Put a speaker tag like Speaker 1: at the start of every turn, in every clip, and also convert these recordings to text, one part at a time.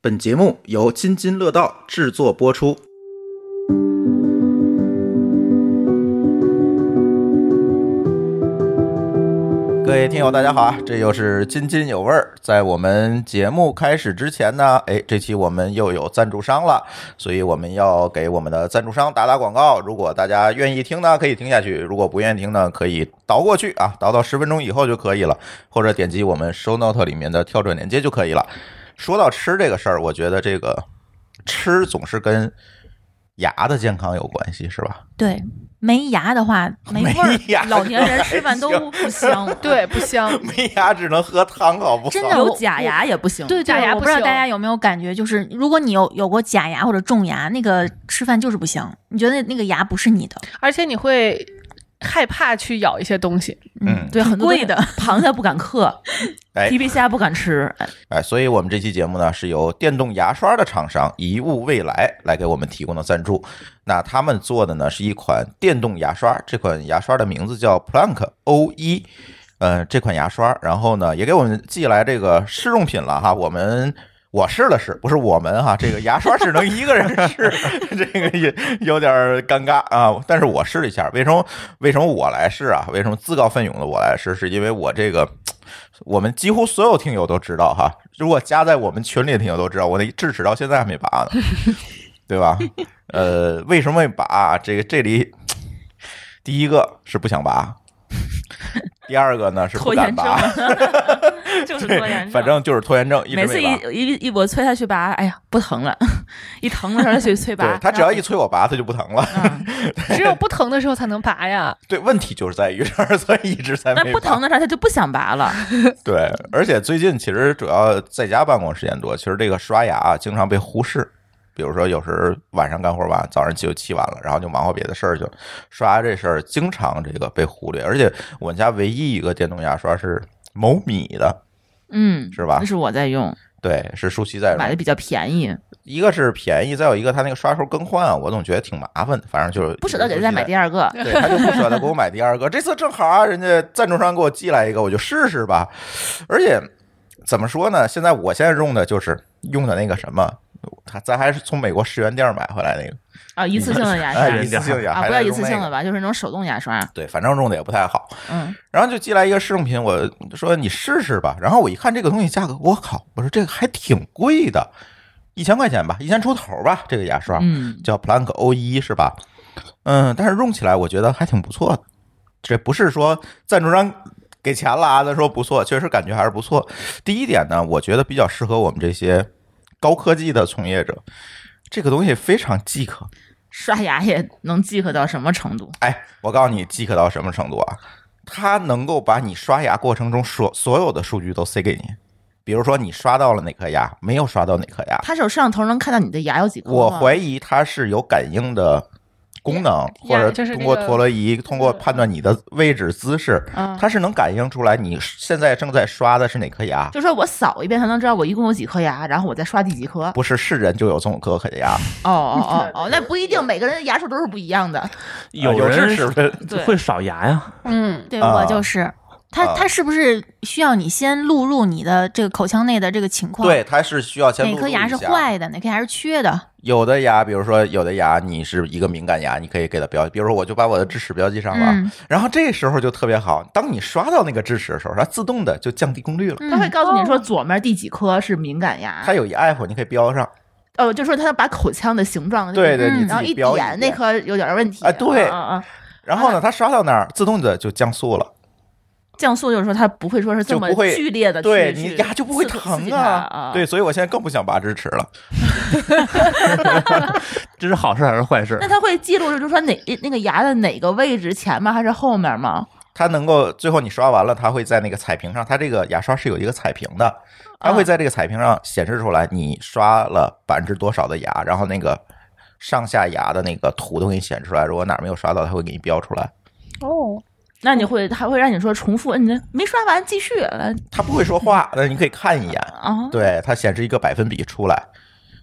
Speaker 1: 本节目由津津乐道制作播出。各位听友，大家好啊！这又是津津有味儿。在我们节目开始之前呢，哎，这期我们又有赞助商了，所以我们要给我们的赞助商打打广告。如果大家愿意听呢，可以听下去；如果不愿意听呢，可以倒过去啊，倒到十分钟以后就可以了，或者点击我们 show note 里面的跳转链接就可以了。说到吃这个事儿，我觉得这个吃总是跟牙的健康有关系，是吧？
Speaker 2: 对，没牙的话没味
Speaker 1: 没牙
Speaker 2: 儿，老年人吃饭
Speaker 1: 就还
Speaker 2: 都不香。
Speaker 3: 对，不香。
Speaker 1: 没牙只能喝汤，好不好？
Speaker 2: 真的
Speaker 4: 有
Speaker 2: 我
Speaker 4: 假牙也不行。
Speaker 2: 对对
Speaker 3: 假牙
Speaker 2: 我
Speaker 3: 不
Speaker 2: 不知道
Speaker 3: 行
Speaker 2: 大家有没有感觉，就是如果你有有过假牙或者种牙，那个吃饭就是不香，你觉得那个牙不是你的，
Speaker 3: 而且你会害怕去咬一些东 西。
Speaker 1: 嗯
Speaker 2: 对，很
Speaker 4: 多
Speaker 2: 贵的。
Speaker 4: 螃蟹不敢嗑，
Speaker 1: 哎
Speaker 4: 皮皮虾不敢吃，哎
Speaker 1: 哎，所以我们这期节目呢是由电动牙刷的厂商一物未来来给我们提供的赞助。那他们做的呢是一款电动牙刷，这款牙刷的名字叫 Plank O 一。呃，这款牙刷，然后呢，也给我们寄来这个试用品了哈。我们我试了试，不是我们哈，这个牙刷只能一个人 试，这个也有点儿尴尬啊。但是我试了一下，为什么为什么我来试啊？为什么自告奋勇的我来试？是因为我这个我们几乎所有听友都知道哈，如果加在我们群里的听友都知道，我那智齿到现在还没拔 呢，对吧？呃，为什么没拔？这个这里，第一个是不想拔，第二个呢是不
Speaker 4: 拖延
Speaker 1: 敢
Speaker 4: 症
Speaker 1: 拔，，
Speaker 4: 就是拖
Speaker 1: 对，
Speaker 4: 延症。
Speaker 1: 反正就是拖延症，一直
Speaker 4: 每次
Speaker 1: 没
Speaker 4: 一
Speaker 1: 拔。
Speaker 4: 一一我催他去拔，哎呀，不疼了， 一 疼了他啊就去催拔
Speaker 1: 对。他只要一催我拔，他就不疼了。
Speaker 3: 只有不疼的时候才能拔呀。
Speaker 1: 对，问题就是在于这儿， 所以一直在
Speaker 4: 那
Speaker 1: 没
Speaker 4: 不
Speaker 1: 拔
Speaker 4: 疼。的时候他就不想拔 了。
Speaker 1: 对，而且最近其实主要在家办公时间多，其实这个刷牙啊经常被忽视。比如说，有时晚上干活晚，早上就起晚了，然后就忙活别的事儿去了。刷牙这事儿经常这个被忽略，而且我们家唯一一个电动牙刷是某米的，
Speaker 4: 嗯，
Speaker 1: 是吧
Speaker 4: 那是我在用，
Speaker 1: 对，是舒淇在
Speaker 4: 买的
Speaker 1: 用。
Speaker 4: 比较便宜，
Speaker 1: 一个是便宜，再有一个它那个刷头更换啊，我总觉得挺麻烦的。反正就是
Speaker 4: 不舍得给他再买
Speaker 1: 第
Speaker 4: 第二个。
Speaker 1: 对，他就不舍得给我买第二个。这次正好啊，人家赞助商给我寄来一个，我就试试吧。而且怎么说呢？现在我现在用的就是用的那个什么，他咱还是从美国十元店买回来那个
Speaker 4: 啊，一次性的牙
Speaker 1: 哎，一
Speaker 4: 刷
Speaker 1: 次性牙，
Speaker 4: 啊，
Speaker 1: 还
Speaker 4: 不
Speaker 1: 在
Speaker 4: 要
Speaker 1: 用
Speaker 4: 一次性
Speaker 1: 那
Speaker 4: 的
Speaker 1: 个。啊
Speaker 4: 吧，就是那种手动牙刷。
Speaker 1: 对，反正用的也不太好，
Speaker 4: 嗯，
Speaker 1: 然后就寄来一个试用品，我说你试试吧。然后我一看这个东西价格，我靠，我说这个还挺贵的，一千块钱吧，一千出头吧，这个牙刷，
Speaker 4: 嗯
Speaker 1: 叫 Plank O 一是吧？嗯，但是用起来我觉得还挺不错的。这不是说赞助商给钱了啊，咱说不错，确实感觉还是不错。第一点呢，我觉得比较适合我们这些高科技的从业者。这个东西非常即可，
Speaker 4: 刷牙也能忌刻到什么程度？
Speaker 1: 哎，我告诉你，即可到什么程度啊？它能够把你刷牙过程中所所有的数据都塞给你，比如说你刷到了哪颗牙，没有刷到哪颗牙，
Speaker 4: 它是有摄像头能看到你的牙有几颗吗？
Speaker 1: 我怀疑它是有感应的功能，或
Speaker 3: 呀
Speaker 1: 者
Speaker 3: 就是
Speaker 1: 通
Speaker 3: 那
Speaker 1: 过
Speaker 3: 个
Speaker 1: 陀螺仪，通过判断你的位置、姿势，
Speaker 4: 嗯
Speaker 1: 它是能感应出来你现在正在刷的是哪颗牙。
Speaker 4: 就说我扫一遍，才能知道我一共有几颗牙，然后我再刷第几颗。哦
Speaker 1: 不是是人就有这种颗颗牙，
Speaker 4: 哦哦哦，那不一定，每个人的牙数都是不一样的。
Speaker 1: 有
Speaker 5: 啊人
Speaker 1: 智齿的
Speaker 4: 对
Speaker 5: 会少牙呀，
Speaker 3: 嗯，
Speaker 2: 对
Speaker 1: 啊
Speaker 2: 我就是，它
Speaker 1: 啊
Speaker 2: 它是不是需要你先录入你的这个口腔内的这个情况？
Speaker 1: 对，，它是需要先
Speaker 2: 哪
Speaker 1: 录
Speaker 2: 颗
Speaker 1: 入
Speaker 2: 牙
Speaker 1: 一
Speaker 2: 是
Speaker 1: 下。
Speaker 2: 坏的，哪颗牙是缺的？
Speaker 1: 有的牙，比如说有的牙你是一个敏感牙，你可以给它标，比如说我就把我的智齿标记上了，
Speaker 2: 嗯
Speaker 1: 然后这时候就特别好，当你刷到那个智齿的时候，它自动的就降低功率了。
Speaker 2: 嗯
Speaker 4: 他会告诉你
Speaker 1: 哦
Speaker 4: 说左面第几颗是敏感牙
Speaker 1: 它，有一 app，你可以标上。
Speaker 4: 哦，就说他把口腔的形状，
Speaker 1: 对对，
Speaker 2: 嗯
Speaker 1: 你
Speaker 4: 然
Speaker 1: 自
Speaker 4: 后
Speaker 1: 己
Speaker 4: 一
Speaker 1: 标一
Speaker 4: 点那颗有点问题
Speaker 1: 啊对
Speaker 4: 啊啊，
Speaker 1: 然后呢，它刷到那儿自动的就降速了。
Speaker 4: 降速就是说他不会说是这么
Speaker 1: 就不会
Speaker 4: 剧烈的，
Speaker 1: 对你牙就不会
Speaker 4: 刺
Speaker 1: 疼
Speaker 4: 激它
Speaker 1: 啊
Speaker 4: 啊，。
Speaker 1: 对，所以我现在更不想拔智齿了。
Speaker 5: 这是好事还是坏事
Speaker 4: 那？他会记录，就是说哪那个牙的哪个位置前面还是后面吗？
Speaker 1: 它能够最后你刷完了，它会在那个彩屏上，它这个牙刷是有一个彩屏的，
Speaker 4: 嗯
Speaker 1: 它会在这个彩屏上显示出来你刷了百分之多少的牙，然后那个上下牙的那个图都给你显示出来。如果哪儿没有刷到，它会给你标出来。
Speaker 3: 哦，
Speaker 4: 那你会还会让你说重复，你这没刷完继续啊
Speaker 1: 它不会说话，但是你可以看一眼，
Speaker 4: 啊？
Speaker 1: 对，它显示一个百分比出来。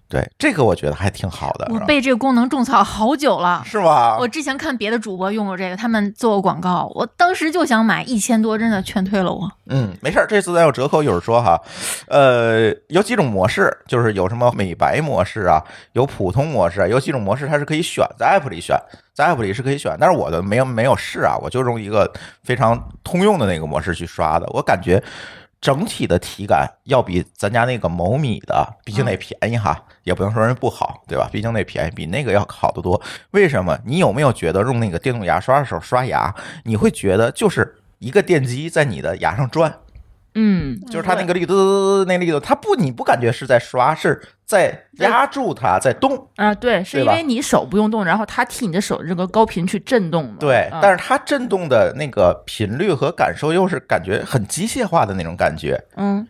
Speaker 1: 对，这个我觉得还挺好的，
Speaker 2: 我被这个功能种草好久了。
Speaker 1: 是吗？
Speaker 2: 我之前看别的主播用过这个，他们做过广告，我当时就想买，一千多真的劝退了我。
Speaker 1: 嗯，没事儿，这次咱有折扣，一会儿说哈。呃，有几种模式，就是有什么美白模式啊，有普通模式啊，有几种模式它是可以选，在 app 里选，在 app 里是可以选，但是我的没有没有试啊，我就用一个非常通用的那个模式去刷的，我感觉整体的体感要比咱家那个某米的，毕竟那便宜哈，也不能说人不好，对吧？毕竟那便宜比那个要好得多。为什么？你有没有觉得用那个电动牙刷的时候刷牙，你会觉得就是一个电机在你的牙上转？
Speaker 4: 嗯，
Speaker 1: 就是它那个力度，那力度，它不，你不感觉是在刷，是在压住它，在动。
Speaker 4: 啊，对，是因
Speaker 1: 对吧
Speaker 4: 为你手不用动，然后它替你的手这个高频去震动嘛。
Speaker 1: 对，
Speaker 4: 嗯
Speaker 1: 但是它震动的那个频率和感受又是感觉很机械化的那种感觉，
Speaker 4: 嗯，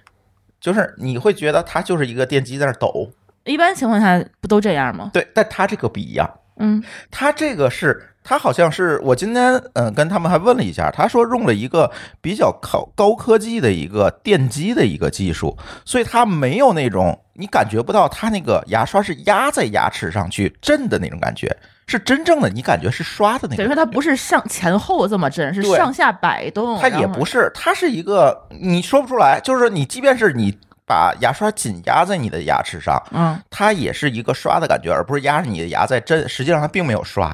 Speaker 1: 就是你会觉得它就是一个电机在那儿抖。
Speaker 4: 一般情况下不都这样吗？
Speaker 1: 对，但它这个不一样，
Speaker 4: 嗯，
Speaker 1: 它这个是。它好像是我今天嗯跟他们还问了一下，他说用了一个比较高高科技的一个电机的一个技术，所以它没有那种你感觉不到它那个牙刷是压在牙齿上去震的那种感觉，是真正的你感觉是刷的那
Speaker 4: 等于
Speaker 1: 种
Speaker 4: 说。它不是上前后这么震，是
Speaker 1: 对
Speaker 4: 上下摆动。
Speaker 1: 它也
Speaker 4: 然后
Speaker 1: 不是，它是一个你说不出来，就是你即便是你把牙刷紧压在你的牙齿上，
Speaker 4: 嗯
Speaker 1: 它也是一个刷的感觉，而不是压着你的牙在震。实际上它并没有刷，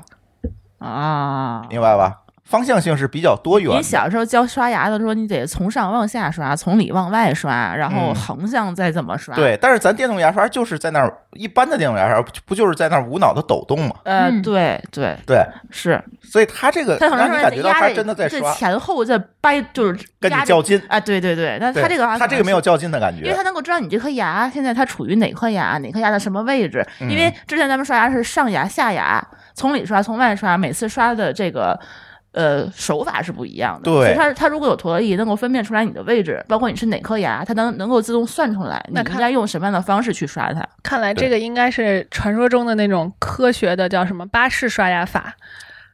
Speaker 4: 啊。
Speaker 1: 明白吧？方向性是比较多元
Speaker 4: 你
Speaker 1: 的。
Speaker 4: 小时候教刷牙的时候，你得从上往下刷，从里往外刷，然后
Speaker 1: 嗯
Speaker 4: 横向再怎么刷。，
Speaker 1: 对，但是咱电动牙刷就是在那儿，一般的电动牙刷不不就是在那儿无脑的抖动嘛？
Speaker 4: 呃，
Speaker 2: 嗯
Speaker 4: 对对
Speaker 1: 对，
Speaker 4: 是，
Speaker 1: 所以它这个
Speaker 4: 它可
Speaker 1: 让
Speaker 4: 能
Speaker 1: 你
Speaker 4: 是
Speaker 1: 感觉到
Speaker 4: 压
Speaker 1: 它
Speaker 4: 着
Speaker 1: 真的在
Speaker 4: 这
Speaker 1: 刷，
Speaker 4: 前后在掰，就是
Speaker 1: 跟
Speaker 4: 压
Speaker 1: 你
Speaker 4: 着
Speaker 1: 较劲。
Speaker 4: 啊，对对对，但
Speaker 1: 对
Speaker 4: 它这个
Speaker 1: 它这个没
Speaker 4: 有。
Speaker 1: 有较劲的感
Speaker 4: 因为
Speaker 1: 觉
Speaker 4: 它，能够知道你这颗牙现在它处于哪颗牙，哪颗牙的什么位置。
Speaker 1: 嗯
Speaker 4: 因为之前咱们刷牙是上牙、下牙，从里刷、从外刷，每次刷的这个呃手法是不一样的。
Speaker 1: 对
Speaker 4: 所以它它如果有陀螺仪，能够分辨出来你的位置，包括你是哪颗牙，它能能够自动算出来你
Speaker 3: 那
Speaker 4: 应
Speaker 3: 看
Speaker 4: 该用什么样的方式去刷它。
Speaker 3: 看来
Speaker 1: 对
Speaker 3: 这个应该是传说中的那种科学的叫什么巴氏刷牙法，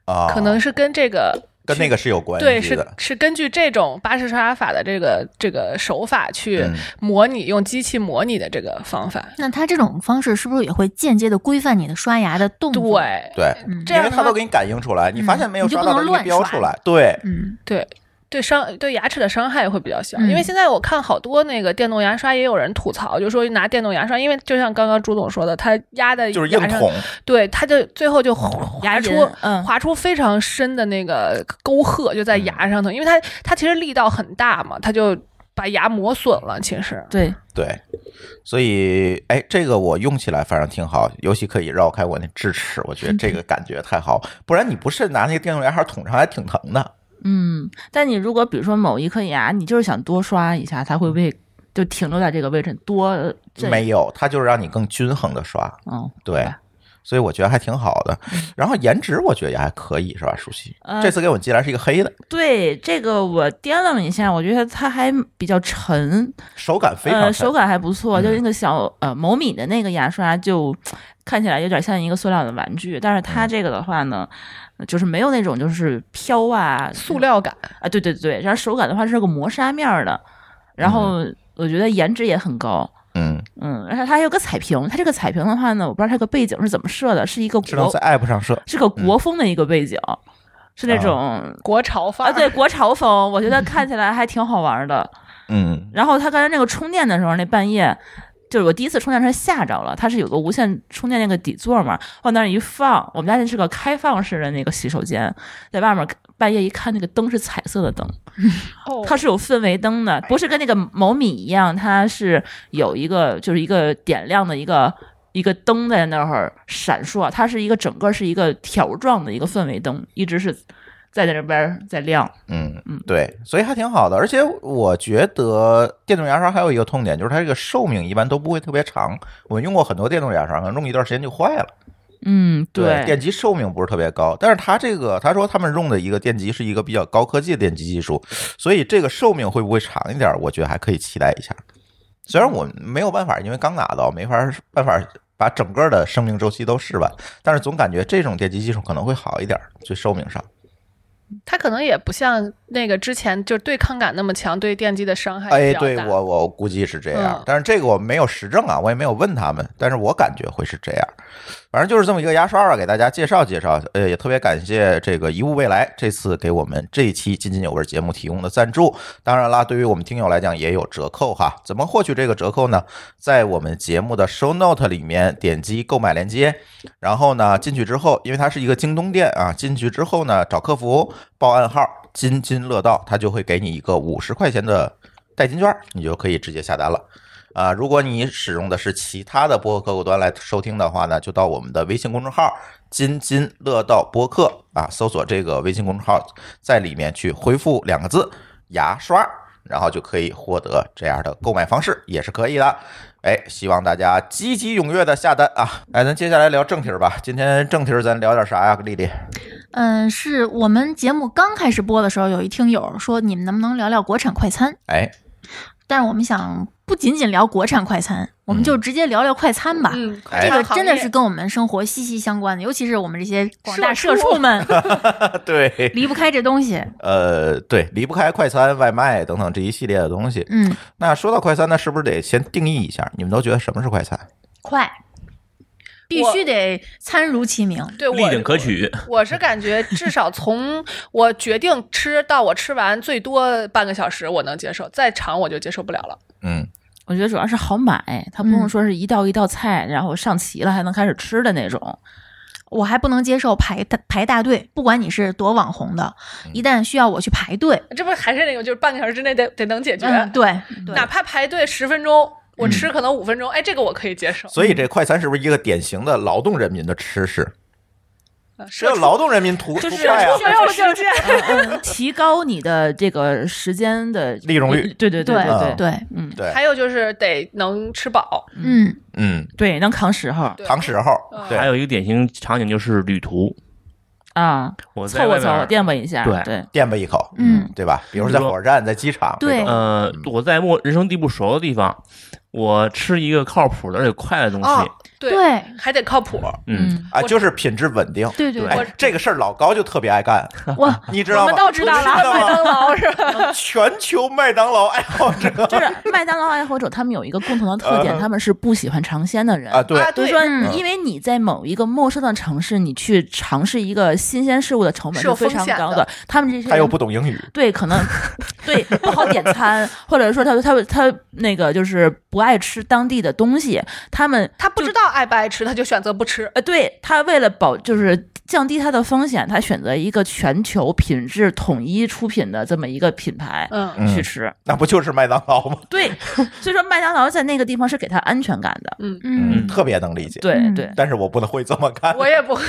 Speaker 1: 啊，
Speaker 3: 可能是跟这个
Speaker 1: 跟那个是有关
Speaker 3: 对
Speaker 1: 系
Speaker 3: 是
Speaker 1: 的。
Speaker 3: 是根据这种巴氏刷牙法的这个这个手法去
Speaker 1: 嗯
Speaker 3: 模拟、用机器模拟的这个方法。
Speaker 2: 那它这种方式是不是也会间接的规范你的刷牙的动作？，
Speaker 3: 对
Speaker 1: 对，
Speaker 2: 嗯
Speaker 3: 这
Speaker 1: 因
Speaker 3: 样
Speaker 1: 为
Speaker 3: 的
Speaker 1: 它都
Speaker 3: 话
Speaker 1: 给你感应出来，你发现没有
Speaker 2: 嗯你就
Speaker 1: 刷
Speaker 2: 不
Speaker 1: 到
Speaker 2: 能
Speaker 1: 它给你
Speaker 2: 乱
Speaker 1: 标
Speaker 2: 刷
Speaker 1: 出来。对，
Speaker 2: 嗯，
Speaker 3: 对对伤对牙齿的伤害会比较小，
Speaker 2: 嗯
Speaker 3: 因为现在我看好多那个电动牙刷也有人吐槽，就说拿电动牙刷，因为就像刚刚朱总说的，它压的
Speaker 1: 就是硬
Speaker 3: 上，
Speaker 1: 捅，
Speaker 3: 对，它就最后就划
Speaker 4: 牙
Speaker 3: 出
Speaker 4: 龈嗯
Speaker 3: 划出非常深的那个沟壑，就在牙上头，因为它它其实力道很大嘛，它就把牙磨损了。其实
Speaker 4: 对，
Speaker 1: 对，所以哎，这个我用起来反正挺好，尤其可以绕开我那智齿，我觉得这个感觉太好，不然你不是拿那个电动牙刷捅上还挺疼的。
Speaker 4: 嗯。但你如果比如说某一颗牙，你就是想多刷一下，它会不会就停留在这个位置多震？
Speaker 1: 没有，它就是让你更均衡的刷，
Speaker 4: 嗯，
Speaker 1: 对
Speaker 4: 对。嗯
Speaker 1: 所以我觉得还挺好的，然后颜值我觉得也还可以，是吧，舒淇？
Speaker 4: 呃
Speaker 1: 这次给我寄来是一个黑的，
Speaker 4: 对这个我掂量了一下，我觉得它还比较沉，
Speaker 1: 手感非
Speaker 4: 呃，
Speaker 1: 常
Speaker 4: 手
Speaker 1: 沉。
Speaker 4: 感还不错，
Speaker 1: 嗯
Speaker 4: 就是那个小呃某米的那个牙刷就看起来有点像一个塑料的玩具，但是它
Speaker 1: 嗯
Speaker 4: 这个的话呢，就是没有那种就是飘啊
Speaker 3: 塑料感，
Speaker 4: 啊，对对对，然后手感的话是个磨砂面儿的，然后我觉得颜值也很高。
Speaker 1: 嗯，
Speaker 4: 嗯，而且它还有个彩屏，它这个彩屏的话呢，我不知道它个背景是怎么设的，是一个
Speaker 1: 只能
Speaker 4: 国
Speaker 1: 在 app 上设。
Speaker 4: 是个国风的一个背景，是那
Speaker 1: 啊
Speaker 4: 种
Speaker 3: 国潮范
Speaker 4: 啊，
Speaker 3: 儿
Speaker 4: 对，国潮风，我觉得看起来还挺好玩的。
Speaker 1: 嗯，
Speaker 4: 然后他刚才那个充电的时候，那半夜就是我第一次充电时候吓着了，它是有个无线充电那个底座嘛，往那儿一放，我们家那是个开放式的那个洗手间，在外面半夜一看，那个灯是彩色的灯，
Speaker 3: 哦
Speaker 4: 它是有氛围灯的，不是跟那个某米一样，它是有一个就是一个点亮的一个。一个灯在那儿闪烁，它是一个整个是一个条状的一个氛围灯，一直是在那边儿在亮。
Speaker 1: 嗯
Speaker 4: 嗯，
Speaker 1: 对，所以还挺好的。而且我觉得电动牙刷还有一个痛点，就是它这个寿命一般都不会特别长。我用过很多电动牙刷，可能用一段时间就坏了。
Speaker 4: 嗯，
Speaker 1: 电极寿命不是特别高，但是它这个他说他们用的一个电极是一个比较高科技的电极技术，所以这个寿命会不会长一点，我觉得还可以期待一下。虽然我没有办法，因为刚拿到，没法办法把整个的生命周期都试完，但是总感觉这种电极技术可能会好一点，对寿命上。
Speaker 3: 它可能也不像那个之前就是对抗感那么强，对电击的伤害
Speaker 1: 哎，
Speaker 3: 比较
Speaker 1: 对
Speaker 3: 大
Speaker 1: 我我估计是这样
Speaker 3: 嗯，
Speaker 1: 但是这个我没有实证啊，我也没有问他们，但是我感觉会是这样。反正就是这么一个牙刷啊，给大家介绍介绍。呃，也特别感谢这个一物未来这次给我们这一期津津有味节目提供的赞助。当然啦，对于我们听友来讲也有折扣哈。怎么获取这个折扣呢？在我们节目的 show note 里面点击购买链接，然后呢进去之后，因为它是一个京东店啊，进去之后呢找客服报暗号“津津乐道”，他就会给你一个五十块钱的代金券，你就可以直接下单了。啊，如果你使用的是其他的播客客户端来收听的话呢，就到我们的微信公众号“津津乐道播客”啊，搜索这个微信公众号，在里面去回复两个字“牙刷”，然后就可以获得这样的购买方式，也是可以的。哎，希望大家积极踊跃的下单啊！哎，咱接下来聊正题儿吧。今天正题儿咱聊点啥呀，丽丽？
Speaker 2: 嗯，是我们节目刚开始播的时候，有一听友说你们能不能聊聊国产快餐？
Speaker 1: 哎，
Speaker 2: 但是我们想不仅仅聊国产快餐，我们就直接聊聊快餐吧。
Speaker 3: 嗯，
Speaker 1: 哎
Speaker 2: 这
Speaker 3: 这
Speaker 2: 个
Speaker 3: 个
Speaker 2: 真的是跟我们生活息息相关的，尤其是我们这些广大
Speaker 3: 社
Speaker 2: 社
Speaker 3: 畜
Speaker 2: 畜们
Speaker 1: 对，
Speaker 2: 离不开这东西。
Speaker 1: 呃，对，离不开快餐、外卖等等这一系列的东西。
Speaker 2: 嗯，
Speaker 1: 那说到快餐，那是不是得先定义一下？你们都觉得什么是快餐？
Speaker 2: 快，必须得参如其名。
Speaker 3: 对我
Speaker 5: 立证可取。
Speaker 3: 我是感觉，至少从我决定吃到我吃完，最多半个小时我能接受，再长我就接受不了了。
Speaker 1: 嗯，
Speaker 4: 我觉得主要是好买，它不
Speaker 2: 嗯
Speaker 4: 用说是一道一道菜，然后上齐了还能开始吃的那种。
Speaker 2: 我还不能接受排大排大队，不管你是多网红的，一旦需要我去排队，
Speaker 3: 这不还是那个，就是半个小时之内得得能解决，
Speaker 2: 嗯，对，对
Speaker 3: 哪怕排队十分钟，我吃可能五分钟，哎，这个我可以接受。
Speaker 1: 所以这快餐是不是一个典型的劳动人民的吃食？这
Speaker 3: 嗯社
Speaker 1: 劳动人民图
Speaker 4: 就
Speaker 1: 图
Speaker 4: 是
Speaker 1: 快啊
Speaker 4: 社！
Speaker 3: 没有时间，
Speaker 4: 嗯嗯提高你的这个时间的
Speaker 1: 利用率，
Speaker 4: 对对对
Speaker 1: 嗯
Speaker 4: 对对，
Speaker 2: 对，
Speaker 4: 嗯
Speaker 1: 对，
Speaker 3: 还有就是得能吃饱，
Speaker 2: 嗯，
Speaker 1: 嗯，
Speaker 4: 对，能扛时候
Speaker 3: 对
Speaker 1: 唐时候，
Speaker 3: 嗯
Speaker 1: 对
Speaker 5: 还，有一个典型场景就是旅途，
Speaker 4: 啊，
Speaker 5: 我在
Speaker 4: 凑合
Speaker 5: 外
Speaker 4: 凑合
Speaker 5: 面，
Speaker 4: 垫吧一下，
Speaker 5: 对
Speaker 4: 对，
Speaker 1: 垫吧一口，
Speaker 2: 嗯，
Speaker 1: 对吧？比如说在火车站、在机场，啊
Speaker 2: 对
Speaker 5: 呃，我在陌人生地不熟的地方，我吃一个靠谱的而且快的东
Speaker 3: 啊
Speaker 4: 哦
Speaker 5: 西，，
Speaker 3: 对，
Speaker 2: 对，
Speaker 3: 还得靠谱。
Speaker 5: 嗯，
Speaker 1: 啊，
Speaker 3: 我
Speaker 1: 就是品质稳定。
Speaker 2: 对对
Speaker 5: 对
Speaker 1: 哎
Speaker 2: 对，
Speaker 1: 这个事儿老高就特别爱干，
Speaker 2: 我
Speaker 1: 你知道吗？
Speaker 3: 都知道了，麦
Speaker 1: 吗
Speaker 3: 当劳是吧？
Speaker 1: 全球麦当劳爱好者
Speaker 4: 就是麦当劳爱好者，他们有一个共同的特点，
Speaker 1: 嗯
Speaker 4: 他们是不喜欢尝鲜的人
Speaker 1: 啊，。对，
Speaker 3: 啊
Speaker 4: 就
Speaker 3: 对，
Speaker 4: 是说
Speaker 2: 嗯，
Speaker 4: 因为你在某一个陌生的城市，你去尝试一个新鲜事物的成本
Speaker 3: 是
Speaker 4: 是
Speaker 3: 有
Speaker 4: 非
Speaker 3: 风
Speaker 4: 常
Speaker 3: 险
Speaker 4: 高
Speaker 3: 的
Speaker 4: 的。他们这些
Speaker 1: 他又
Speaker 4: 人
Speaker 1: 不懂英语，
Speaker 4: 对，可能对不好点餐，或者说他他他那个就是不爱吃当地的东西，他们
Speaker 3: 他不知道爱不爱吃，他就选择不吃。
Speaker 4: 呃，对他为了保就是降低他的风险，他选择一个全球品质统一出品的这么一个品牌。
Speaker 3: 嗯
Speaker 1: 嗯
Speaker 4: 去吃，
Speaker 1: 那不就是麦当劳吗？
Speaker 4: 对，所以说麦当劳在那个地方是给他安全感的，
Speaker 3: 嗯，
Speaker 2: 嗯，
Speaker 1: 特别能理解，
Speaker 4: 对
Speaker 2: 嗯
Speaker 4: 对，
Speaker 1: 但是我不能会这么干。
Speaker 3: 我也不会。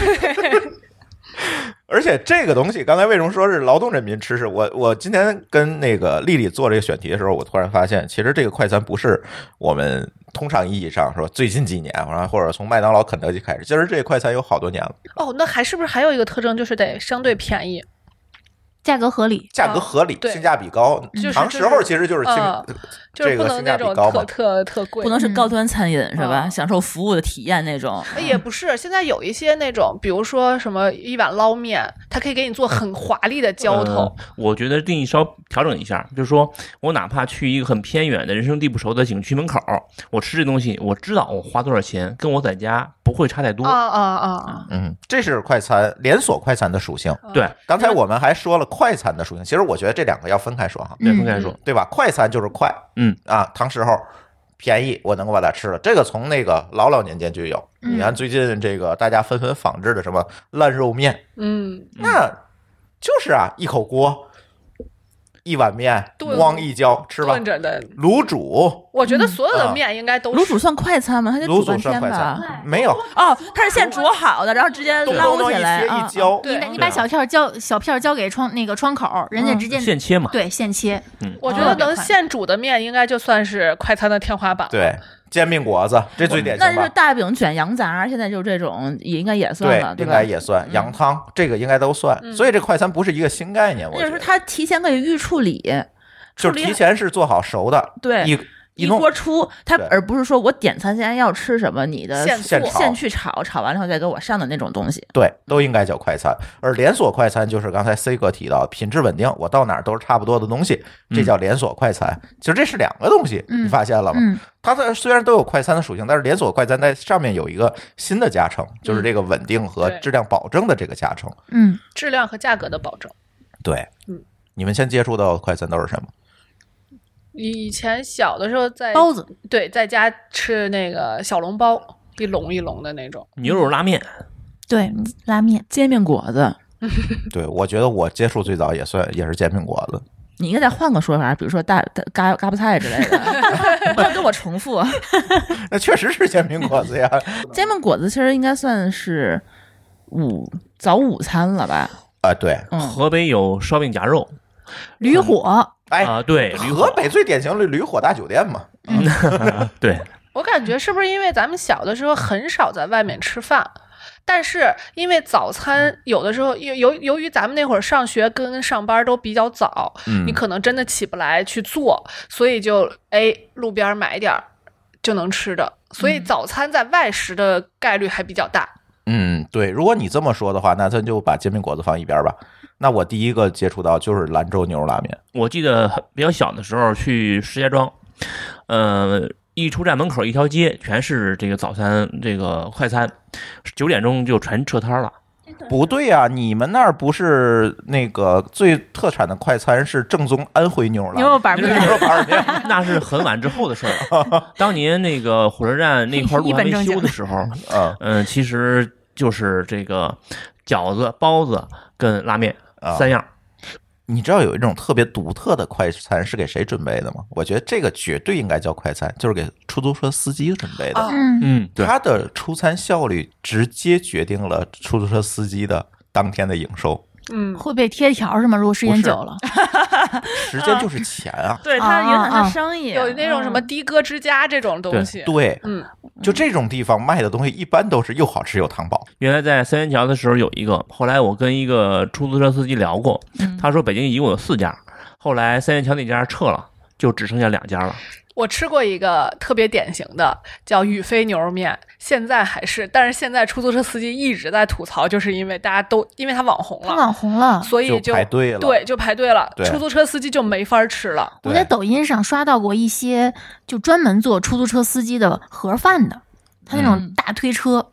Speaker 1: 而且这个东西，刚才为什么说是劳动人民吃食？我我今天跟那个丽丽做这个选题的时候，我突然发现，其实这个快餐不是我们通常意义上说最近几年，然后或者从麦当劳、肯德基开始，其实这个快餐有好多年了，
Speaker 3: 哦，那还是不是还有一个特征就是得相对便宜？
Speaker 2: 价格合理，
Speaker 1: 价格合理，
Speaker 3: 对
Speaker 1: 性价比高。
Speaker 3: 就是
Speaker 1: 长时候其实就是性、
Speaker 3: 嗯就是
Speaker 1: 这
Speaker 3: 不
Speaker 1: 个
Speaker 3: 能
Speaker 1: 性价
Speaker 3: 那
Speaker 1: 比
Speaker 3: 种
Speaker 1: 高
Speaker 3: 特
Speaker 1: 嘛。
Speaker 3: 特特贵，
Speaker 4: 不能是
Speaker 2: 嗯
Speaker 4: 高端餐饮是吧？
Speaker 3: 哦
Speaker 4: 享受服务的体验那种，
Speaker 3: 哎。也不是，现在有一些那种，比如说什么一碗捞面，它可以给你做很华丽的浇头
Speaker 5: 呃。我觉得定义稍调整一下，就是说我哪怕去一个很偏远的人生地不熟的景区门口，我吃这东西，我知道我花多少钱，跟我在家不会差太多。
Speaker 3: 啊
Speaker 4: 哦
Speaker 3: 啊啊！
Speaker 1: 嗯，这是快餐连锁快餐的属性。
Speaker 3: 嗯
Speaker 5: 对，
Speaker 1: 刚才我们还说了快餐的属性，其实我觉得这两个要分开说哈。
Speaker 5: 对，
Speaker 2: 嗯
Speaker 5: 分开说，
Speaker 1: 对吧？快餐就是快，
Speaker 5: 嗯
Speaker 1: 啊，堂食后便宜，我能够把它吃了。这个从那个老老年间就有。
Speaker 2: 嗯
Speaker 1: 你看最近这个大家纷纷仿制的什么烂肉面，
Speaker 3: 嗯，
Speaker 1: 那就是啊，一口锅，一碗面，
Speaker 3: 炖
Speaker 1: 咣一浇吃吧
Speaker 3: 炖。着的，
Speaker 1: 卤煮，
Speaker 3: 我觉得所有
Speaker 1: 啊
Speaker 3: 的面应该都
Speaker 4: 嗯卤
Speaker 3: 是
Speaker 4: 煮算快餐吗？它得
Speaker 1: 卤
Speaker 4: 煮
Speaker 1: 煮
Speaker 4: 半
Speaker 1: 算
Speaker 4: 天
Speaker 1: 快
Speaker 4: 吧？
Speaker 1: 餐，没有
Speaker 4: 哦，它是现煮好的，然后直接
Speaker 1: 咚咚
Speaker 4: 捞
Speaker 1: 咚一
Speaker 4: 起来
Speaker 1: 切
Speaker 4: 啊。
Speaker 1: 一浇。
Speaker 3: 对
Speaker 2: 你
Speaker 3: 嗯
Speaker 2: 把你把
Speaker 5: 对
Speaker 2: 小片儿交小片儿交给窗那个窗口，人家直接
Speaker 5: 现切嘛。
Speaker 2: 对现切，
Speaker 3: 我
Speaker 4: 啊
Speaker 3: 觉得
Speaker 2: 特别
Speaker 3: 能
Speaker 2: 快
Speaker 3: 现煮的面应该就算是快餐的天花板。，
Speaker 1: 对，煎饼果子这最典
Speaker 4: 那
Speaker 1: 型
Speaker 4: 就是
Speaker 1: 吧。
Speaker 4: 大饼卷羊杂，现在就是这种，也应该也算
Speaker 1: 对
Speaker 4: 了，，对
Speaker 1: 应
Speaker 4: 吧嗯
Speaker 1: 该？也算羊汤，这个应该都算。所以这快餐不是一个新概念，我
Speaker 4: 就
Speaker 1: 觉
Speaker 4: 是
Speaker 1: 得
Speaker 4: 它提前可以预处理，
Speaker 1: 就是提前是做好熟的，
Speaker 4: 对
Speaker 1: 一一
Speaker 4: 一
Speaker 1: 弄
Speaker 4: 锅出，它
Speaker 1: 对
Speaker 4: 而不是说我点餐现在要吃什么，你的
Speaker 3: 现
Speaker 1: 现
Speaker 3: 做
Speaker 1: 炒
Speaker 4: 现去炒，炒完了以后再给我上的那种东西。
Speaker 1: 对，
Speaker 3: 嗯
Speaker 1: 都应该叫快餐。而连锁快餐就是刚才 C 哥提到，品质稳定，我到哪儿都是差不多的东西，
Speaker 3: 嗯
Speaker 1: 这叫连锁快餐。其实这是两个东西，
Speaker 2: 嗯
Speaker 1: 你发现了吗？
Speaker 2: 嗯，
Speaker 1: 它的虽然都有快餐的属性，但是连锁快餐在上面有一个新的加成，就是这个稳定和
Speaker 3: 嗯对
Speaker 1: 质量保证的这个加成。
Speaker 2: 嗯，
Speaker 3: 质量和价格的保证。
Speaker 1: 对，
Speaker 3: 嗯
Speaker 1: 你们先接触到的快餐都是什么？
Speaker 3: 以前小的时候在
Speaker 2: 包子，
Speaker 3: 对在家吃那个小笼包，一笼一笼的那种。
Speaker 5: 牛肉拉面，
Speaker 2: 对，拉面，
Speaker 4: 煎饼果子，
Speaker 1: 对我觉得我接触最早也算也是煎饼果子，
Speaker 4: 你应该再换个说法，比如说大大嘎嘎巴菜之类的， 你不要跟我 重复。
Speaker 1: 那确实是煎饼果子 呀。
Speaker 4: 煎饼果子其实应该算是午早午餐了吧？
Speaker 1: 啊，对，
Speaker 4: 嗯，
Speaker 5: 河北有烧饼夹肉
Speaker 2: 驴火，
Speaker 1: 哎，
Speaker 5: 啊，对，驴
Speaker 1: 河北最典型的驴火大酒店嘛，
Speaker 5: 对，
Speaker 3: 我感觉是不是因为咱们小的时候很少在外面吃饭？但是因为早
Speaker 1: 嗯
Speaker 3: 餐有的时候由由由于咱们那会儿上学跟上班都比较早，
Speaker 1: 嗯
Speaker 3: 你可能真的起不来去做，所以就哎路边买点儿就能吃的，所以早餐在外食的概率还比较大。
Speaker 1: 嗯，对，如果你这么说的话，那咱就把煎饼果子放一边儿吧。那我第一个接触到就是兰州牛肉拉面，
Speaker 5: 我记得很比较小的时候去石家庄，呃，一出站门口一条街全是这个早餐，这个快餐，九点钟就全撤摊了。
Speaker 1: 不对呀、你们那儿不是那个最特产的快餐是正宗安徽牛肉拉面？
Speaker 2: 牛肉板面
Speaker 1: 牛肉板儿面，
Speaker 5: 那是很晚之后的事儿了。当年那个火车站那块路还没修的时候，
Speaker 1: 嗯
Speaker 5: 嗯、其实就是这个饺子、包子跟拉面
Speaker 1: 啊
Speaker 5: 三样。
Speaker 1: 你知道有一种特别独特的快餐是给谁准备的吗？我觉得这个绝对应该叫快餐，就是给出租车司机准备的。
Speaker 3: 啊
Speaker 2: 嗯，
Speaker 5: 嗯，对，
Speaker 1: 它的出餐效率直接决定了出租车司机的当天的营收，
Speaker 3: 嗯，
Speaker 2: 会被贴条是吗？如果时间久 了，
Speaker 1: 时
Speaker 2: 嗯
Speaker 1: 间就是钱啊。
Speaker 4: 对，
Speaker 2: 它
Speaker 4: 它
Speaker 2: 影
Speaker 4: 影
Speaker 2: 响
Speaker 4: 响
Speaker 2: 它
Speaker 4: 它生意。
Speaker 3: 有那种什么的哥之家这种东西，
Speaker 1: 对，
Speaker 3: 嗯，
Speaker 1: 就这种地方卖的东西一般都是又好吃又糖宝。
Speaker 5: 原来在三元桥的时候有一个，后来我跟一个出租车司机聊过，
Speaker 2: 嗯
Speaker 5: 他说北京一共有四家，后来三元桥那家撤了，就只剩下两家了。
Speaker 3: 我吃过一个特别典型的，叫宇飞牛肉面，现在还是，但是现在出租车司机一直在吐槽，就是因为大家都因为他网红
Speaker 2: 他
Speaker 3: 了，
Speaker 2: 网红了。
Speaker 3: 所以
Speaker 1: 就排队了
Speaker 3: 对，就排队了，
Speaker 1: 对
Speaker 3: 出租车司机就没法吃了。
Speaker 2: 我在
Speaker 1: 对，
Speaker 2: 抖音上刷到过一些就专门做出租车司机的盒饭的，他那
Speaker 1: 嗯
Speaker 2: 种大推车，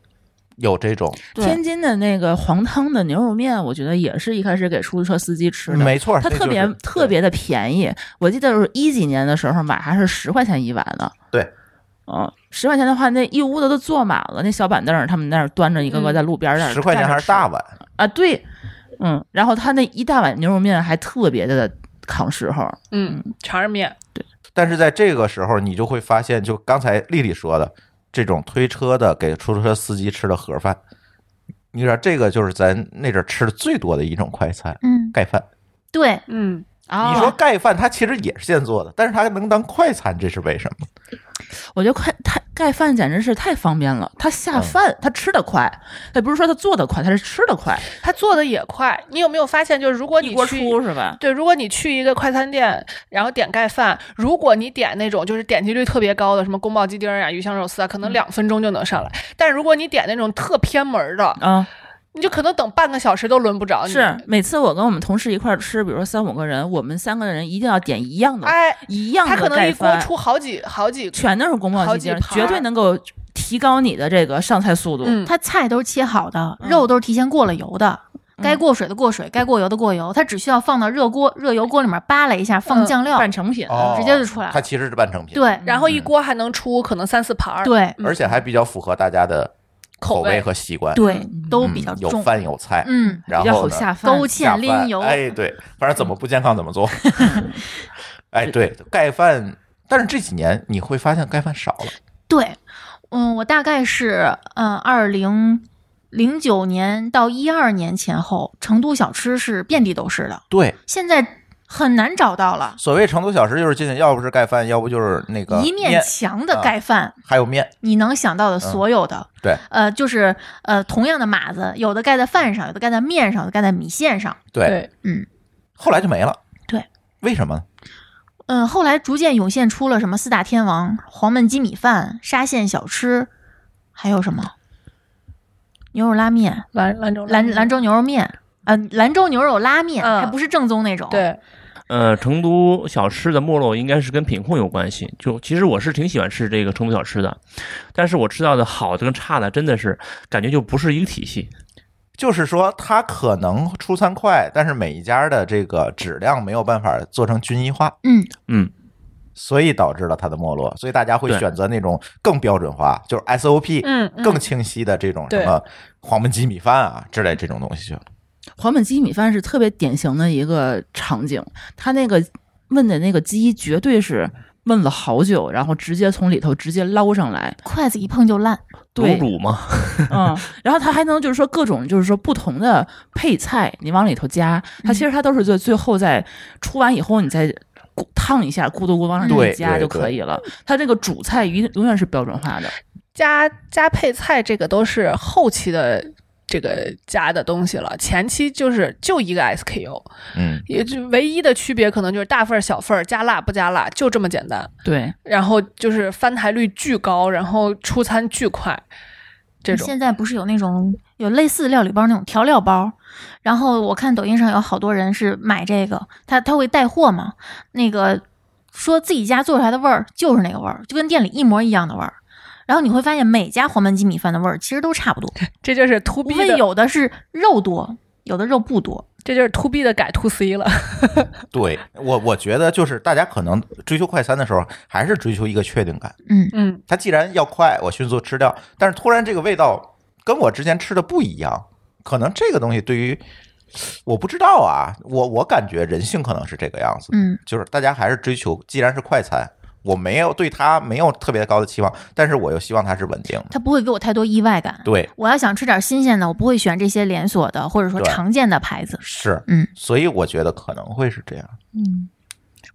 Speaker 1: 有这种，
Speaker 2: 对
Speaker 4: 天津的那个黄汤的牛肉面，我觉得也是一开始给出租车司机吃的，
Speaker 1: 没错，
Speaker 4: 它
Speaker 1: 这
Speaker 4: 特
Speaker 1: 就是
Speaker 4: 别、特别的便宜。我记得是一几年的时候买还是十块钱一碗的。
Speaker 1: 对，
Speaker 4: 嗯，十块钱的话，那一屋子都坐满了，那小板凳儿他们那儿端着一个个嗯在路边儿那儿
Speaker 1: 十块钱
Speaker 4: 站着
Speaker 1: 还是大
Speaker 4: 吃
Speaker 1: 碗，
Speaker 4: 啊？对，嗯，然后他那一大碗牛肉面还特别的扛时候，
Speaker 3: 嗯，尝着面，
Speaker 1: 但是在这个时候，你就会发现，就刚才丽丽说的，这种推车的给出租车司机吃的盒饭，你知道这个就是咱那阵儿吃的最多的一种快餐
Speaker 2: 嗯
Speaker 1: ——盖饭。
Speaker 2: 对，
Speaker 3: 嗯，
Speaker 4: 啊
Speaker 1: 你说盖饭，它其实也是现做的，但是它能当快餐，这是为什么？
Speaker 4: 我觉得快太盖饭简直是太方便了，他下饭他吃的快，他不是说他做的快，他是吃的快，
Speaker 3: 他做的也快。你有没有发现，就是如果你
Speaker 4: 一锅
Speaker 3: 去
Speaker 4: 出是吧？
Speaker 3: 对，如果你去一个快餐店，然后点盖饭，如果你点那种就是点击率特别高的，什么宫保鸡丁儿啊、鱼香肉丝啊，可能两分钟就能上来。但如果你点那种特偏门儿的，
Speaker 4: 啊，
Speaker 3: 你就可能等半个小时都轮不啊着你。
Speaker 4: 是，每次我跟我们同事一块儿吃，比如说三五个人，我们三个人一定要点一样的，
Speaker 3: 哎，
Speaker 4: 一样
Speaker 3: 他可
Speaker 4: 的
Speaker 3: 能
Speaker 4: 盖
Speaker 3: 一锅
Speaker 4: 饭，
Speaker 3: 出好几好几，
Speaker 4: 全都是宫保
Speaker 3: 好
Speaker 4: 鸡
Speaker 3: 几
Speaker 4: 丁，
Speaker 3: 盘
Speaker 4: 绝
Speaker 3: 儿
Speaker 4: 对能够提高你的这个上菜速度。
Speaker 3: 嗯，
Speaker 2: 他菜都是切好的，
Speaker 4: 嗯
Speaker 2: 肉都是提前过了油的，
Speaker 1: 嗯
Speaker 2: 该过水的过水，该过油的过油，他只需要放到热锅热油锅里面扒拉一下，放
Speaker 3: 嗯
Speaker 2: 酱料，
Speaker 4: 半成品，
Speaker 1: 哦
Speaker 2: 直接就出来了
Speaker 1: 它嗯其实是半成品，，
Speaker 2: 对
Speaker 3: 然后一锅还能出可能三四盘儿。，
Speaker 2: 对
Speaker 1: 而且还比较符合大家的
Speaker 3: 口
Speaker 1: 味
Speaker 3: 味
Speaker 1: 和习惯，
Speaker 2: 对，都
Speaker 1: 嗯
Speaker 2: 比较
Speaker 1: 有
Speaker 2: 重，
Speaker 1: 饭有菜，
Speaker 2: 嗯，
Speaker 1: 然
Speaker 4: 比较
Speaker 1: 后
Speaker 4: 好
Speaker 1: 呢，
Speaker 4: 下饭。
Speaker 2: 勾
Speaker 1: 下
Speaker 2: 芡
Speaker 1: 饭
Speaker 2: 拎油，
Speaker 1: 哎，对，反正怎么不健康怎么 做。哎，对，盖饭，但是这几年你会发现盖饭少了，
Speaker 2: 对，嗯，我大概是嗯二零零九年到一二年前后，成都小吃是遍地都是的，
Speaker 1: 对。
Speaker 2: 现在很难找到了。
Speaker 1: 所谓成都小吃就是进去，要不是盖饭，要不就是那个
Speaker 2: 一面墙的
Speaker 1: 啊
Speaker 2: 盖饭，
Speaker 1: 还有面。
Speaker 2: 你能想到的所有的，
Speaker 1: 对
Speaker 2: 呃，就是呃，同样的码子，有的盖在饭上，有的盖在面上，有的盖在米线上。
Speaker 1: 对，
Speaker 3: 对
Speaker 2: 嗯，
Speaker 1: 后来就没了。
Speaker 2: 对，
Speaker 1: 为什么呢？
Speaker 2: 嗯，后来逐渐涌现出了什么四大天王、黄焖鸡米饭、沙县小吃，还有什么牛肉拉面、
Speaker 3: 兰兰州
Speaker 2: 兰兰州牛肉面，呃，兰州牛肉拉面，
Speaker 3: 嗯
Speaker 2: 还不是正宗那种。，
Speaker 3: 对，
Speaker 5: 呃，成都小吃的没落应该是跟品控有关系。就其实我是挺喜欢吃这个成都小吃的，但是我吃到的好的跟差的真的是感觉就不是一个体系。
Speaker 1: 就是说，它可能出餐快，但是每一家的这个质量没有办法做成均一化，
Speaker 2: 嗯，
Speaker 5: 嗯，
Speaker 1: 所以导致了它的没落。所以大家会
Speaker 5: 对
Speaker 1: 选择那种更标准化，就是 SOP
Speaker 3: 嗯，嗯
Speaker 1: 更清晰的这种
Speaker 3: 对
Speaker 1: 什么黄焖鸡米饭啊之类这种东西去了。
Speaker 4: 黄焖鸡米饭是特别典型的一个场景，他那个焖的那个鸡绝对是焖了好久，然后直接从里头直接捞上来，
Speaker 2: 筷子一碰就烂。
Speaker 5: 卤
Speaker 4: 对，
Speaker 5: 煮嘛，
Speaker 4: 嗯，然后它还能就是说各种就是说不同的配菜，你往里头加，
Speaker 1: 嗯
Speaker 4: 它其实它都是最最后再出完以后你再。咕烫一下，咕嘟咕往上
Speaker 1: 对
Speaker 4: 一加
Speaker 1: 对
Speaker 4: 就可以了。它那个主菜一定永远是标准化的，
Speaker 3: 加加配菜这个都是后期的这个加的东西了，前期就是就一个 SKU，
Speaker 1: 嗯，
Speaker 3: 也就唯一的区别可能就是大份儿小份儿加辣不加辣，就这么简单。
Speaker 4: 对，
Speaker 3: 然后就是翻台率巨高，然后出餐巨快，这种
Speaker 2: 现在不是有那种有类似料理包那种调料包，然后我看抖音上有好多人是买这个，他他会带货嘛，那个说自己家做出来的味儿就是那个味儿，就跟店里一模一样的味儿。然后你会发现每家黄焖鸡米饭的味儿其实都差不多，
Speaker 3: 这就是 to
Speaker 2: 无
Speaker 3: B
Speaker 2: 非
Speaker 3: 的，
Speaker 2: 有的是肉多，有的肉不多。
Speaker 3: 这就是 to B 的改 to C 了。
Speaker 1: 对我我觉得就是大家可能追求快餐的时候，还是追求一个确定感。
Speaker 2: 嗯，
Speaker 3: 嗯，
Speaker 1: 它既然要快，我迅速吃掉，但是突然这个味道跟我之前吃的不一样，可能这个东西对于我不知道啊，我我感觉人性可能是这个样子，
Speaker 2: 嗯，
Speaker 1: 就是大家还是追求，既然是快餐，我没有对它没有特别高的期望，但是我又希望它是稳定的。
Speaker 2: 它不会给我太多意外感。
Speaker 1: 对，
Speaker 2: 我要想吃点新鲜的，我不会选这些连锁的或者说
Speaker 1: 对
Speaker 2: 常见的牌子。
Speaker 1: 是，
Speaker 2: 嗯，
Speaker 1: 所以我觉得可能会是这样。嗯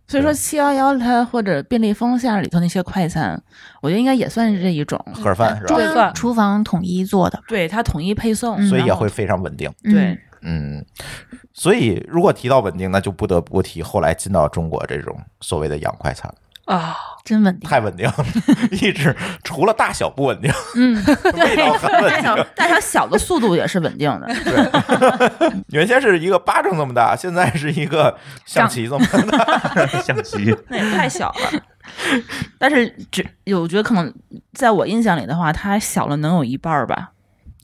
Speaker 4: 所以说七幺幺它或者便利蜂下里头那些快餐，我觉得应该也算是这一种，
Speaker 1: 盒饭是吧
Speaker 2: 中
Speaker 3: 对
Speaker 2: 央
Speaker 3: 饭
Speaker 2: 厨房统一做的，
Speaker 4: 对它统一配送，
Speaker 2: 嗯
Speaker 1: 所以也
Speaker 4: 然后
Speaker 1: 会非常稳定。
Speaker 2: 嗯
Speaker 4: 对，
Speaker 1: 嗯，所以如果提到稳定，那就不得不提后来进到中国这种所谓的洋快餐了，
Speaker 3: 啊，
Speaker 2: 真稳定。
Speaker 1: 太稳定了，一直除了大小不稳定，
Speaker 2: 嗯，
Speaker 1: 味道很稳
Speaker 4: 大
Speaker 1: 定
Speaker 4: 小。大小小的速度也是稳定的，
Speaker 1: 原先是一个巴掌这么大，现在是一个象棋这么大。
Speaker 5: 象棋。
Speaker 4: 那也太小了。 但是只有，我觉得可能在我印象里的话，它小了能有一半儿吧。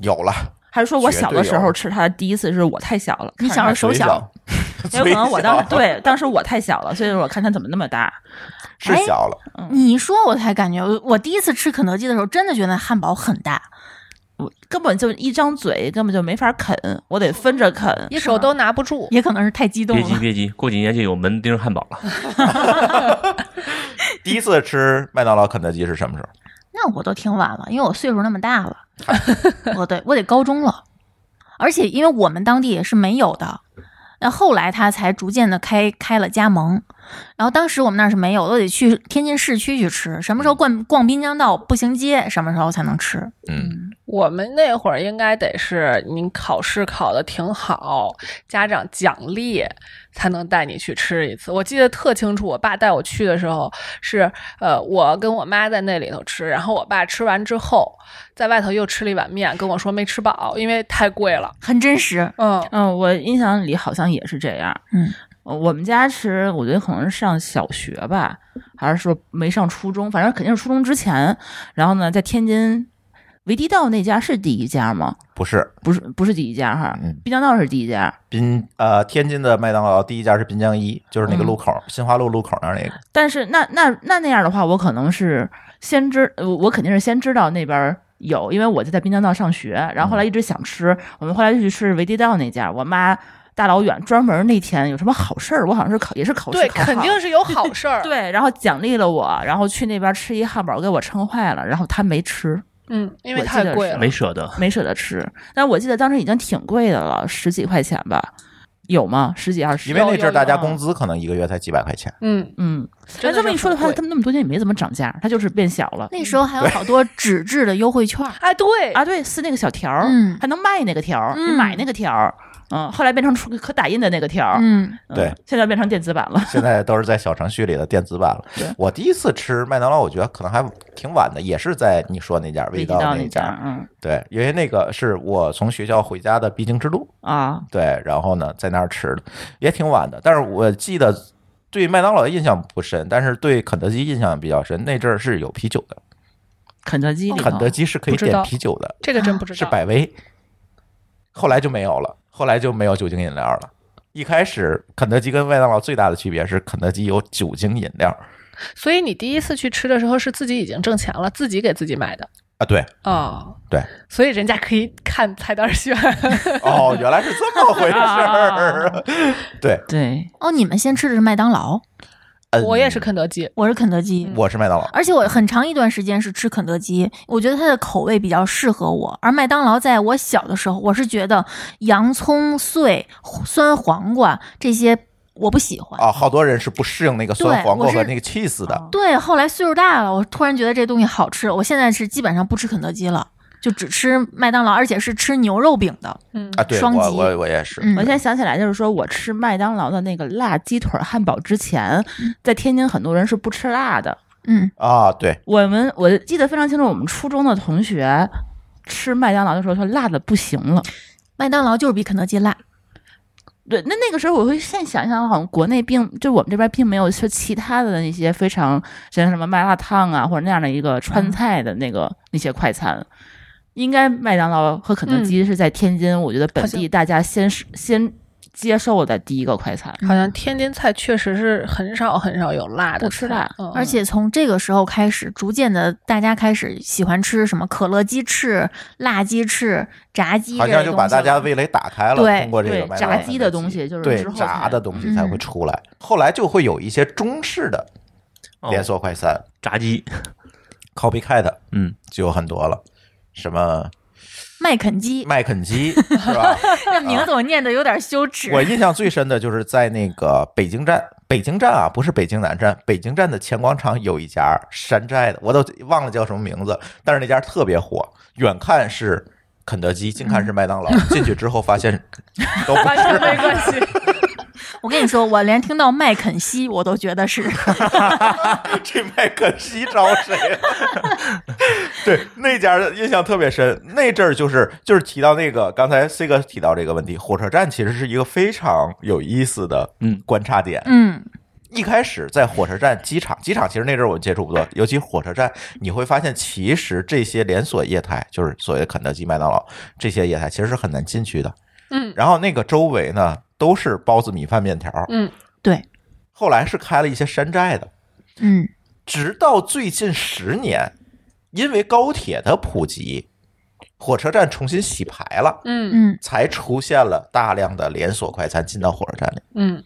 Speaker 1: 有了，
Speaker 4: 还是说我小的时
Speaker 1: 绝对有
Speaker 4: 候吃它，第一次是我太小了，
Speaker 2: 你
Speaker 4: 看着它
Speaker 2: 小时候手
Speaker 1: 嘴
Speaker 2: 小
Speaker 1: 小，
Speaker 4: 也有可
Speaker 1: 嘴
Speaker 4: 能我
Speaker 1: 小
Speaker 4: 当时对 当时我太小了，所以我看它怎么那么大。
Speaker 1: 是
Speaker 4: 哎
Speaker 1: 小了，
Speaker 2: 你一说我才感觉，我我第一次吃肯德基的时候，真的觉得汉堡很大。
Speaker 4: 我根本就一张嘴，根本就没法啃，我得分着啃。
Speaker 3: 一手都拿不住。
Speaker 2: 也可能是太激动
Speaker 5: 别急
Speaker 2: 了。
Speaker 5: 别急，过几年就有门钉汉堡了。
Speaker 1: 第一次吃麦当劳、肯德基是什么时候？
Speaker 2: 那我都挺晚了，因为我岁数那么大了，我对我得高中了，而且因为我们当地也是没有的，那后来他才逐渐的开开了加盟，然后当时我们那儿是没有，我得去天津市区去吃，什么时候逛逛滨江道步行街，什么时候才能吃？
Speaker 1: 嗯，
Speaker 3: 我们那会儿应该得是你考试考得挺好，家长奖励才能带你去吃一次。我记得特清楚，我爸带我去的时候是，呃，我跟我妈在那里头吃，然后我爸吃完之后，在外头又吃了一碗面，跟我说没吃饱，因为太贵了。
Speaker 2: 很真实，
Speaker 3: 嗯，
Speaker 4: 嗯，我印象里好像也是这样。
Speaker 2: 嗯
Speaker 4: 呃，我们家吃，我觉得可能是上小学吧，还是说没上初中，反正肯定是初中之前。然后呢，在天津维迪道那家是第一家吗？
Speaker 1: 不是
Speaker 4: 不是，不是第一家哈
Speaker 1: 嗯，
Speaker 4: 滨江道是第一家，
Speaker 1: 滨呃天津的麦当劳第一家是滨江一，就是
Speaker 4: 嗯
Speaker 1: 那个路口、新华路路口那儿那个。
Speaker 4: 但是那那那那样的话，我可能是先知，呃我肯定是先知道那边儿有，因为我就在滨江道上学，然后后来一直想吃，我们后来就去吃维迪道那家，我妈。大老远专门那天有什么好事儿，我好像是考也是考试
Speaker 3: 对，
Speaker 4: 考好
Speaker 3: 肯定是有好事儿。，
Speaker 4: 对，然后奖励了我，然后去那边吃一汉堡，给我撑坏了，然后他没吃，
Speaker 3: 嗯，因为
Speaker 4: 我记
Speaker 3: 太
Speaker 4: 得
Speaker 3: 贵
Speaker 4: 是
Speaker 3: 了
Speaker 5: 没。舍得，
Speaker 4: 没舍得吃。但我记得当时已经挺贵的了，十几块钱吧，有吗？十几二十？
Speaker 1: 因为那阵儿大家
Speaker 4: 有有
Speaker 1: 工资可能一个月才几百块钱，
Speaker 3: 嗯，
Speaker 4: 嗯，
Speaker 3: 真
Speaker 4: 哎，
Speaker 3: 的
Speaker 4: 这么一
Speaker 3: 是
Speaker 4: 说的
Speaker 3: 很
Speaker 4: 话，
Speaker 3: 贵
Speaker 4: 他们那么多年也没怎么涨价，它就是变小了。啊
Speaker 2: 那时候还有好多纸质的优惠券儿，
Speaker 3: 哎，对，
Speaker 4: 啊，对，撕那个小条儿，
Speaker 2: 嗯
Speaker 4: 还能卖那个条儿，
Speaker 2: 嗯
Speaker 4: 你买那个条儿，嗯，后来变成出可打印的那个条儿，
Speaker 2: 嗯，
Speaker 4: 嗯
Speaker 1: 对，
Speaker 4: 现在变成电子版了。
Speaker 1: 现在都是在小程序里的电子版了
Speaker 4: 对。
Speaker 1: 我第一次吃麦当劳，我觉得可能还挺晚的，也是在你说那家味道
Speaker 4: 道
Speaker 1: 那
Speaker 4: 家，嗯
Speaker 1: 对，因为那个是我从学校回家的必经之路。
Speaker 4: 啊，
Speaker 1: 对，然后呢，在那儿吃的也挺晚的，但是我记得对麦当劳的印象不深，但是对肯德基印象比较深。那阵儿是有啤酒的，
Speaker 4: 肯德基里头
Speaker 1: 哦肯德基是可以
Speaker 3: 不知道
Speaker 1: 点啤酒的，
Speaker 3: 这个真不
Speaker 4: 啊
Speaker 3: 知
Speaker 1: 是
Speaker 3: 道。
Speaker 1: 百威。后来就没有了，后来就没有酒精饮料了。一开始，肯德基跟麦当劳最大的区别是肯德基有酒精饮料
Speaker 3: 所以你第一次去吃的时候是自己已经挣钱了，自己给自己买的
Speaker 1: 啊， 对
Speaker 3: 哦。
Speaker 1: 对，
Speaker 3: 所以人家可以看菜单选，
Speaker 1: 哦，原来是这么回事儿
Speaker 4: 啊，
Speaker 1: 对，
Speaker 4: 对，
Speaker 2: 哦，你们先吃的是麦当劳，
Speaker 1: 嗯
Speaker 3: 我也是，啊肯德基。
Speaker 2: 我是肯德基。
Speaker 1: 我是麦当劳，
Speaker 2: 而且我很长一段时间是吃肯德基，我觉得它的口味比较适合我。而麦当劳在我小的时候，我是觉得洋葱碎、酸黄瓜这些我不喜欢。
Speaker 1: 啊，好多人是不适应那个酸
Speaker 2: 对
Speaker 1: 黄瓜
Speaker 2: 我是
Speaker 1: 和那个 cheese 的，
Speaker 4: 啊
Speaker 2: 对，后来岁数大了，我突然觉得这东西好吃，我现在是基本上不吃肯德基了，就只吃麦当劳，而且是吃牛肉饼的。
Speaker 3: 嗯
Speaker 1: 啊，对
Speaker 2: 双
Speaker 1: 我
Speaker 2: 击
Speaker 1: 我我也是，
Speaker 4: 我
Speaker 2: 嗯
Speaker 4: 现在想起来，就是说我吃麦当劳的那个辣鸡腿汉堡之前，在天津很多人是不吃辣的。
Speaker 2: 嗯，
Speaker 1: 啊，对，
Speaker 4: 我们我记得非常清楚，我们初中的同学吃麦当劳的时候说辣的不行了。
Speaker 2: 麦当劳就是比肯德基辣。
Speaker 4: 对，那那个时候我会现想想，好像国内并就我们这边并没有说其他的那些非常像什么麻辣烫啊或者那样的一个川菜的那个、那些快餐。应该麦当劳和肯德基是在天津，我觉得本
Speaker 3: 好
Speaker 4: 地
Speaker 3: 像
Speaker 4: 大家先是先接受的第一个快餐。
Speaker 3: 好像天津菜确实是很少很少有辣的菜，
Speaker 4: 不吃辣
Speaker 3: 嗯
Speaker 2: 而且从这个时候开始，逐渐的大家开始喜欢吃什么可乐鸡翅、辣鸡翅、炸鸡，
Speaker 1: 好像就把大家
Speaker 2: 味。
Speaker 1: 味蕾打开了，
Speaker 2: 对
Speaker 1: 通过这个
Speaker 4: 对
Speaker 1: 麦当劳
Speaker 4: 炸鸡的东西，就是
Speaker 1: 对
Speaker 4: 之后
Speaker 1: 炸
Speaker 4: 才嗯
Speaker 1: 的东西才会出来。后来就会有一些中式的
Speaker 5: 哦
Speaker 1: 连锁快餐
Speaker 5: 炸鸡，
Speaker 1: ，copycat，嗯，就有很多了。什么
Speaker 2: 麦肯基，
Speaker 1: 麦肯 基是吧？
Speaker 2: 这名字我念的有点羞耻。
Speaker 1: 我印象最深的就是在那个北京站，北京站啊，不是北京南站，北京站的前广场有一家山寨的，我都忘了叫什么名字，但是那家特别火，远看是肯德基，近看是麦当劳，进去之后发现都不
Speaker 3: 完全没关系。
Speaker 2: 我跟你说，我连听到麦肯锡，我都觉得是
Speaker 1: 这麦肯锡招谁了？ 对，那家的印象特别深。那阵儿就是就是提到那个，刚才 C 哥提到这个问题，火车站其实是一个非常有意思的
Speaker 5: 嗯
Speaker 1: 观察点。
Speaker 2: 嗯，
Speaker 1: 一开始在火车站、机场，机场其实那阵儿我接触不多，尤其火车站，你会发现其实这些连锁业态，就是所谓的肯德基、麦当劳这些业态，其实是很难进去的。
Speaker 3: 嗯
Speaker 1: 然后那个周围呢，都是包子、米饭、面条。
Speaker 3: 嗯，
Speaker 2: 对，
Speaker 1: 后来是开了一些山寨的。
Speaker 2: 嗯，
Speaker 1: 直到最近十年，因为高铁的普及，火车站重新洗牌了，
Speaker 3: 嗯
Speaker 2: 嗯，
Speaker 1: 才出现了大量的连锁快餐进到火车站里。
Speaker 3: 嗯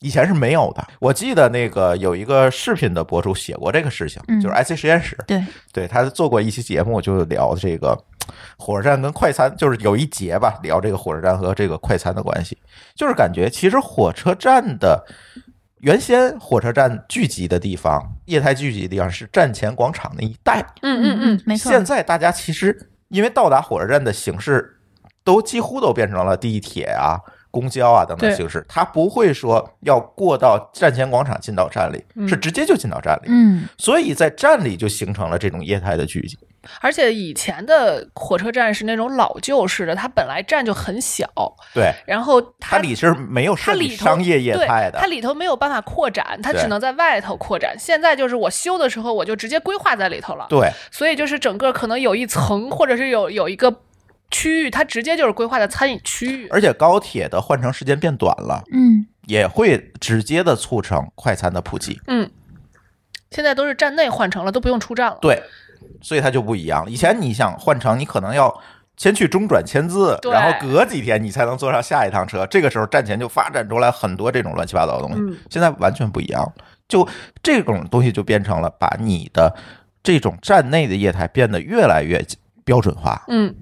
Speaker 1: 以前是没有的。我记得那个有一个视频的博主写过这个事情，
Speaker 2: 嗯
Speaker 1: 就是 IC 实验室，
Speaker 2: 对，
Speaker 1: 对他做过一期节目，就聊这个火车站跟快餐，就是有一节吧，聊这个火车站和这个快餐的关系，就是感觉其实火车站的。原先火车站聚集的地方，业态聚集的地方是站前广场那一带。
Speaker 3: 嗯嗯嗯，
Speaker 2: 没错。
Speaker 1: 现在大家其实因为到达火车站的形式，都几乎都变成了地铁啊、公交啊等等
Speaker 3: 对
Speaker 1: 形式，它不会说要过到站前广场进到站里，
Speaker 3: 嗯
Speaker 1: 是直接就进到站里。
Speaker 2: 嗯，
Speaker 1: 所以在站里就形成了这种业态的聚集，
Speaker 3: 而且以前的火车站是那种老旧式的，它本来站就很小，
Speaker 1: 对，
Speaker 3: 然后
Speaker 1: 它
Speaker 3: 它
Speaker 1: 里是没有
Speaker 3: 它
Speaker 1: 设计
Speaker 3: 里头
Speaker 1: 商业业态
Speaker 3: 对
Speaker 1: 的
Speaker 3: 它，里头没有办法扩展，它
Speaker 1: 对
Speaker 3: 只能在外头扩展。现在就是我修的时候，我就直接规划在里头了，
Speaker 1: 对
Speaker 3: 所以就是整个可能有一层，或者是有有一个区域，它直接就是规划在餐饮区域。
Speaker 1: 而且高铁的换乘时间变短了，
Speaker 2: 嗯，
Speaker 1: 也会直接的促成快餐的普及。
Speaker 3: 嗯，现在都是站内换乘了，都不用出站了。
Speaker 1: 对，所以它就不一样了。以前你想换乘，你可能要先去中转签字，
Speaker 3: 对
Speaker 1: 然后隔几天你才能坐上下一趟车。这个时候站前就发展出来很多这种乱七八糟的东西。
Speaker 3: 嗯
Speaker 1: 现在完全不一样了，就这种东西就变成了把你的这种站内的业态变得越来越标准化，
Speaker 3: 嗯，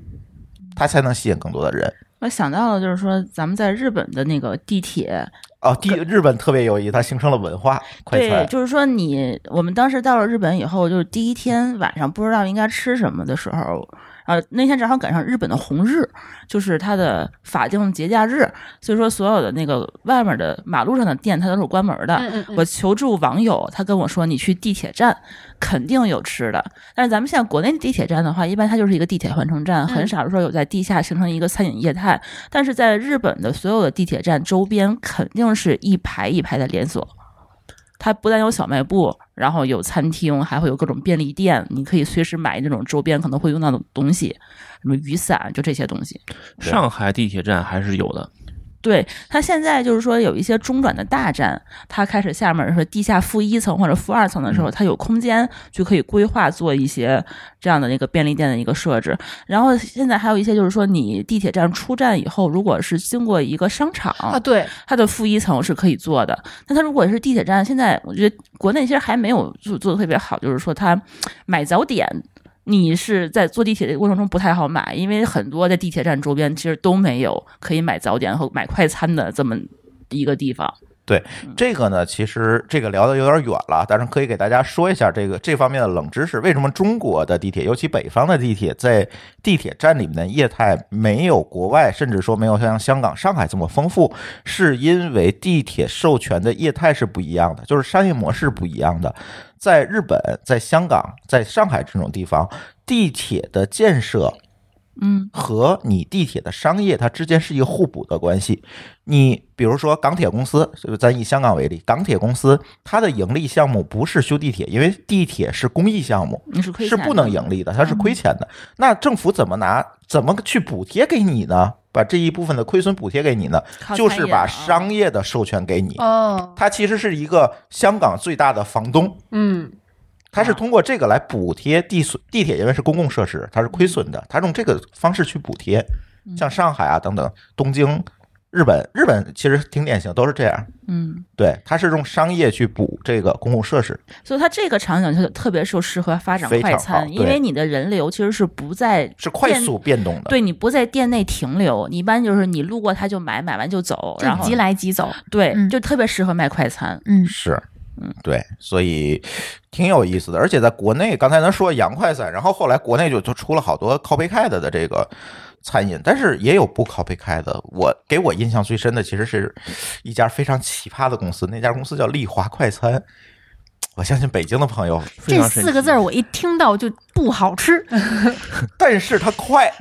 Speaker 1: 它才能吸引更多的人。
Speaker 4: 我想到了，就是说咱们在日本的那个地铁，
Speaker 1: 哦，第日本特别有意思，它形成了文化快
Speaker 4: 对
Speaker 1: 餐，。
Speaker 4: 就是说你我们当时到了日本以后，就是第一天晚上不知道应该吃什么的时候，呃，那天正好赶上日本的红日，就是它的法定节假日，所以说所有的那个外面的马路上的店它都是关门的。
Speaker 3: 嗯嗯
Speaker 4: 我求助网友，他跟我说你去地铁站肯定有吃的，但是咱们现在国内地铁站的话，一般它就是一个地铁换乘站，很少说有在地下形成一个餐饮业态。但是在日本的所有的地铁站周边，肯定是一排一排的连锁。它不但有小卖部，然后有餐厅，还会有各种便利店，你可以随时买那种周边可能会用到的东西，什么雨伞，就这些东西。
Speaker 5: 上海地铁站还是有的，
Speaker 4: 对，它现在就是说有一些中转的大站，它开始下面是地下负一层或者负二层的时候，它有空间就可以规划做一些这样的那个便利店的一个设置。然后现在还有一些就是说，你地铁站出站以后，如果是经过一个商场，
Speaker 3: 啊，对，
Speaker 4: 它的负一层是可以做的。那它如果是地铁站，现在我觉得国内其实还没有做做的特别好，就是说它买早点。你是在坐地铁的过程中不太好买，因为很多在地铁站周边其实都没有可以买早点和买快餐的这么一个地方。
Speaker 1: 这个呢，其实这个聊的有点远了，但是可以给大家说一下这个这方面的冷知识。为什么中国的地铁，尤其北方的地铁，在地铁站里面的业态没有国外，甚至说没有像香港、上海这么丰富？是因为地铁授权的业态是不一样的，就是商业模式不一样的。在日本、在香港、在上海这种地方，地铁的建设
Speaker 4: 嗯，
Speaker 1: 和你地铁的商业它之间是一个互补的关系。你比如说港铁公司，就是咱以香港为例，港铁公司它的盈利项目不是修地铁，因为地铁是公益项目，
Speaker 4: 你是可以
Speaker 1: 是不能盈利的，
Speaker 4: 嗯
Speaker 1: 它是亏钱的。那政府怎么拿，怎么去补贴给你呢？把这一部分的亏损补贴给你呢，
Speaker 4: 靠
Speaker 1: 就
Speaker 4: 餐
Speaker 1: 是
Speaker 4: 饮
Speaker 1: 把
Speaker 4: 啊
Speaker 1: 商业的授权给你。
Speaker 3: 哦，
Speaker 1: 它其实是一个香港最大的房东，
Speaker 3: 嗯，
Speaker 1: 它是通过这个来补贴地损地铁，因为是公共设施，它是亏损的，它用这个方式去补贴。像上海啊等等，东京、日本，日本其实挺典型，都是这样。
Speaker 4: 嗯。
Speaker 1: 对，它是用商业去补这个公共设施。
Speaker 4: 所以它这个场景就特别受适合发展
Speaker 1: 非常好
Speaker 4: 快餐，因
Speaker 1: 对
Speaker 4: 为你的人流其实是不在
Speaker 1: 是快
Speaker 4: 店
Speaker 1: 速变动的，
Speaker 4: 对你不在店内停留，你一般就是你路过它就买，买完就走，然
Speaker 2: 就
Speaker 4: 后
Speaker 2: 即来即走。
Speaker 4: 对，
Speaker 2: 嗯
Speaker 4: 就特别适合卖快餐。
Speaker 2: 嗯，
Speaker 1: 是，嗯，对，所以挺有意思的。而且在国内，刚才咱说洋快餐，然后后来国内就就出了好多 copy cat 的这个餐饮，但是也有不 copy cat 的。我给我印象最深的其实是一家非常奇葩的公司，那家公司叫丽华快餐。我相信北京的朋友，
Speaker 5: 非
Speaker 2: 这
Speaker 5: 常神
Speaker 2: 四个
Speaker 5: 奇
Speaker 2: 字儿我一听到就不好吃。
Speaker 1: 但是它 快，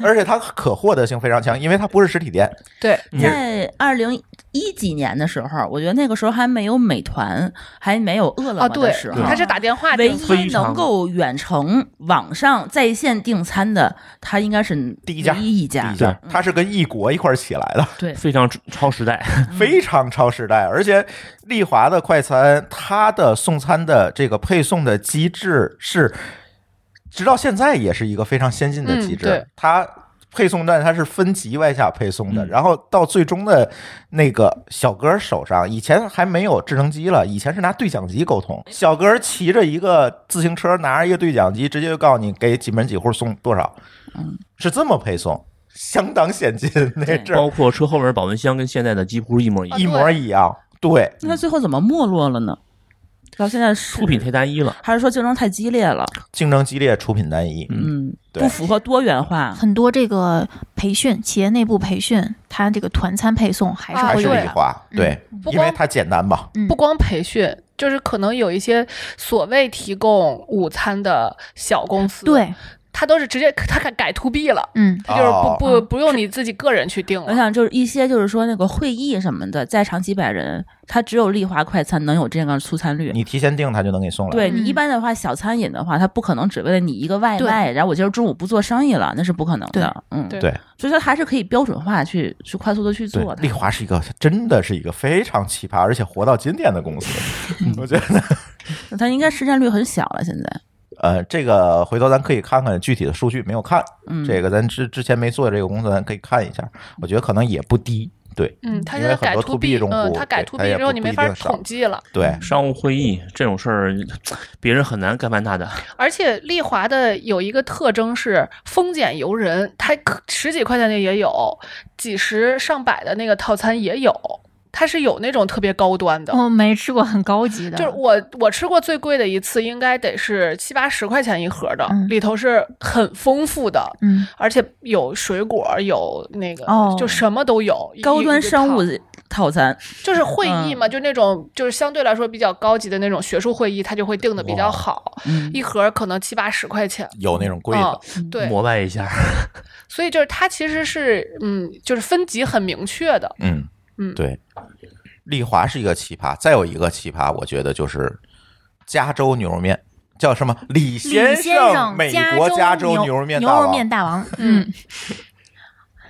Speaker 1: 而且它可获得性非常强，因为它不是实体店，
Speaker 3: 对，
Speaker 1: 你
Speaker 4: 在二零一几年的时候，我觉得那个时候还没有美团，还没有饿了
Speaker 3: 啊，
Speaker 4: 么的
Speaker 3: 对
Speaker 4: 时，候，
Speaker 3: 他是打电话
Speaker 4: 唯
Speaker 3: 订的
Speaker 5: 非
Speaker 4: 一
Speaker 5: 常
Speaker 4: 能够远程网上在线订餐的，它应该是
Speaker 1: 第一家
Speaker 4: 唯一一
Speaker 1: 第
Speaker 4: 家
Speaker 1: 一。家，它是啊跟异国一块儿起来的。
Speaker 4: 对，
Speaker 5: 非常超时代，
Speaker 1: 非常超时代，而且丽华的快餐，它的送餐的这个配送的机制是，直到现在也是一个非常先进的机制。
Speaker 3: 嗯对
Speaker 1: 它配送站它是分级外下配送的，
Speaker 5: 嗯
Speaker 1: 然后到最终的那个小哥手上，以前还没有智能机了，以前是拿对讲机沟通。小哥骑着一个自行车，拿着一个对讲机，直接就告诉你给几门几户送多少，
Speaker 4: 嗯，
Speaker 1: 是这么配送，相当先进那
Speaker 4: 对
Speaker 1: 阵儿
Speaker 5: 包括车后面保温箱跟现在的几乎是一模一
Speaker 2: 啊
Speaker 5: 样，
Speaker 1: 一模一样。对，
Speaker 4: 那它最后怎么没落了呢？到现在是
Speaker 5: 出品太单一了。
Speaker 4: 还是说竞争太激烈了？
Speaker 1: 竞争激烈，出品单一。
Speaker 4: 嗯，
Speaker 1: 对
Speaker 4: 不符合多元化。
Speaker 2: 很多这个培训，企业内部培训，它这个团餐配送还是
Speaker 3: 啊
Speaker 1: 还
Speaker 2: 会
Speaker 1: 是
Speaker 2: 有
Speaker 1: 丽
Speaker 2: 的。
Speaker 1: 华，
Speaker 2: 嗯
Speaker 1: 对，
Speaker 3: 不
Speaker 1: 因为
Speaker 3: 光
Speaker 1: 它简单吧。
Speaker 2: 嗯
Speaker 3: 不光培训，就是可能有一些所谓提供午餐的小公司，，
Speaker 2: 对，
Speaker 3: 他都是直接他改改 to B 了，
Speaker 2: 嗯，
Speaker 3: 他就是不、
Speaker 1: 哦
Speaker 3: 不不用你自己个人去定
Speaker 4: 我
Speaker 3: 了。
Speaker 4: 想就是一些就是说那个会议什么的，在场几百人，它只有丽华快餐能有这样的出餐率。
Speaker 1: 你提前订，它就能给你送来。
Speaker 4: 对你一
Speaker 2: 嗯
Speaker 4: 般的话，小餐饮的话，它不可能只为了你一个外卖，然后我今儿中午不做生意了，那是不可能的。嗯，
Speaker 3: 对
Speaker 1: 对
Speaker 4: 所以它还是可以标准化去去快速的去
Speaker 1: 对
Speaker 4: 做，的
Speaker 1: 丽。华是一个真的是一个非常奇葩，而且活到今天的公司。 我觉得，
Speaker 4: 那它应该市占率很小了，现在。
Speaker 1: 呃，这个回头咱可以看看具体的数据，没有看
Speaker 4: 嗯，
Speaker 1: 这个，咱之之前没做这个公司，咱可以看一下。我觉得可能也不低。对
Speaker 3: 嗯，他
Speaker 1: 因
Speaker 3: 现
Speaker 1: 为
Speaker 3: 在
Speaker 1: 很
Speaker 3: 改
Speaker 1: 多
Speaker 3: to
Speaker 1: B 用户
Speaker 3: 嗯，他改
Speaker 1: 对
Speaker 3: to
Speaker 1: 它
Speaker 3: B
Speaker 1: 也
Speaker 3: 之
Speaker 1: 不
Speaker 3: 后你
Speaker 1: 哎不
Speaker 3: 没
Speaker 1: 一
Speaker 3: 法
Speaker 1: 定少
Speaker 3: 统计了。
Speaker 1: 对，
Speaker 5: 商务会议这种事儿，别人很难干翻他的。
Speaker 3: 而且丽华的有一个特征是丰俭由人，它可十几块钱的也有，几十上百的那个套餐也有。它是有那种特别高端的。
Speaker 4: 嗯
Speaker 2: 我没吃过很高级的，
Speaker 3: 就是我我吃过最贵的一次，应该得是七八十块钱一盒的，
Speaker 2: 嗯
Speaker 3: 里头是很丰富的，
Speaker 2: 嗯，
Speaker 3: 而且有水果，有那个，
Speaker 2: 哦
Speaker 3: 就什么都有。一
Speaker 4: 高端商务嗯
Speaker 3: 一套
Speaker 4: 套餐，
Speaker 3: 就是会议嘛，就那种就是相对来说比较高级的那种学术会议，它就会定的比较
Speaker 1: 哇
Speaker 3: 好，
Speaker 4: 嗯，
Speaker 3: 一盒可能七八十块钱。
Speaker 1: 有那种贵的，
Speaker 3: 嗯对，
Speaker 5: 膜拜一下，
Speaker 3: 所以就是它其实是嗯，就是分级很明确的。
Speaker 1: 嗯
Speaker 3: 嗯
Speaker 1: 对。丽华是一个奇葩，再有一个奇葩，我觉得就是加州牛肉面，叫什么？李
Speaker 2: 李
Speaker 1: 先
Speaker 2: 先生，
Speaker 1: 美国加
Speaker 2: 加
Speaker 1: 州
Speaker 2: 牛
Speaker 1: 牛肉面
Speaker 2: 牛
Speaker 1: 大
Speaker 2: 肉
Speaker 1: 王。
Speaker 2: 面大王，嗯，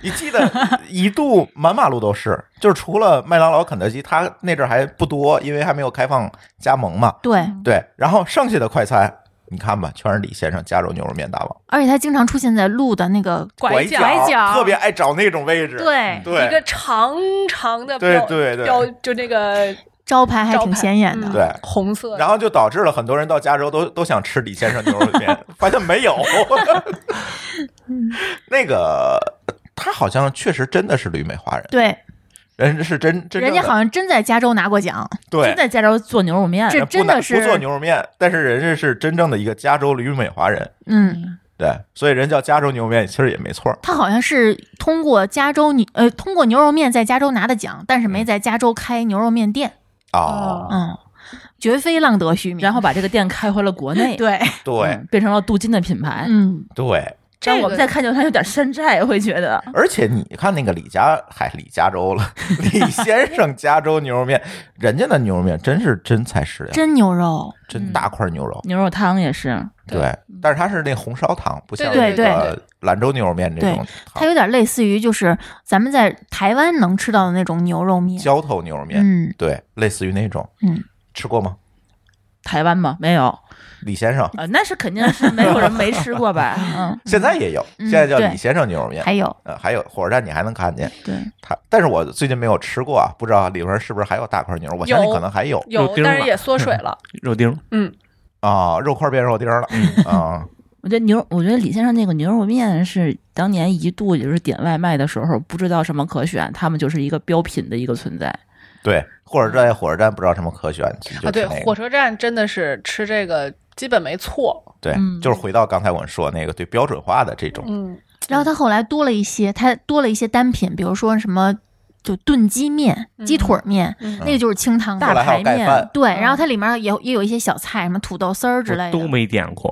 Speaker 1: 你记得一度满马路都是，就是除了麦当劳、肯德基，它那阵儿还不多，因为还没有开放加盟嘛。
Speaker 2: 对，
Speaker 1: 对，然后剩下的快餐，你看吧，全是李先生加州牛肉面大王，
Speaker 2: 而且他经常出现在路的那个，
Speaker 3: 拐
Speaker 1: 角，
Speaker 2: 拐角
Speaker 1: 特别爱找那种位置。
Speaker 2: 对，
Speaker 1: 对
Speaker 3: 一个长长的
Speaker 1: 对
Speaker 3: 标
Speaker 1: 对对
Speaker 3: 标，就那 个
Speaker 2: 招牌还
Speaker 3: 招
Speaker 2: 挺
Speaker 3: 牌
Speaker 2: 显眼的，
Speaker 3: 嗯
Speaker 1: 对
Speaker 3: 红色的。
Speaker 1: 然后就导致了很多人到加州都都想吃李先生牛肉 面，发现没有。
Speaker 2: 嗯
Speaker 1: 那个他好像确实真的是旅美华人，
Speaker 2: 对，
Speaker 1: 人家是真真正
Speaker 2: 人
Speaker 1: 的
Speaker 2: 家好像真在加州拿过奖，
Speaker 1: 对
Speaker 4: 真，在加州做牛肉面，
Speaker 2: 这
Speaker 1: 人
Speaker 2: 真
Speaker 1: 不拿
Speaker 2: 的是
Speaker 1: 不做牛肉面，但是人家是真正的一个加州旅美华人，
Speaker 2: 嗯，
Speaker 1: 对，所以人叫加州牛肉面其实也没错儿。
Speaker 2: 他好像是通过加州牛呃通过牛肉面在加州拿的奖，但是
Speaker 1: 嗯
Speaker 2: 没在加州开牛肉面店，
Speaker 1: 哦，
Speaker 2: 嗯，绝非浪得虚名。
Speaker 4: 然后把这个店开回了 国内，
Speaker 2: 对，
Speaker 1: 对
Speaker 4: 嗯，变成了镀金的品牌。
Speaker 2: 嗯，
Speaker 1: 对，
Speaker 4: 但我们
Speaker 3: 这
Speaker 4: 再
Speaker 3: 个
Speaker 4: 看见它有点山寨，会觉得
Speaker 1: 而且你看那个李家，嗨，李加州 了，李先生加州牛肉面，人家的牛肉面真是真材实料，
Speaker 2: 真牛肉，
Speaker 1: 真大块牛肉。
Speaker 4: 牛肉汤也是，
Speaker 3: 对
Speaker 1: 对，
Speaker 4: 嗯
Speaker 1: 但是它是那红烧汤，不像
Speaker 2: 对
Speaker 1: 那
Speaker 2: 对
Speaker 1: 个兰州牛肉面这种
Speaker 2: 它
Speaker 1: 汤，
Speaker 2: 有点类似于就是咱们在台湾能吃到的那种牛肉面，
Speaker 1: 浇头牛肉面，
Speaker 2: 嗯，
Speaker 1: 对，类似于那种。
Speaker 2: 嗯，
Speaker 1: 吃过吗？
Speaker 4: 台湾吗？没有，
Speaker 1: 李先
Speaker 2: 嗯
Speaker 1: 生
Speaker 4: 呃，那是肯定是没有人没吃 过吧？嗯，
Speaker 1: 现在也有，
Speaker 2: 嗯
Speaker 1: 现在叫
Speaker 2: 对
Speaker 1: 李先生牛肉面
Speaker 2: 嗯还。有
Speaker 1: 呃，还有火车站你还能看见
Speaker 4: 对，
Speaker 1: 它，但是我最近没有吃过啊，不知道里边是不是还有大块牛肉，我相信
Speaker 3: 有
Speaker 1: 可能还有
Speaker 5: 有
Speaker 3: 有，
Speaker 5: 钉儿
Speaker 3: 但是
Speaker 5: 了
Speaker 3: 也缩水了。
Speaker 5: 肉丁儿，
Speaker 3: 嗯，
Speaker 1: 啊，肉块变肉丁了
Speaker 2: 嗯
Speaker 1: 啊，
Speaker 4: 我觉得牛，我觉得李先生那个牛肉面是当年一度也就是点外卖的时候不知道什么可选，他们就是一个标品的一个存在。
Speaker 1: 对，或者在火车站不知道什么可选，其实就
Speaker 3: 啊，对
Speaker 1: 是那，个
Speaker 3: 火车站真的是吃这个基本没错。
Speaker 1: 对，
Speaker 4: 嗯
Speaker 1: 就是回到刚才我说那个对标准化的这种，
Speaker 3: 嗯，
Speaker 2: 然后它后来多了一些，它多了一些单品，比如说什么就炖鸡面、鸡腿儿面，
Speaker 3: 嗯
Speaker 2: 那个就是清汤
Speaker 1: 后来
Speaker 4: 大
Speaker 2: 的。
Speaker 1: 还有
Speaker 4: 排
Speaker 1: 盖
Speaker 4: 面
Speaker 1: 饭，
Speaker 2: 对，然后它里面也有也有一些小菜，什么土豆丝儿之类
Speaker 5: 我
Speaker 2: 的。
Speaker 5: 都没点过，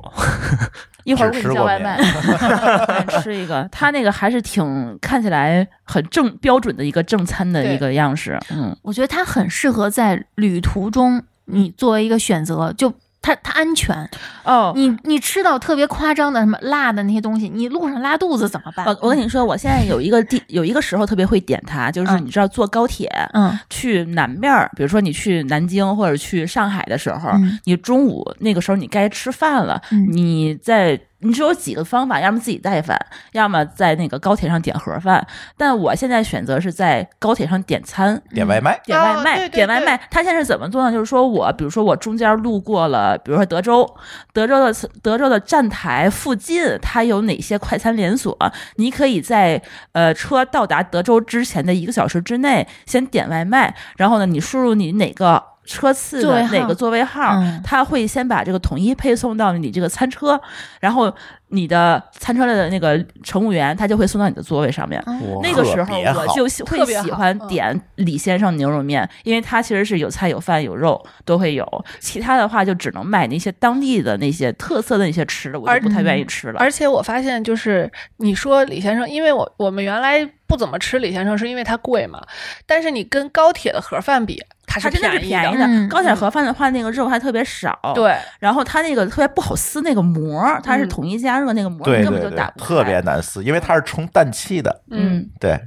Speaker 4: 一会儿我
Speaker 1: 只
Speaker 4: 给
Speaker 1: 吃
Speaker 4: 你叫
Speaker 1: 过
Speaker 4: 外
Speaker 1: 面
Speaker 4: 卖， 我给你吃一个。他那个还是挺看起来很正标准的一个正餐的
Speaker 3: 对
Speaker 4: 一个样式，嗯，
Speaker 2: 我觉得它很适合在旅途中，你作为一个选择，就它它安全。
Speaker 4: 哦。
Speaker 2: 你你吃到特别夸张的什么辣的那些东西，你路上拉肚子怎么办？
Speaker 4: 哦我我跟你说，我现在有一个地有一个时候特别会点它，就是
Speaker 2: 嗯
Speaker 4: 你知道坐高铁
Speaker 2: 嗯
Speaker 4: 去南边儿，比如说你去南京或者去上海的时候，
Speaker 2: 嗯
Speaker 4: 你中午那个时候你该吃饭了，
Speaker 2: 嗯
Speaker 4: 你在你只有几个方法，要么自己带饭，要么在那个高铁上点盒饭。但我现在选择是在高铁上点餐。
Speaker 1: 点外卖，
Speaker 4: 点外卖，
Speaker 3: 哦对对
Speaker 4: 点外卖，他现在是怎么做呢？就是说我，比如说我中间路过了，比如说德州，德州的德州的站台附近，它有哪些快餐连锁？你可以在呃车到达德州之前的一个小时之内先点外卖，然后呢，你输入你哪个车次
Speaker 2: 座位
Speaker 4: 的
Speaker 2: 号
Speaker 4: 哪个座位号
Speaker 2: 嗯，
Speaker 4: 他、会先把这个统一配送到你这个餐车，然后你的餐车的那个乘务员他就会送到你的座位上面。
Speaker 2: 嗯
Speaker 1: 哇
Speaker 4: 那个时
Speaker 1: 特
Speaker 4: 候
Speaker 1: 别
Speaker 4: 我
Speaker 1: 好
Speaker 4: 就喜
Speaker 3: 特
Speaker 4: 会
Speaker 3: 别好
Speaker 4: 喜欢
Speaker 3: 嗯
Speaker 4: 点李先生牛肉面，因为它其实是有菜有饭有肉都会有，其他的话就只能买那些当地的那些特色的那些吃的，我
Speaker 3: 而嗯
Speaker 4: 就不太愿意吃了。
Speaker 3: 而且我发现，就是你说李先生，因为我我们原来不怎么吃李先生，是因为它贵嘛。但是你跟高铁的盒饭比，它
Speaker 4: 它真的是
Speaker 3: 便宜
Speaker 4: 便宜
Speaker 2: 的
Speaker 4: 的，
Speaker 2: 嗯
Speaker 4: 高铁盒饭的话，那个肉还特别少，，
Speaker 3: 对，
Speaker 4: 然后它那个特别不好撕那个膜儿，它是
Speaker 3: 嗯
Speaker 4: 统一加热那个膜儿，
Speaker 1: 对
Speaker 4: 你根本
Speaker 1: 对
Speaker 4: 就
Speaker 1: 对
Speaker 4: 打，不开。
Speaker 1: 特别难撕，因为它是冲氮气的，
Speaker 3: 嗯，
Speaker 4: 嗯，
Speaker 1: 对，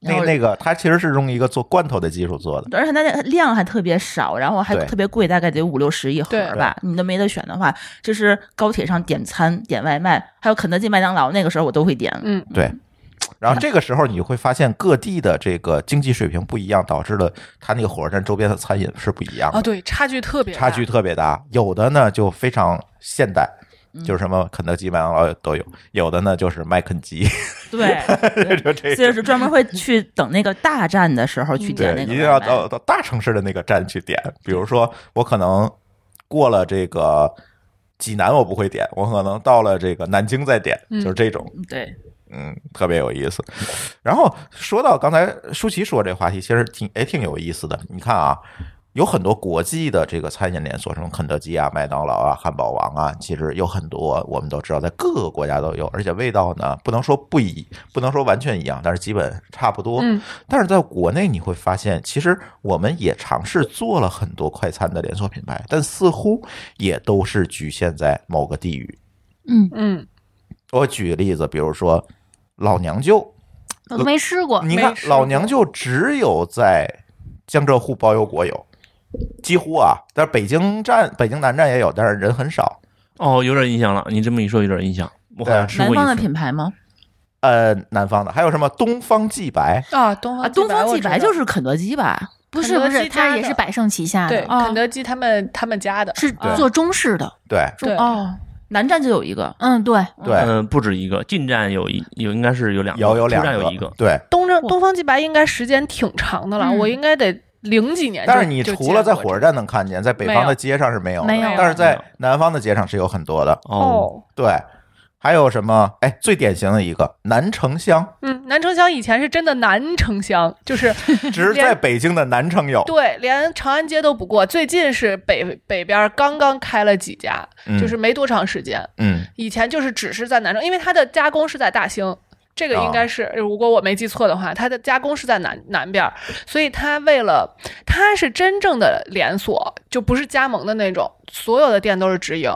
Speaker 4: 然
Speaker 1: 那
Speaker 4: 后
Speaker 1: 那个它其实是用一个做罐头的技术做的，
Speaker 4: 而且它那个量还特别少，然后还
Speaker 1: 对
Speaker 4: 特别贵，大概得五六十一盒
Speaker 3: 对
Speaker 4: 吧。你都没得选的话，就是高铁上点餐、点外卖，还有肯德基、麦当劳，那个时候我都会点。
Speaker 3: 嗯，
Speaker 1: 对。然后这个时候你就会发现各地的这个经济水平不一样，导致了它那个火车站周边的餐
Speaker 3: 哦
Speaker 4: 哦
Speaker 1: 饮是不一样的
Speaker 3: 啊，。对，差距特别大
Speaker 1: 差距特别大。有的呢就非常现代，
Speaker 4: 嗯
Speaker 1: 就是什么肯德基、麦当劳呃都有，有的呢就是麦肯基，
Speaker 4: 对，
Speaker 1: 就这
Speaker 4: 所以
Speaker 1: 个。
Speaker 4: 是专门会去等那个大站的时候
Speaker 3: 嗯
Speaker 4: 去点
Speaker 1: 对，
Speaker 4: 那
Speaker 1: 一定
Speaker 4: 个。
Speaker 1: 要到到大城市的那个站去点。比如说，我可能过了这个济南，我不会点，我可能到了这个南京再点，
Speaker 3: 嗯
Speaker 1: 就是这种。
Speaker 4: 对，
Speaker 1: 嗯，特别有意思。然后说到刚才舒淇说这话题，其实挺也挺有意思的。你看啊，有很多国际的这个餐饮连锁，什么肯德基啊、麦当劳啊、汉堡王啊，其实有很多我们都知道，在各个国家都有，而且味道呢不能说不一，不能说完全一样，但是基本差不多。
Speaker 3: 嗯
Speaker 1: 但是在国内你会发现，其实我们也尝试做了很多快餐的连锁品牌，但似乎也都是局限在某个地域。
Speaker 2: 嗯，
Speaker 3: 嗯，
Speaker 1: 我举个例子，比如说老娘舅。
Speaker 2: 我都没吃过。
Speaker 1: 你看
Speaker 3: 没，吃
Speaker 1: 老娘舅只有在江浙沪包邮国有，几乎啊，但是北京站、北京南站也有，但是人很少。
Speaker 5: 哦，有点印象了，你这么一说有点印象，我好像吃
Speaker 4: 南
Speaker 5: 过
Speaker 4: 方的
Speaker 5: 一次。
Speaker 4: 品牌吗？
Speaker 1: 呃，南方的还有什么东方既白？
Speaker 3: 啊，东
Speaker 4: 啊，
Speaker 3: 方
Speaker 4: 东方
Speaker 3: 我
Speaker 4: 既
Speaker 3: 知
Speaker 4: 白
Speaker 3: 道
Speaker 4: 就是肯德基吧？
Speaker 2: 不是
Speaker 3: 肯德
Speaker 2: 不是，
Speaker 3: 基
Speaker 2: 它
Speaker 3: 家
Speaker 2: 也
Speaker 3: 的
Speaker 2: 是百盛旗下
Speaker 3: 对
Speaker 2: 的，
Speaker 4: 啊
Speaker 3: 肯德基他们他们家的，
Speaker 2: 是
Speaker 1: 对
Speaker 2: 做中式的。
Speaker 1: 对
Speaker 3: 对
Speaker 4: 哦，南站就有一个，
Speaker 2: 嗯，对，
Speaker 1: 对，
Speaker 5: 嗯，不止一个，近站有一有，应该是有两个，
Speaker 1: 有有
Speaker 5: 出
Speaker 1: 两
Speaker 5: 站
Speaker 1: 个，
Speaker 5: 有一个。
Speaker 1: 对。
Speaker 3: 东正东方既白应该时间挺长的了，
Speaker 2: 嗯
Speaker 3: 我应该得零几年就。
Speaker 1: 但是你
Speaker 3: 就
Speaker 1: 除了在
Speaker 3: 见过
Speaker 1: 火车站能看见，在北方
Speaker 3: 没
Speaker 1: 的
Speaker 3: 有
Speaker 1: 街上是没有的，
Speaker 2: 没有
Speaker 1: 但是在南方的街上是有很多的。
Speaker 3: 这个
Speaker 5: 哦，
Speaker 3: 哦，
Speaker 1: 对，还有什么？哎，最典型的一个南城乡，
Speaker 3: 嗯，南城乡以前是真的南城乡，
Speaker 1: 哦
Speaker 3: 就是
Speaker 1: 只是在北京的南城有。
Speaker 3: 对，连长安街都不过。最近是北北边刚刚开了几家，
Speaker 1: 嗯
Speaker 3: 就是没多长时间。
Speaker 1: 嗯，
Speaker 3: 以前就是只是在南城，因为它的加工是在大兴，这个
Speaker 1: 哦
Speaker 3: 应该是、如果我没记错的话，它的加工是在南南边儿，所以它为了它是真正的连锁，就不是加盟的那种，所有的店都是直营，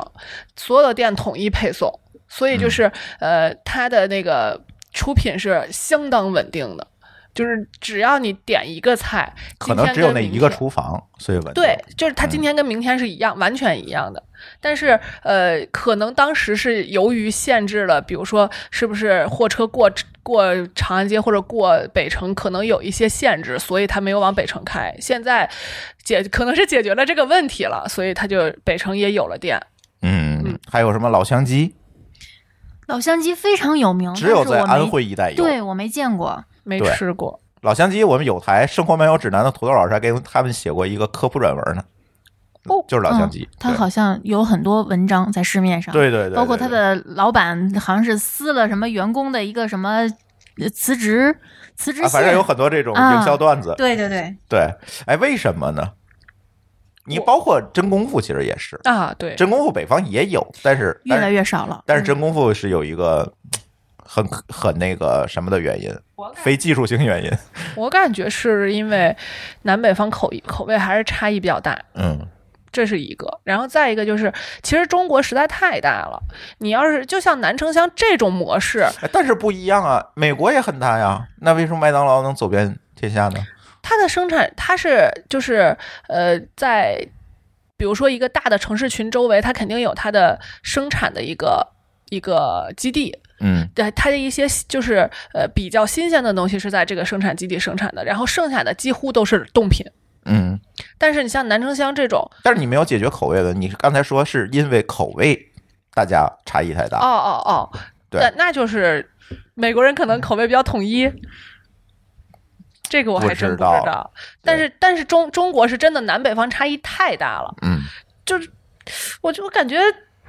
Speaker 3: 所有的店统一配送，所
Speaker 1: 嗯
Speaker 3: 以就是、呃，它的那个出品是相当稳定的。就是只要你点一个菜，
Speaker 1: 可
Speaker 3: 今
Speaker 1: 能
Speaker 3: 天
Speaker 1: 只有
Speaker 3: 跟
Speaker 1: 那
Speaker 3: 明
Speaker 1: 一个
Speaker 3: 天
Speaker 1: 厨房，所以稳定
Speaker 3: 对，就是它今
Speaker 1: 嗯
Speaker 3: 天跟明天是一样，完全一样的。但是，呃，可能当时是由于限制了，比如说是不是货车过过长安街或者过北城，可能有一些限制，所以它没有往北城开。现在解可能是解决了这个问题了，所以它就北城也有了店。
Speaker 1: 嗯
Speaker 3: 嗯，
Speaker 1: 还有什么老乡鸡？
Speaker 2: 老乡鸡非常有名，
Speaker 1: 只有
Speaker 2: 哦但是
Speaker 1: 在
Speaker 2: 我没
Speaker 1: 安徽一带有。
Speaker 2: 对我没见过。
Speaker 3: 没
Speaker 1: 对
Speaker 3: 吃过，
Speaker 1: 老乡鸡，我们有台《生活漫游指南》的土豆老师还给他们写过一个科普软文呢。
Speaker 3: 哦
Speaker 1: 就是老乡鸡
Speaker 2: 嗯，，他好像有很多文章在市面上，
Speaker 1: 对对对对，
Speaker 2: 包括他
Speaker 1: 对
Speaker 2: 的老板好像是撕了什么员工的一个什么呃辞职辞职
Speaker 1: 啊，
Speaker 2: 信，
Speaker 1: 反正有很多这种
Speaker 2: 啊
Speaker 1: 营销段子。
Speaker 2: 对对对，
Speaker 1: 对，哎，为什么呢？你包括真功夫，其实也是
Speaker 3: 啊，对，
Speaker 1: 真功夫，北方也有，但是
Speaker 2: 越
Speaker 1: 但
Speaker 2: 来
Speaker 1: 是
Speaker 2: 越少嗯了。
Speaker 1: 但是真功夫是有一个很很那个什么的原因，非技术性原因。
Speaker 3: 我感觉是因为南北方口口味还是差异比较大。
Speaker 1: 嗯，
Speaker 3: 这是一个，然后再一个就是，其实中国实在太大了。你要是就像南城乡这种模式，
Speaker 1: 哎但是不一样啊，美国也很大呀，那为什么麦当劳能走遍天下呢？
Speaker 3: 它的生产它是就是呃，在比如说一个大的城市群周围，它肯定有它的生产的一个一个基地，
Speaker 1: 嗯，
Speaker 3: 对它的一些就是呃比较新鲜的东西是在这个生产基地生产的，然后剩下的几乎都是冻品。
Speaker 1: 嗯，
Speaker 3: 但是你像南城乡这种，
Speaker 1: 但是你没有解决口味问题。你刚才说是因为口味大家差异太
Speaker 3: 哦
Speaker 1: 大，
Speaker 3: 哦哦，
Speaker 1: 对
Speaker 3: 那那就是美国人可能口味比较统一，这个我还真不知道。
Speaker 1: 不知
Speaker 3: 但是但是中中国是真的南北方差异太大了，
Speaker 1: 嗯，
Speaker 3: 就是我就我感觉，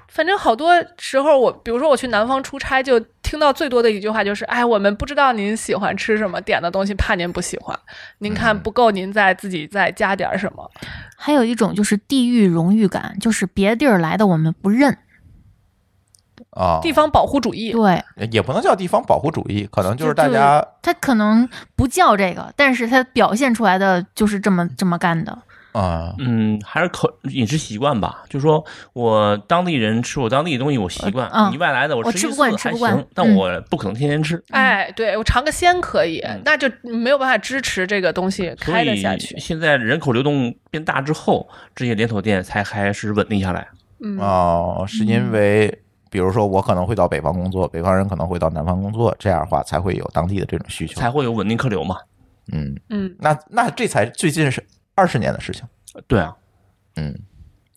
Speaker 3: 反正好多时候我，比如说我去南方出差，就听到最多的一句话就是：“哎，我们不知道您喜欢吃什么，点的东西怕您不喜欢，您看
Speaker 1: 嗯
Speaker 3: 不够，您再自己再加点儿什么。
Speaker 2: 还有一种就是地域荣誉感，就是别地儿来的我们不认，
Speaker 1: 啊、
Speaker 3: 地方保护主义，
Speaker 2: 对
Speaker 1: 也不能叫地方保护主义，可能就是
Speaker 2: 就
Speaker 1: 大家
Speaker 2: 他可能不叫这个，但是他表现出来的就是这么这么干的。
Speaker 1: 啊、
Speaker 5: 嗯，还是口饮食习惯吧，就说我当地人吃我当地的东西，我习惯；
Speaker 2: 嗯
Speaker 5: 你外来的，
Speaker 2: 我
Speaker 5: 吃
Speaker 2: 吃
Speaker 5: 一
Speaker 2: 不
Speaker 5: 次
Speaker 2: 惯
Speaker 5: 还
Speaker 2: 吃不
Speaker 5: 行，
Speaker 2: 惯
Speaker 5: 但
Speaker 2: 嗯
Speaker 5: 我不可能天天吃。
Speaker 3: 哎，对我尝个鲜可以，
Speaker 5: 嗯
Speaker 3: 那就没有办法支持这个东西
Speaker 5: 所
Speaker 3: 开得
Speaker 5: 以
Speaker 3: 下去。
Speaker 5: 现在人口流动变大之后，这些连锁店才开始稳定下来。
Speaker 3: 嗯，
Speaker 1: 哦，是因为。比如说，我可能会到北方工作，北方人可能会到南方工作，这样的话才会有当地的这种需求。
Speaker 5: 才会有稳定客流嘛。
Speaker 1: 嗯，
Speaker 3: 嗯，
Speaker 1: 那那这才最近是二十年的事情，
Speaker 5: 对啊，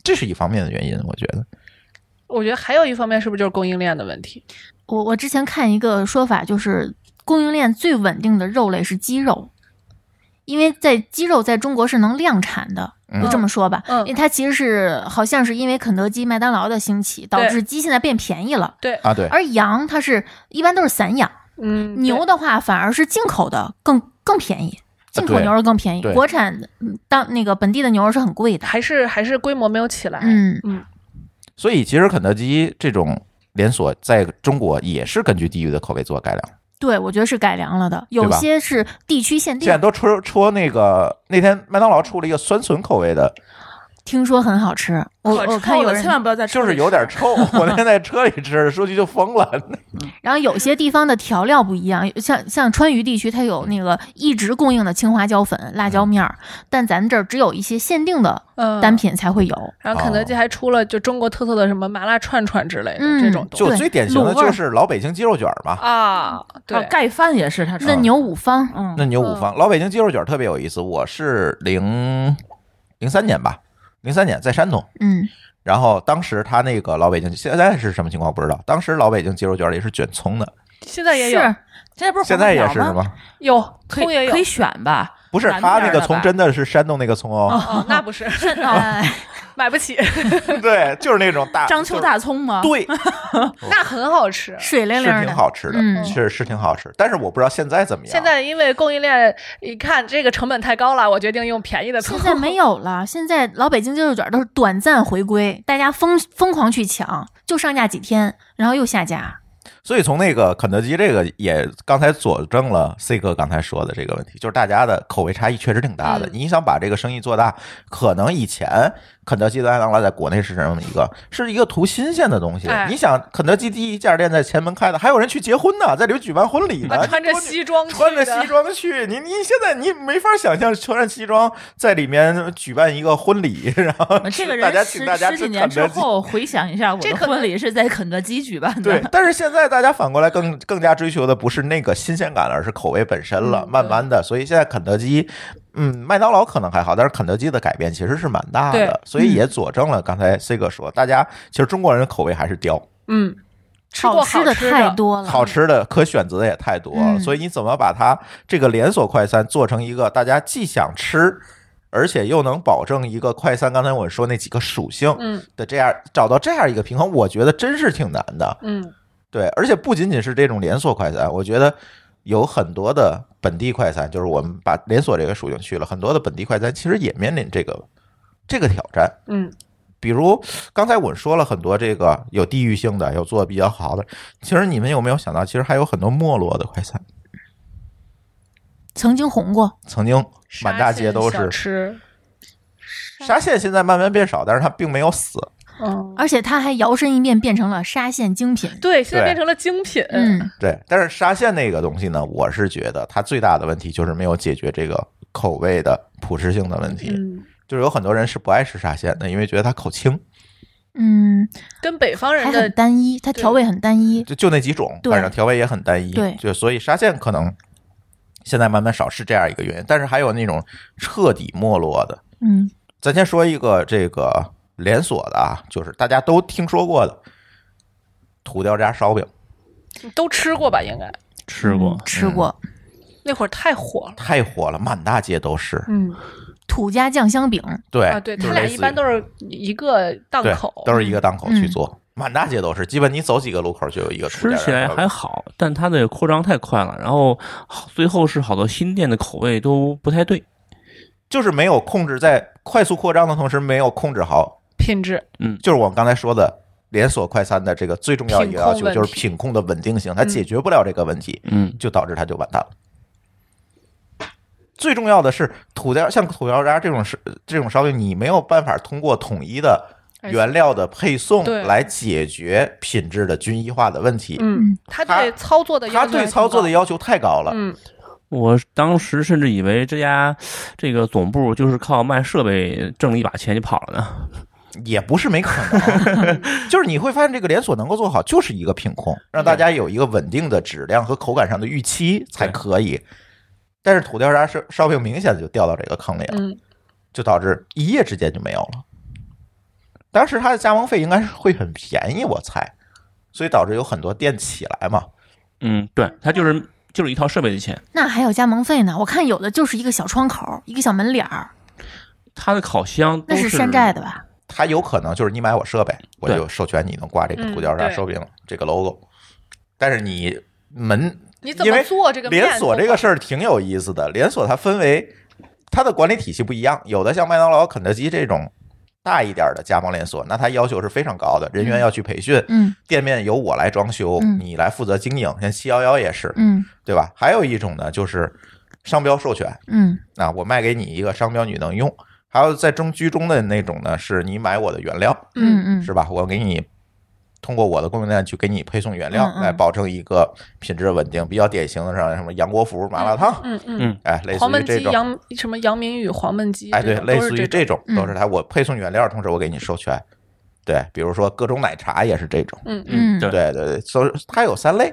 Speaker 1: 这是一方面的原因，我觉得。
Speaker 3: 我觉得还有一方面是不是就是供应链的问题？
Speaker 2: 我我之前看一个说法，就是供应链最稳定的肉类是鸡肉，因为在鸡肉在中国是能量产的，
Speaker 1: 嗯
Speaker 2: 就这么说吧。
Speaker 3: 嗯
Speaker 2: 因为它其实是好像是因为肯德基、麦当劳的兴起，导致鸡现在变便宜了。
Speaker 3: 对，
Speaker 1: 啊，对，
Speaker 2: 而羊它是一般都是散养，
Speaker 3: 嗯，
Speaker 2: 牛的话反而是进口的更更便宜，进口
Speaker 1: 啊对
Speaker 2: 牛肉更便宜，
Speaker 1: 对
Speaker 2: 国产嗯当那个本地的牛肉是很贵的。
Speaker 3: 还是还是规模没有起来。
Speaker 2: 嗯
Speaker 3: 嗯，
Speaker 1: 所以其实肯德基这种连锁在中国也是根据地域的口味做改良。
Speaker 2: 对，我觉得是改良了的，
Speaker 1: 对
Speaker 2: 有
Speaker 1: 吧
Speaker 2: 些是地区限
Speaker 1: 现在
Speaker 2: 定，
Speaker 1: 都出出那个那天麦当劳出了一个酸笋口味的，
Speaker 2: 听说很好吃。
Speaker 3: 哦
Speaker 2: 我
Speaker 4: 可
Speaker 2: 我
Speaker 4: 臭
Speaker 2: 看有
Speaker 4: 了
Speaker 2: 人
Speaker 4: 千万不要再
Speaker 1: 就
Speaker 4: 吃
Speaker 1: 是有点臭。 我那天在车里吃的，出去就疯了。
Speaker 2: 然后有些地方的调料不一样，像像川渝地区，它有那个一直供应的青花椒粉、辣
Speaker 1: 嗯
Speaker 2: 椒面儿，但咱们这儿只有一些限定的
Speaker 3: 嗯
Speaker 2: 单。品才会有。
Speaker 3: 然后肯
Speaker 1: 哦
Speaker 3: 德基还出了就中国特色的什么麻辣串串之类的
Speaker 2: 嗯
Speaker 3: 这种东
Speaker 1: 就
Speaker 3: 西
Speaker 2: 对
Speaker 1: 最典型的
Speaker 2: 卤味儿
Speaker 1: 就是老北京鸡肉卷儿嘛，
Speaker 3: 啊，
Speaker 4: 还
Speaker 3: 对
Speaker 4: 有，盖饭也是他说
Speaker 2: 嫩牛五方，
Speaker 4: 嗯
Speaker 1: 嫩牛五方。老北京鸡肉卷儿特别有意思，我是零零三年吧，零三年在山东，
Speaker 2: 嗯
Speaker 1: 然后当时他那个老北京，现在是什么情况不知道。当时老北京鸡肉卷儿里是卷葱的，
Speaker 3: 现在也有
Speaker 2: 是
Speaker 4: 现在不是
Speaker 1: 现在也是
Speaker 4: 黄
Speaker 1: 是
Speaker 4: 瓜条吗？
Speaker 1: 吗？
Speaker 3: 有
Speaker 4: 可
Speaker 3: 葱也
Speaker 4: 以
Speaker 3: 有
Speaker 4: 可以选吧？
Speaker 1: 不是，
Speaker 4: 南
Speaker 1: 他
Speaker 4: 边
Speaker 1: 那
Speaker 4: 儿
Speaker 1: 个
Speaker 4: 的
Speaker 1: 葱
Speaker 4: 吧
Speaker 1: 真的是山东那个葱哦，
Speaker 3: 哦，那不 是
Speaker 4: 真的
Speaker 2: 哎
Speaker 3: 买不起，
Speaker 1: 对，啊就是那种大
Speaker 4: 章丘，大葱吗？
Speaker 1: 就是对，
Speaker 3: 那很好吃。
Speaker 2: 水灵灵
Speaker 1: 是挺
Speaker 2: 的，
Speaker 1: 好吃的，
Speaker 2: 嗯
Speaker 1: 确实是挺好吃。但是我不知道现在怎么样。
Speaker 3: 现在因为供应链，一看这个成本太高了，我决定用便宜的葱
Speaker 2: 现。在 没有了。现在老北京鸡肉卷都是短暂回归，大家疯疯狂去抢，就上架几天，然后又下架。
Speaker 1: 所以从那个肯德基这个也刚才佐证了 C 哥刚才说的这个问题，就是大家的口味差异确实挺大的。
Speaker 3: 嗯
Speaker 1: 你想把这个生意做大，可能以前肯德基的麦当劳在国内是什么一个，是一个图新鲜的东西。
Speaker 3: 哎
Speaker 1: 你想，肯德基第一家店在前门开的，还有人去结婚呢，在里面举办婚礼呢，
Speaker 3: 啊 穿着
Speaker 1: 你
Speaker 3: 西装去的，
Speaker 1: 穿着西装去，你你现在你没法想象穿着西装在里面举办一个婚礼， 然后
Speaker 4: 这个
Speaker 1: 大家
Speaker 4: 人
Speaker 1: 请
Speaker 4: 十
Speaker 1: 大家
Speaker 4: 十
Speaker 1: 吃
Speaker 4: 几年
Speaker 1: 肯
Speaker 4: 之
Speaker 1: 德基。
Speaker 4: 后回想 一下，我
Speaker 3: 这
Speaker 4: 的
Speaker 3: 可能
Speaker 4: 婚礼是在肯德基举办 的。
Speaker 1: 对，但是现在大家反过来更更加追求的不是那个新鲜感了，而是口味本身了。
Speaker 3: 嗯
Speaker 1: 慢慢的，所以现在肯德基，嗯，麦当劳可能还好，但是肯德基的改变其实是蛮大的
Speaker 3: 对，
Speaker 1: 所以也佐证了刚才 C 哥说，大家其实中国人口味还是刁，
Speaker 3: 嗯，吃过
Speaker 2: 好
Speaker 3: 好
Speaker 2: 的
Speaker 3: 吃
Speaker 2: 太多了，
Speaker 1: 好吃的可选择的也太多了，
Speaker 2: 嗯
Speaker 1: 所以你怎么把它这个连锁快餐做成一个大家既想吃，而且又能保证一个快餐刚才我说那几个属性
Speaker 3: 嗯
Speaker 1: 的这样找到这样一个平衡，我觉得真是挺难的。
Speaker 3: 嗯，
Speaker 1: 对，而且不仅仅是这种连锁快餐，我觉得有很多的本地快餐，就是我们把连锁这个属性去了，很多的本地快餐其实也面临这个这个挑战。
Speaker 3: 嗯，
Speaker 1: 比如刚才我说了很多这个有地域性的，有做的比较好的，其实你们有没有想到，其实还有很多没落的快餐，
Speaker 2: 曾经红过，
Speaker 1: 曾经满大
Speaker 3: 沙
Speaker 1: 街
Speaker 3: 县
Speaker 1: 都是
Speaker 3: 小吃，
Speaker 1: 沙县，现在慢慢变少，但是它并没有死。
Speaker 3: 嗯，
Speaker 2: 而且它还摇身一变变成了沙县精品。
Speaker 3: 对，现在
Speaker 1: 对
Speaker 3: 变成了精品。
Speaker 2: 嗯，
Speaker 1: 对，但是沙县那个东西呢，我是觉得它最大的问题就是没有解决这个口味的普适性的问题。
Speaker 3: 嗯，
Speaker 1: 就是有很多人是不爱吃沙县的，因为觉得它口轻，
Speaker 2: 嗯，
Speaker 3: 跟北方人
Speaker 2: 还很
Speaker 3: 的
Speaker 2: 单一，它调味很单一。
Speaker 1: 就就那几种，
Speaker 2: 对
Speaker 1: 反正调味也很单一，
Speaker 2: 对
Speaker 1: 就所以沙县可能现在慢慢少是这样一个原因，但是还有那种彻底没落的。
Speaker 2: 嗯，
Speaker 1: 咱先说一个这个连锁的啊，就是大家都听说过的土掉渣烧饼，
Speaker 3: 都吃过吧？应该
Speaker 5: 吃过
Speaker 2: 嗯，吃过
Speaker 3: 那会儿太火了。
Speaker 1: 太火了，满大街都是。
Speaker 3: 嗯
Speaker 2: 土家酱香饼，
Speaker 1: 对
Speaker 3: 啊，对
Speaker 1: 就是
Speaker 3: 他俩
Speaker 1: 类似
Speaker 3: 一般
Speaker 1: 于
Speaker 3: 都是一个档
Speaker 1: 对
Speaker 3: 口，
Speaker 1: 都是一个档口
Speaker 2: 嗯
Speaker 1: 去做，满大街都是，基本你走几个路口就有一个土
Speaker 5: 吃
Speaker 1: 掉渣
Speaker 5: 起来
Speaker 1: 烧饼
Speaker 5: 还好，但它的扩张太快了，然后好最后是好多新店的口味都不太对。
Speaker 1: 就是没有控制在快速扩张的同时，没有控制好
Speaker 3: 品质。
Speaker 1: 就是我们刚才说的连锁快餐的这个最重要一个要求就是品控的稳定性，
Speaker 3: 嗯
Speaker 1: 它解决不了这个问题，
Speaker 5: 嗯，
Speaker 1: 就导致它就完蛋了。最重要的是土掉像土掉渣这种是这种烧饼，你没有办法通过统一的原料的配送
Speaker 3: 对
Speaker 1: 来解决品质的均一化的问题。
Speaker 3: 嗯，他对操作的要
Speaker 1: 它
Speaker 3: 求
Speaker 1: 对操作的要求太高了，
Speaker 3: 嗯
Speaker 5: 我当时甚至以为这家这个总部就是靠卖设备挣了一把钱就跑了呢。
Speaker 1: 也不是没可 能。就是你会发现，这个连锁能够做好，就是一个品控，让大家有一个稳定的质量和口感上的预期才可以。但是土掉渣烧烧饼明显就掉到这个坑里了，
Speaker 3: 嗯
Speaker 1: 就导致一夜之间就没有了。当时它的加盟费应该是会很便宜，我猜，所以导致有很多店起来嘛。
Speaker 5: 嗯，对，它就是就是一套设备的钱，
Speaker 2: 那还有加盟费呢？我看有的就是一个小窗口，一个小门脸儿，
Speaker 5: 它的烤箱
Speaker 2: 那
Speaker 5: 都
Speaker 2: 是山寨的吧？
Speaker 1: 它有可能就是你买我设备，我
Speaker 5: 对
Speaker 1: 就授权你能挂这个
Speaker 3: 嗯
Speaker 1: 土雕沙
Speaker 3: 对
Speaker 1: 手柄、这个 logo，但是你门
Speaker 3: 你怎
Speaker 1: 因
Speaker 3: 么
Speaker 1: 为
Speaker 3: 做这个面
Speaker 1: 连锁这个事儿挺有意思的，连锁它分为它的管理体系不一样，有的像麦当劳、肯德基这种大一点儿的加盟连锁，那它要求是非常高的，人员要去培训，
Speaker 2: 嗯
Speaker 1: 店面由我来装修，
Speaker 2: 嗯
Speaker 1: 你来负责经营，像七幺幺也是，
Speaker 2: 嗯
Speaker 1: 对吧？还有一种呢，就是商标授权
Speaker 2: 嗯
Speaker 1: 啊，我卖给你一个商标，你能用。还有在中居中的那种呢，是你买我的原料，
Speaker 2: 嗯
Speaker 3: 嗯，
Speaker 2: 嗯，
Speaker 1: 是吧？我给你通过我的供应链去给你配送原料，
Speaker 2: 嗯嗯
Speaker 1: 来保证一个品质稳定。比较典型的像什么杨国福麻辣烫，
Speaker 3: 嗯嗯
Speaker 5: 嗯
Speaker 1: 哎，类似
Speaker 3: 黄
Speaker 1: 于
Speaker 3: 焖
Speaker 1: 这
Speaker 3: 鸡、
Speaker 1: 种，
Speaker 3: 杨什么杨明宇、黄焖鸡，
Speaker 1: 哎，对，
Speaker 3: 这种
Speaker 1: 类
Speaker 3: 都是
Speaker 1: 似于
Speaker 3: 这
Speaker 1: 这种
Speaker 2: 嗯
Speaker 1: 都是它，我配送原料，同时我给你授权。对，比如说各种奶茶也是这种。
Speaker 3: 嗯嗯，
Speaker 5: 嗯，
Speaker 2: 嗯
Speaker 5: 对，
Speaker 1: 对对对，所以它有三类。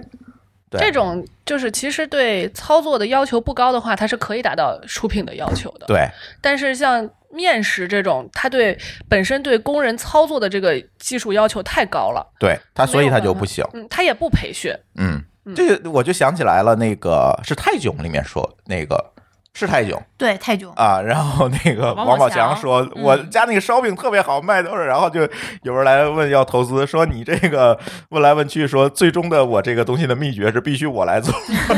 Speaker 1: 对
Speaker 3: 这种就是其实对操作的要求不高的话，它是可以达到出品的要求的。
Speaker 1: 对
Speaker 3: 但是像面食这种，它对本身对工人操作的这个技术要求太高了，
Speaker 1: 对，它所以它就不行。
Speaker 3: 嗯，它也不培训，
Speaker 1: 嗯
Speaker 3: 嗯，
Speaker 1: 这个我就想起来了，那个是泰囧里面说那个。是泰囧
Speaker 2: 对，泰囧，
Speaker 1: 啊，然后那个
Speaker 4: 王宝
Speaker 1: 王宝
Speaker 4: 强
Speaker 1: 强说：“我家那个烧饼特别好，卖都是。”然后就有人来问要投资，说你这个问来问去，说最终的我这个东西的秘诀是必须我来做，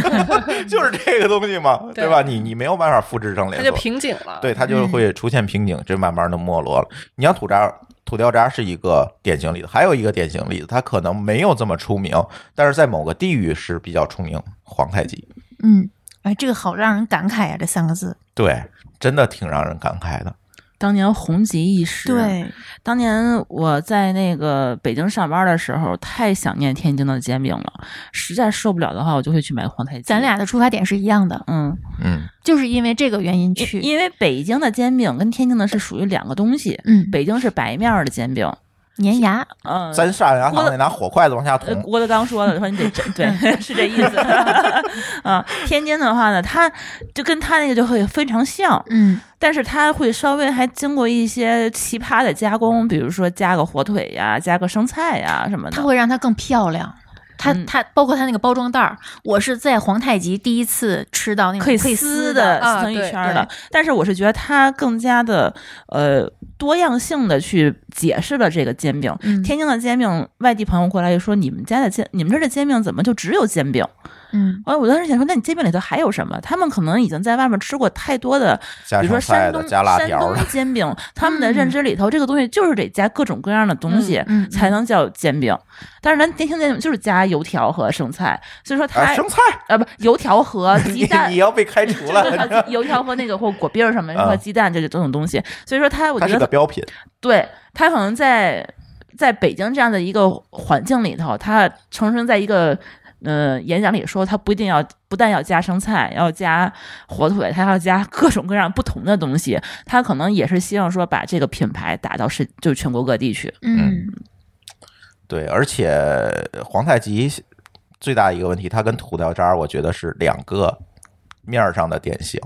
Speaker 1: 就是这个东西嘛，
Speaker 3: 对
Speaker 1: 对吧？你你没有办法复制成
Speaker 3: 它
Speaker 1: 连
Speaker 3: 就
Speaker 1: 锁，
Speaker 3: 瓶颈了。
Speaker 1: 对，它就会出现瓶颈，这慢慢的没落了。你像土渣、土掉渣是一个典型例子，还有一个典型例子，它可能没有这么出名，但是在某个地域是比较出名。皇太极，
Speaker 2: 嗯，哎，这个好让人感慨呀、这三个字，
Speaker 1: 对，真的挺让人感慨的。
Speaker 4: 当年红极一时。，啊
Speaker 2: 对，
Speaker 4: 当年我在那个北京上班的时候，太想念天津的煎饼了，实在受不了的话，我就会去买皇太极。
Speaker 2: 咱俩的出发点是一样的，
Speaker 4: 嗯，
Speaker 1: 嗯，
Speaker 2: 就是因为这个原因
Speaker 4: 因
Speaker 2: 去，
Speaker 4: 因为北京的煎饼跟天津的是属于两个东西，
Speaker 2: 嗯，
Speaker 4: 北京是白面儿的煎 饼，
Speaker 2: 粘牙，
Speaker 4: 嗯。
Speaker 1: 咱上牙堂得拿火筷子往下
Speaker 4: 呃，
Speaker 1: 捅，
Speaker 4: 郭德纲说的，说你得真对， 是这意思啊。天津的话呢，它就跟它那个就会非常像，
Speaker 2: 嗯
Speaker 4: 但是它会稍微还经过一些奇葩的加工，比如说加个火腿呀，加个生菜呀什么，
Speaker 2: 嗯它
Speaker 4: 的。
Speaker 2: 会让它更漂亮。它
Speaker 4: 嗯
Speaker 2: 它包括它那个包装袋儿，我是在皇太极第一次吃到那种
Speaker 4: 可以
Speaker 2: 以
Speaker 4: 撕
Speaker 2: 的，
Speaker 3: 啊
Speaker 4: 撕成一
Speaker 3: 对
Speaker 4: 圈儿的。
Speaker 2: 对
Speaker 4: 但是我是觉得它更加的呃多样性的去解释了这个煎饼。
Speaker 2: 嗯
Speaker 4: 天津的煎饼，外地朋友过来就说：“你们家的煎，你们这儿的煎饼怎么就只有煎饼
Speaker 2: 嗯？”
Speaker 4: 哎，我当时想说，那你煎饼里头还有什么？他们可能已经在外面吃过太多的，
Speaker 1: 加
Speaker 4: 比如
Speaker 1: 生
Speaker 4: 说
Speaker 1: 菜
Speaker 4: 山
Speaker 1: 的，
Speaker 4: 东
Speaker 1: 加辣
Speaker 4: 山
Speaker 1: 条
Speaker 4: 东
Speaker 1: 的。
Speaker 4: 煎饼， 他们的认知里头，这个东西就是得加各种各样的东西
Speaker 2: 嗯嗯
Speaker 4: 才能叫煎饼。但是咱天津煎饼就是加油条和生菜，所以说它
Speaker 1: 啊，生菜，
Speaker 4: 呃不油条 和鸡
Speaker 1: 你
Speaker 4: 蛋
Speaker 1: 你。要被开除了，
Speaker 4: 呃油条和那个或果篦儿什么
Speaker 1: 啊
Speaker 4: 和鸡蛋这这种东西，所以说 它我
Speaker 1: 它
Speaker 4: 觉
Speaker 1: 是
Speaker 4: 得
Speaker 1: 个标品。
Speaker 4: 对他可能在在北京这样的一个环境里头，他重生在一个呃演讲里说，他不一定要不但要加生菜，要加火腿，他要加各种各样不同的东西。他可能也是希望说把这个品牌打到是就全国各地去。
Speaker 2: 嗯
Speaker 1: 对，而且皇太极最大一个问题，它跟土掉渣儿，我觉得是两个面儿上的典型。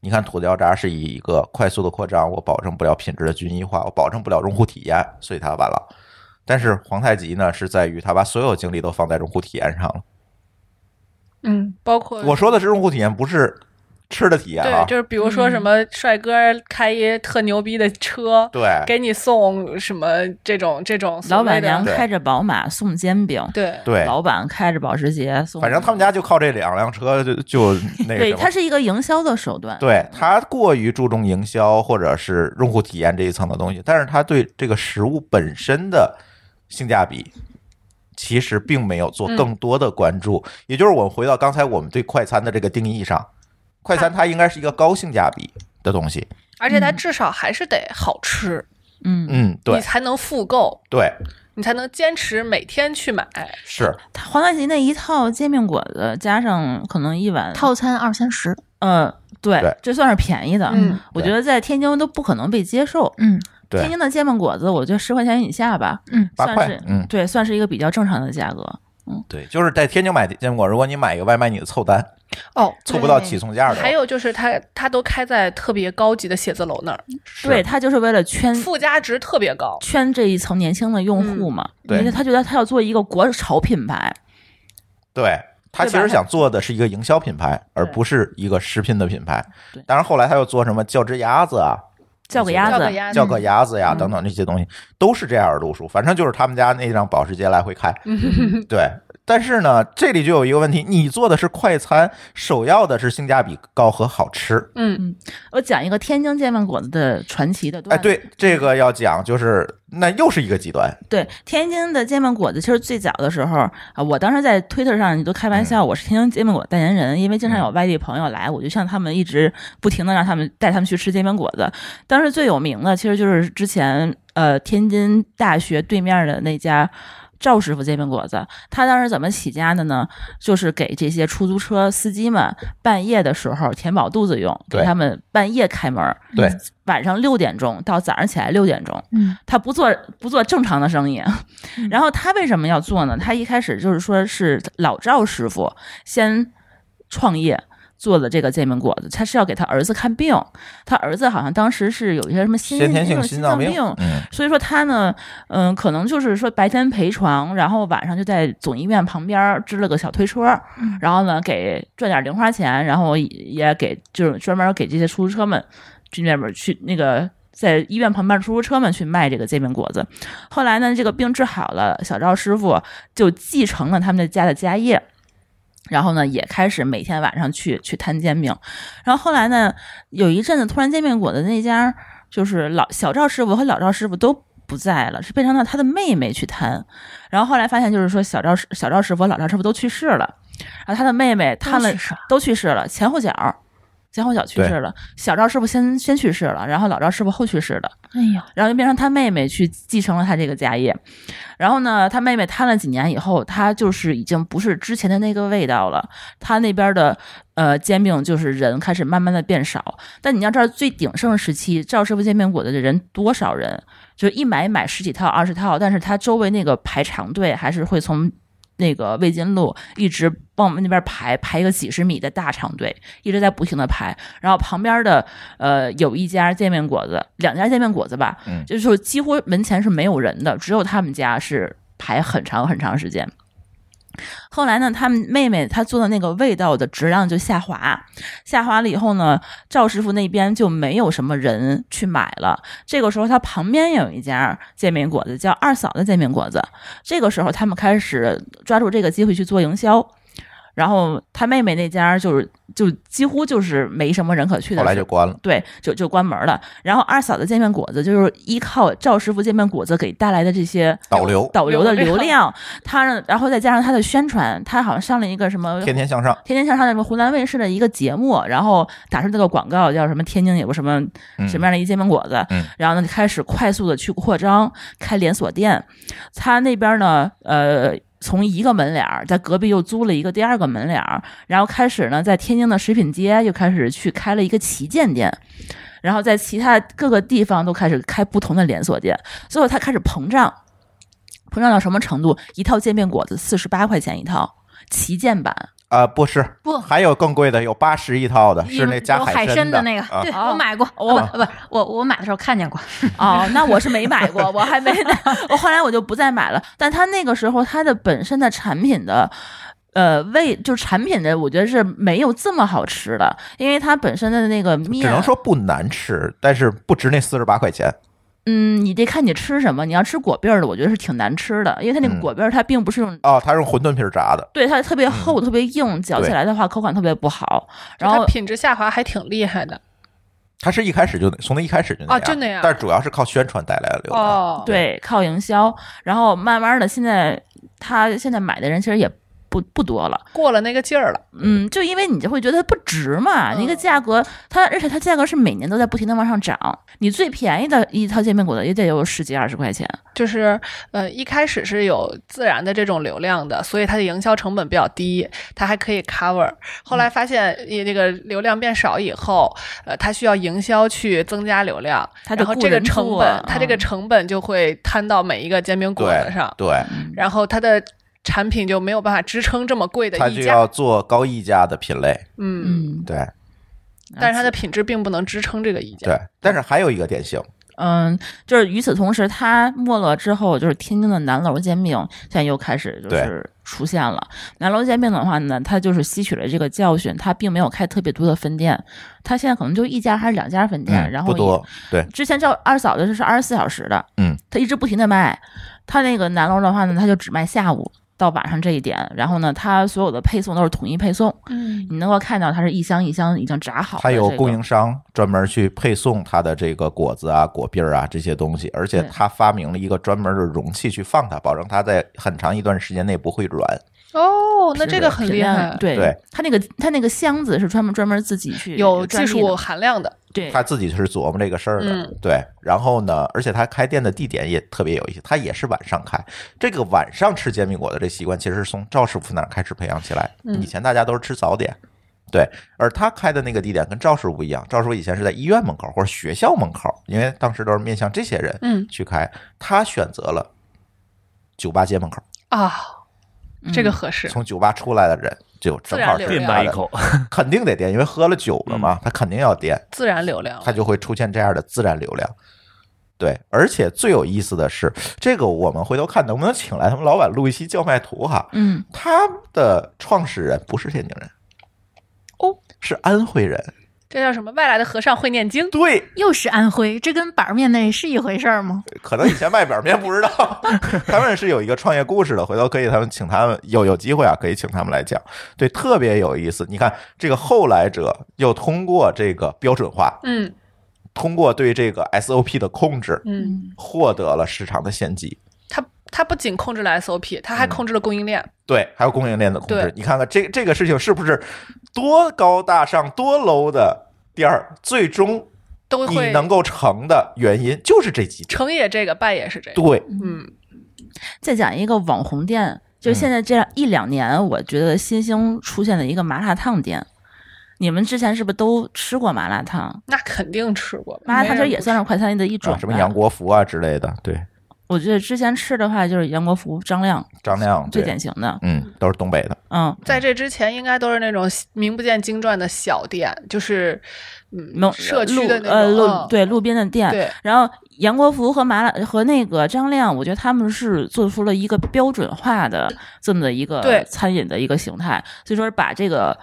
Speaker 1: 你看土掉渣是以一个快速的扩张，我保证不了品质的均一化，我保证不了用户体验，所以它完了。但是皇太极呢，是在于它把所有精力都放在用户体验上了。
Speaker 3: 嗯，包括
Speaker 1: 我说的是用户体验，不是吃的体验啊
Speaker 3: 对，。就是比如
Speaker 4: 嗯
Speaker 3: 说什么帅哥开一特牛逼的车，
Speaker 1: 对
Speaker 3: 给你送什么这种这种所
Speaker 4: 老
Speaker 3: 谓
Speaker 4: 板
Speaker 3: 的
Speaker 4: 娘
Speaker 1: 对
Speaker 4: 开着宝马送煎饼，
Speaker 3: 对
Speaker 1: 对，
Speaker 4: 老板开着保时捷送，
Speaker 1: 反正他们家就靠这两辆车就就那个
Speaker 4: 对，
Speaker 1: 什
Speaker 4: 它
Speaker 1: 么。
Speaker 4: 是一个营销的手段。
Speaker 1: 对他过于注重营销或者是用户体验这一层的东西，但是他对这个食物本身的性价比其实并没有做
Speaker 3: 嗯
Speaker 1: 更多的关注。也就是我们回到刚才我们对快餐的这个定义上，快餐它应该是一个高性价比的东西。
Speaker 3: 而且它至少还是得好吃，
Speaker 4: 嗯，
Speaker 1: 嗯，
Speaker 3: 你
Speaker 1: 对
Speaker 3: 才能复购，
Speaker 1: 对
Speaker 3: 你才能坚持每天去买。
Speaker 1: 是，
Speaker 4: 它皇太极那一套煎饼果子加上可能一碗
Speaker 2: 套餐二三十，
Speaker 4: 嗯，对，
Speaker 1: 对
Speaker 4: 这算是便宜的。
Speaker 3: 嗯
Speaker 4: 我觉得在天津都不可能被接受。
Speaker 2: 嗯
Speaker 1: 对
Speaker 4: 天津的煎饼果子，我觉得十块钱以下吧，
Speaker 2: 嗯
Speaker 1: 八
Speaker 4: 算
Speaker 1: 块
Speaker 4: 是，
Speaker 1: 嗯，
Speaker 4: 对，算是一个比较正常的价格。
Speaker 1: 对，就是在天津买煎饼果，如果你买一个外卖，你的凑单，
Speaker 3: 哦，
Speaker 1: 凑不到起送价的。
Speaker 3: 还有就是它它都开在特别高级的写字楼那儿，
Speaker 1: 是
Speaker 4: 对，他就是为了圈
Speaker 3: 附加值特别高。
Speaker 4: 圈这一层年轻的用户嘛，
Speaker 1: 嗯对
Speaker 4: 因为他觉得他要做一个国潮品牌，
Speaker 1: 对他
Speaker 4: 对
Speaker 1: 其
Speaker 4: 吧
Speaker 1: 实
Speaker 4: 他
Speaker 1: 想做的是一个营销品牌，而
Speaker 4: 对
Speaker 1: 不是一个食品的品牌
Speaker 4: 对。
Speaker 1: 当然后来他又做什么叫只鸭子啊，
Speaker 4: 叫个
Speaker 1: 叫
Speaker 4: 鸭
Speaker 3: 个
Speaker 4: 子，
Speaker 3: 鸭子
Speaker 1: 叫个鸭子呀
Speaker 4: 嗯
Speaker 1: 等等这些东西，都是这样的路数。反正就是他们家那张保时捷来回开，
Speaker 4: 嗯
Speaker 3: 嗯
Speaker 1: 对。但是呢，这里就有一个问题，你做的是快餐，首要的是性价比高和好吃。
Speaker 3: 嗯，
Speaker 4: 我讲一个天津煎饼果子的传奇的
Speaker 1: 哎，
Speaker 4: 段子。
Speaker 1: 对，这个要讲，就是那又是一个极端，
Speaker 4: 对，天津的煎饼果子其实最早的时候啊，我当时在推特上你都开玩笑，我是天津煎饼果子代言人，因为经常有外地朋友来，我就向他们一直不停的让他们带他们去吃煎饼果子。当时最有名的其实就是之前呃天津大学对面的那家。赵师傅煎饼果子，他当时怎么起家的呢？就是给这些出租车司机们半夜的时候填饱肚子用，给
Speaker 1: 对
Speaker 4: 他们半夜开门，
Speaker 1: 对，
Speaker 4: 晚上六点钟到早上起来六点钟，
Speaker 2: 嗯
Speaker 4: 他不做不做正常的生意，
Speaker 1: 嗯
Speaker 4: 然后他为什么要做呢？他一开始就是说是老赵师傅先创业做了这个煎饼果子，他是要给他儿子看病，他儿子好像当时是有一些什么先
Speaker 1: 先天性
Speaker 4: 心
Speaker 1: 心脏
Speaker 4: 病
Speaker 1: 病，，嗯，
Speaker 4: 所以说他呢，嗯，可能就是说白天陪床，然后晚上就在总医院旁边儿支了个小推车，
Speaker 1: 嗯
Speaker 4: 然后呢给赚点零花钱，然后也给就是专门给这些出租车们去那边去那个。在医院旁边出租车们去卖这个煎饼果子，后来呢，这个病治好了，小赵师傅就继承了他们家的家业，然后呢，也开始每天晚上去去摊煎饼。然后后来呢，有一阵子突然煎饼果子那家就是老小赵师傅和老赵师傅都不在了，是变成了他的妹妹去摊。然后后来发现就是说小赵师小赵师傅和老赵师傅都去世了，然后他的妹妹摊了
Speaker 2: 都去世了
Speaker 4: 都去世了，前后脚。前后脚去世了，小赵师傅先先去世了，然后老赵师傅后去世的，
Speaker 2: 哎呦，
Speaker 4: 然后就变成他妹妹去继承了他这个家业。然后呢，他妹妹摊了几年以后，他就是已经不是之前的那个味道了。他那边的呃煎饼就是人开始慢慢的变少。但你要知道，最鼎盛时期，赵师傅煎饼果子的人多少人？就一买买十几套、二十套，但是他周围那个排长队还是会从。那个魏津路一直往我们那边排，排一个几十米的大长队，一直在不停的排。然后旁边的呃有一家煎饼果子，两家煎饼果子吧，
Speaker 1: 嗯
Speaker 4: 就是几乎门前是没有人的，只有他们家是排很长很长时间。后来呢，他们妹妹她做的那个味道的质量就下滑，下滑了以后呢，赵师傅那边就没有什么人去买了。这个时候，他旁边有一家煎饼果子叫二嫂的煎饼果子，这个时候他们开始抓住这个机会去做营销。然后他妹妹那家就是就几乎就是没什么人可去的，
Speaker 1: 后来就关了。
Speaker 4: 对，就就关门了。然后二嫂的煎饼果子就是依靠赵师傅煎饼果子给带来的这些
Speaker 1: 导流
Speaker 4: 导流的
Speaker 3: 流
Speaker 4: 流
Speaker 3: 量
Speaker 4: 量，他让然后再加上他的宣传，他好像上了一个什么
Speaker 1: 天天向上，
Speaker 4: 天天向上的什么湖南卫视的一个节目，然后打出这个广告叫什么天津有个什么
Speaker 1: 嗯
Speaker 4: 什么样的一煎饼果子，
Speaker 1: 嗯
Speaker 4: 然后呢就开始快速的去扩张，开连锁店。他那边呢，呃。从一个门脸儿，在隔壁又租了一个第二个门脸儿，然后开始呢，在天津的食品街又开始去开了一个旗舰店，然后在其他各个地方都开始开不同的连锁店，最后它开始膨胀，膨胀到什么程度？一套煎饼果子四十八块钱一套，旗舰版，
Speaker 1: 啊？不是，
Speaker 2: 不
Speaker 1: 还有更贵的，有八十一套的，是那加
Speaker 2: 有海
Speaker 1: 参
Speaker 2: 参的那个，
Speaker 1: 啊
Speaker 2: 对
Speaker 4: 哦
Speaker 2: 我买过，我不不，我我买的时候看见过，
Speaker 4: 哦，那我是没买过，我 还没，我后来我就不再买了。但它那个时候它的本身的产品的。呃，味就是产品的，我觉得是没有这么好吃的，因为它本身的那个面，
Speaker 1: 只能说不难吃，但是不值那四十八块钱。
Speaker 4: 嗯，你得看你吃什么。你要吃果篦儿的，我觉得是挺难吃的，因为它那个
Speaker 1: 嗯
Speaker 4: 果篦儿它并不是用，
Speaker 1: 哦，它是用馄饨皮儿炸的，
Speaker 4: 对它特别厚、特别硬，嚼起
Speaker 1: 对
Speaker 4: 来的话口感特别不好。
Speaker 3: 就
Speaker 4: 然后
Speaker 3: 它品质下滑还挺厉害的
Speaker 1: 它是一开始就从那一开始就那
Speaker 3: 哦就那样
Speaker 1: 但是主要是靠宣传带来的流量。
Speaker 3: 哦。，
Speaker 4: 对，靠营销，然后慢慢的，现在他现在买的人其实也不不多了，
Speaker 3: 过了那个劲儿了，
Speaker 4: 嗯，就因为你就会觉得它不值嘛，
Speaker 3: 嗯
Speaker 4: 那个价格，它而且它价格是每年都在不停的往上涨，你最便宜的一套煎饼果子也得有十几二十块钱，
Speaker 3: 就是呃一开始是有自然的这种流量的，所以它的营销成本比较低，它还可以 cover。后来发现也这个流量变少以后，呃，它需要营销去增加流量，
Speaker 4: 它就
Speaker 3: 然后
Speaker 4: 雇
Speaker 3: 这个
Speaker 4: 人
Speaker 3: 成
Speaker 4: 做
Speaker 3: 本，它这个
Speaker 4: 嗯
Speaker 3: 成本就会摊到每一个煎饼果
Speaker 1: 对
Speaker 3: 子上，
Speaker 1: 对，
Speaker 3: 然后它的产品就没有办法支撑这么贵的
Speaker 1: 它
Speaker 3: 溢
Speaker 1: 就
Speaker 3: 价
Speaker 1: 要。做高溢价的品类，
Speaker 3: 嗯，
Speaker 4: 嗯，
Speaker 1: 对
Speaker 3: 但是它的品质并不能支撑这个溢价。
Speaker 1: 对。但是还有一个典型，
Speaker 4: 嗯，就是与此同时，它没落之后，就是天津的南楼煎饼现在又开始就
Speaker 1: 对
Speaker 4: 是出现了。南楼煎饼的话呢，它就是吸取了这个教训，它并没有开特别多的分店，它现在可能就一家还是两家分店，
Speaker 1: 嗯，
Speaker 4: 然
Speaker 1: 不
Speaker 4: 后也
Speaker 1: 多，对，
Speaker 4: 之前叫二嫂的是二十四小时的，
Speaker 1: 嗯，
Speaker 4: 他一直不停的卖。他那个南楼的话呢，他就只卖下午到晚上这一点，然后呢，他所有的配送都是统一配送，
Speaker 3: 嗯，
Speaker 4: 你能够看到它是一箱一箱已经炸好的、
Speaker 1: 它
Speaker 4: 这个。
Speaker 1: 有供应商专门去配送它的这个果子啊、果篦儿啊这些东西，而且
Speaker 4: 对
Speaker 1: 它发明了一个专门的容器去放它，保证它在很长一段时间内不会软。
Speaker 3: 哦，那这个很
Speaker 4: 质
Speaker 3: 厉
Speaker 4: 量
Speaker 3: 害，
Speaker 4: 对
Speaker 1: 对
Speaker 4: 他那个他那个箱子是专门专门自己去
Speaker 3: 有技
Speaker 4: 专利的
Speaker 3: 术含量的。
Speaker 4: 对
Speaker 1: 他自己是琢磨这个事儿的，
Speaker 3: 嗯
Speaker 1: 对。然后呢，而且他开店的地点也特别有意思，他也是晚上开。这个晚上吃煎饼果子这习惯，其实是从赵师傅那儿开始培养起来。
Speaker 3: 嗯
Speaker 1: 以前大家都是吃早点，对。而他开的那个地点跟赵师傅不一样，赵师傅以前是在医院门口或者学校门口，因为当时都是面向这些人
Speaker 3: 嗯
Speaker 1: 去开。他选择了酒吧街门口，
Speaker 3: 啊，
Speaker 4: 嗯
Speaker 3: 这个合适。
Speaker 1: 从酒吧出来的人就正好是
Speaker 3: 自然流嗯
Speaker 5: 垫
Speaker 3: 量
Speaker 5: 吧
Speaker 1: 他
Speaker 5: 一
Speaker 1: 的，
Speaker 5: 口，
Speaker 1: 肯定得颠，因为喝了酒了嘛，他肯定要颠。
Speaker 3: 自然流量，
Speaker 1: 它就会出现这样的自然流量。对，而且最有意思的是，这个我们回头看能不能请来他们老板录一期叫卖图哈。
Speaker 4: 嗯
Speaker 1: 他的创始人不是天津人，
Speaker 3: 哦，
Speaker 1: 是安徽人。
Speaker 3: 这叫什么？外来的和尚会念经。
Speaker 1: 对，
Speaker 2: 又是安徽，这跟板儿面那是一回事儿吗？
Speaker 1: 可能以前卖表面不知道， 他们是有一个创业故事的，回头可以他们请他们有有机会啊，可以请他们来讲。对，特别有意思。你看这个后来者又通过这个标准化，
Speaker 3: 嗯
Speaker 1: 通过对这个 SOP 的控制，
Speaker 3: 嗯，
Speaker 1: 获得了市场的先机。
Speaker 3: 它它不仅控制了 SOP，它还
Speaker 1: 嗯
Speaker 3: 控制了供应链。
Speaker 1: 对，还有供应链的控制
Speaker 3: 对。
Speaker 1: 你看看这这个事情是不是多高大上、多 low 的店儿，最终
Speaker 3: 都
Speaker 1: 你
Speaker 3: 会
Speaker 1: 能够成的原因就是这几点。
Speaker 3: 成也这个，败也是这个。
Speaker 1: 对，
Speaker 3: 嗯
Speaker 4: 再讲一个网红店，就
Speaker 1: 嗯
Speaker 4: 现在这一两年，我觉得新兴出现的一个麻辣烫店。你们之前是不是都吃过麻辣烫？，
Speaker 3: 那肯定吃过。
Speaker 4: 麻辣
Speaker 3: 没
Speaker 4: 烫其实
Speaker 3: 人
Speaker 4: 也
Speaker 3: 不
Speaker 4: 算
Speaker 3: 吃
Speaker 4: 是快餐的一种、
Speaker 1: 啊，什么杨？国福啊之类的，对，
Speaker 4: 我觉得之前吃的话就是杨国福、张亮
Speaker 1: 张亮
Speaker 4: 最
Speaker 1: 对
Speaker 4: 典，型的。
Speaker 1: 嗯，都是东北的，
Speaker 4: 嗯，
Speaker 3: 在这之前，应该都是那种名不见经传的小店，就是
Speaker 4: 没
Speaker 3: 嗯，
Speaker 4: 有
Speaker 3: 社区的
Speaker 4: 路
Speaker 3: 那
Speaker 4: 呃
Speaker 3: 种
Speaker 4: 路
Speaker 3: 嗯
Speaker 4: 对路边的店。
Speaker 3: 对
Speaker 4: 然后杨国福和麻辣和那个张亮，我觉得他们是做出了一个标准化的这么的一
Speaker 3: 对
Speaker 4: 个餐饮的一个形态，所以说把这个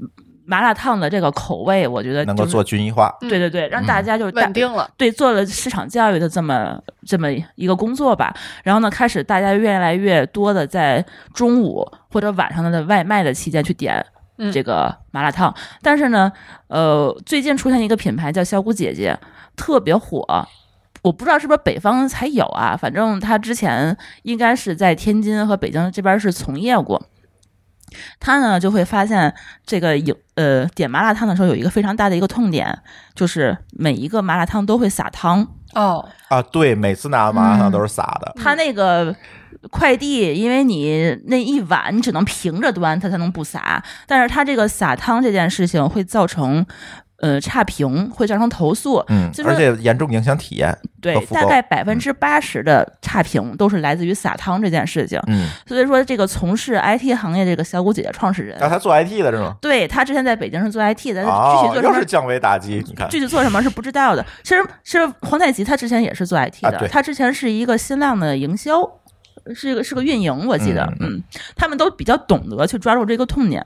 Speaker 4: 嗯麻辣烫的这个口味，我觉得
Speaker 1: 能够
Speaker 4: 呃就是
Speaker 1: 做嗯均一化。
Speaker 4: 对对对，让大家就是
Speaker 3: 嗯
Speaker 4: 大
Speaker 3: 稳定了。
Speaker 4: 对做了市场教育的这么这么一个工作吧。然后呢，开始大家越来越多的在中午或者晚上的外卖的期间去点
Speaker 3: 嗯
Speaker 4: 这个麻辣烫。但是呢，呃，最近出现一个品牌叫小谷姐姐，特别火。我不知道是不是北方才有啊，反正它之前应该是在天津和北京这边是从业过。他呢就会发现这个有呃点麻辣烫的时候有一个非常大的一个痛点，就是每一个麻辣烫都会撒汤。
Speaker 3: 哦，
Speaker 1: 啊，对，每次拿麻辣烫都
Speaker 4: 嗯
Speaker 1: 是撒的，
Speaker 4: 他那个快递，因为你那一碗你只能平着端，它才能不撒。但是他这个撒汤这件事情会造成呃差评，会造成投诉。
Speaker 1: 嗯
Speaker 4: 就，是
Speaker 1: 而且严重影响体验，
Speaker 4: 对
Speaker 1: 和，复购
Speaker 4: 大概百分之八十的差评都是来自于撒汤这件事情。
Speaker 1: 嗯，
Speaker 4: 所以说，这个从事 IT 行业这个小谷姐姐创始人，
Speaker 1: 那他做 IT 的是吗？
Speaker 4: 对她之前在北京是做 IT 的，但呃是具
Speaker 1: 哦
Speaker 4: 体，做什
Speaker 1: 又
Speaker 4: 么
Speaker 1: 是降维打击，你看，
Speaker 4: 具体做什么是不知道的。其实，其实皇太极他之前也是做 IT
Speaker 1: 啊
Speaker 4: 的，
Speaker 1: 对
Speaker 4: 他之前是一个新浪的营销，是一个是个运营，我记得，
Speaker 1: 嗯
Speaker 4: 嗯，他们都比较懂得去抓住这个痛点。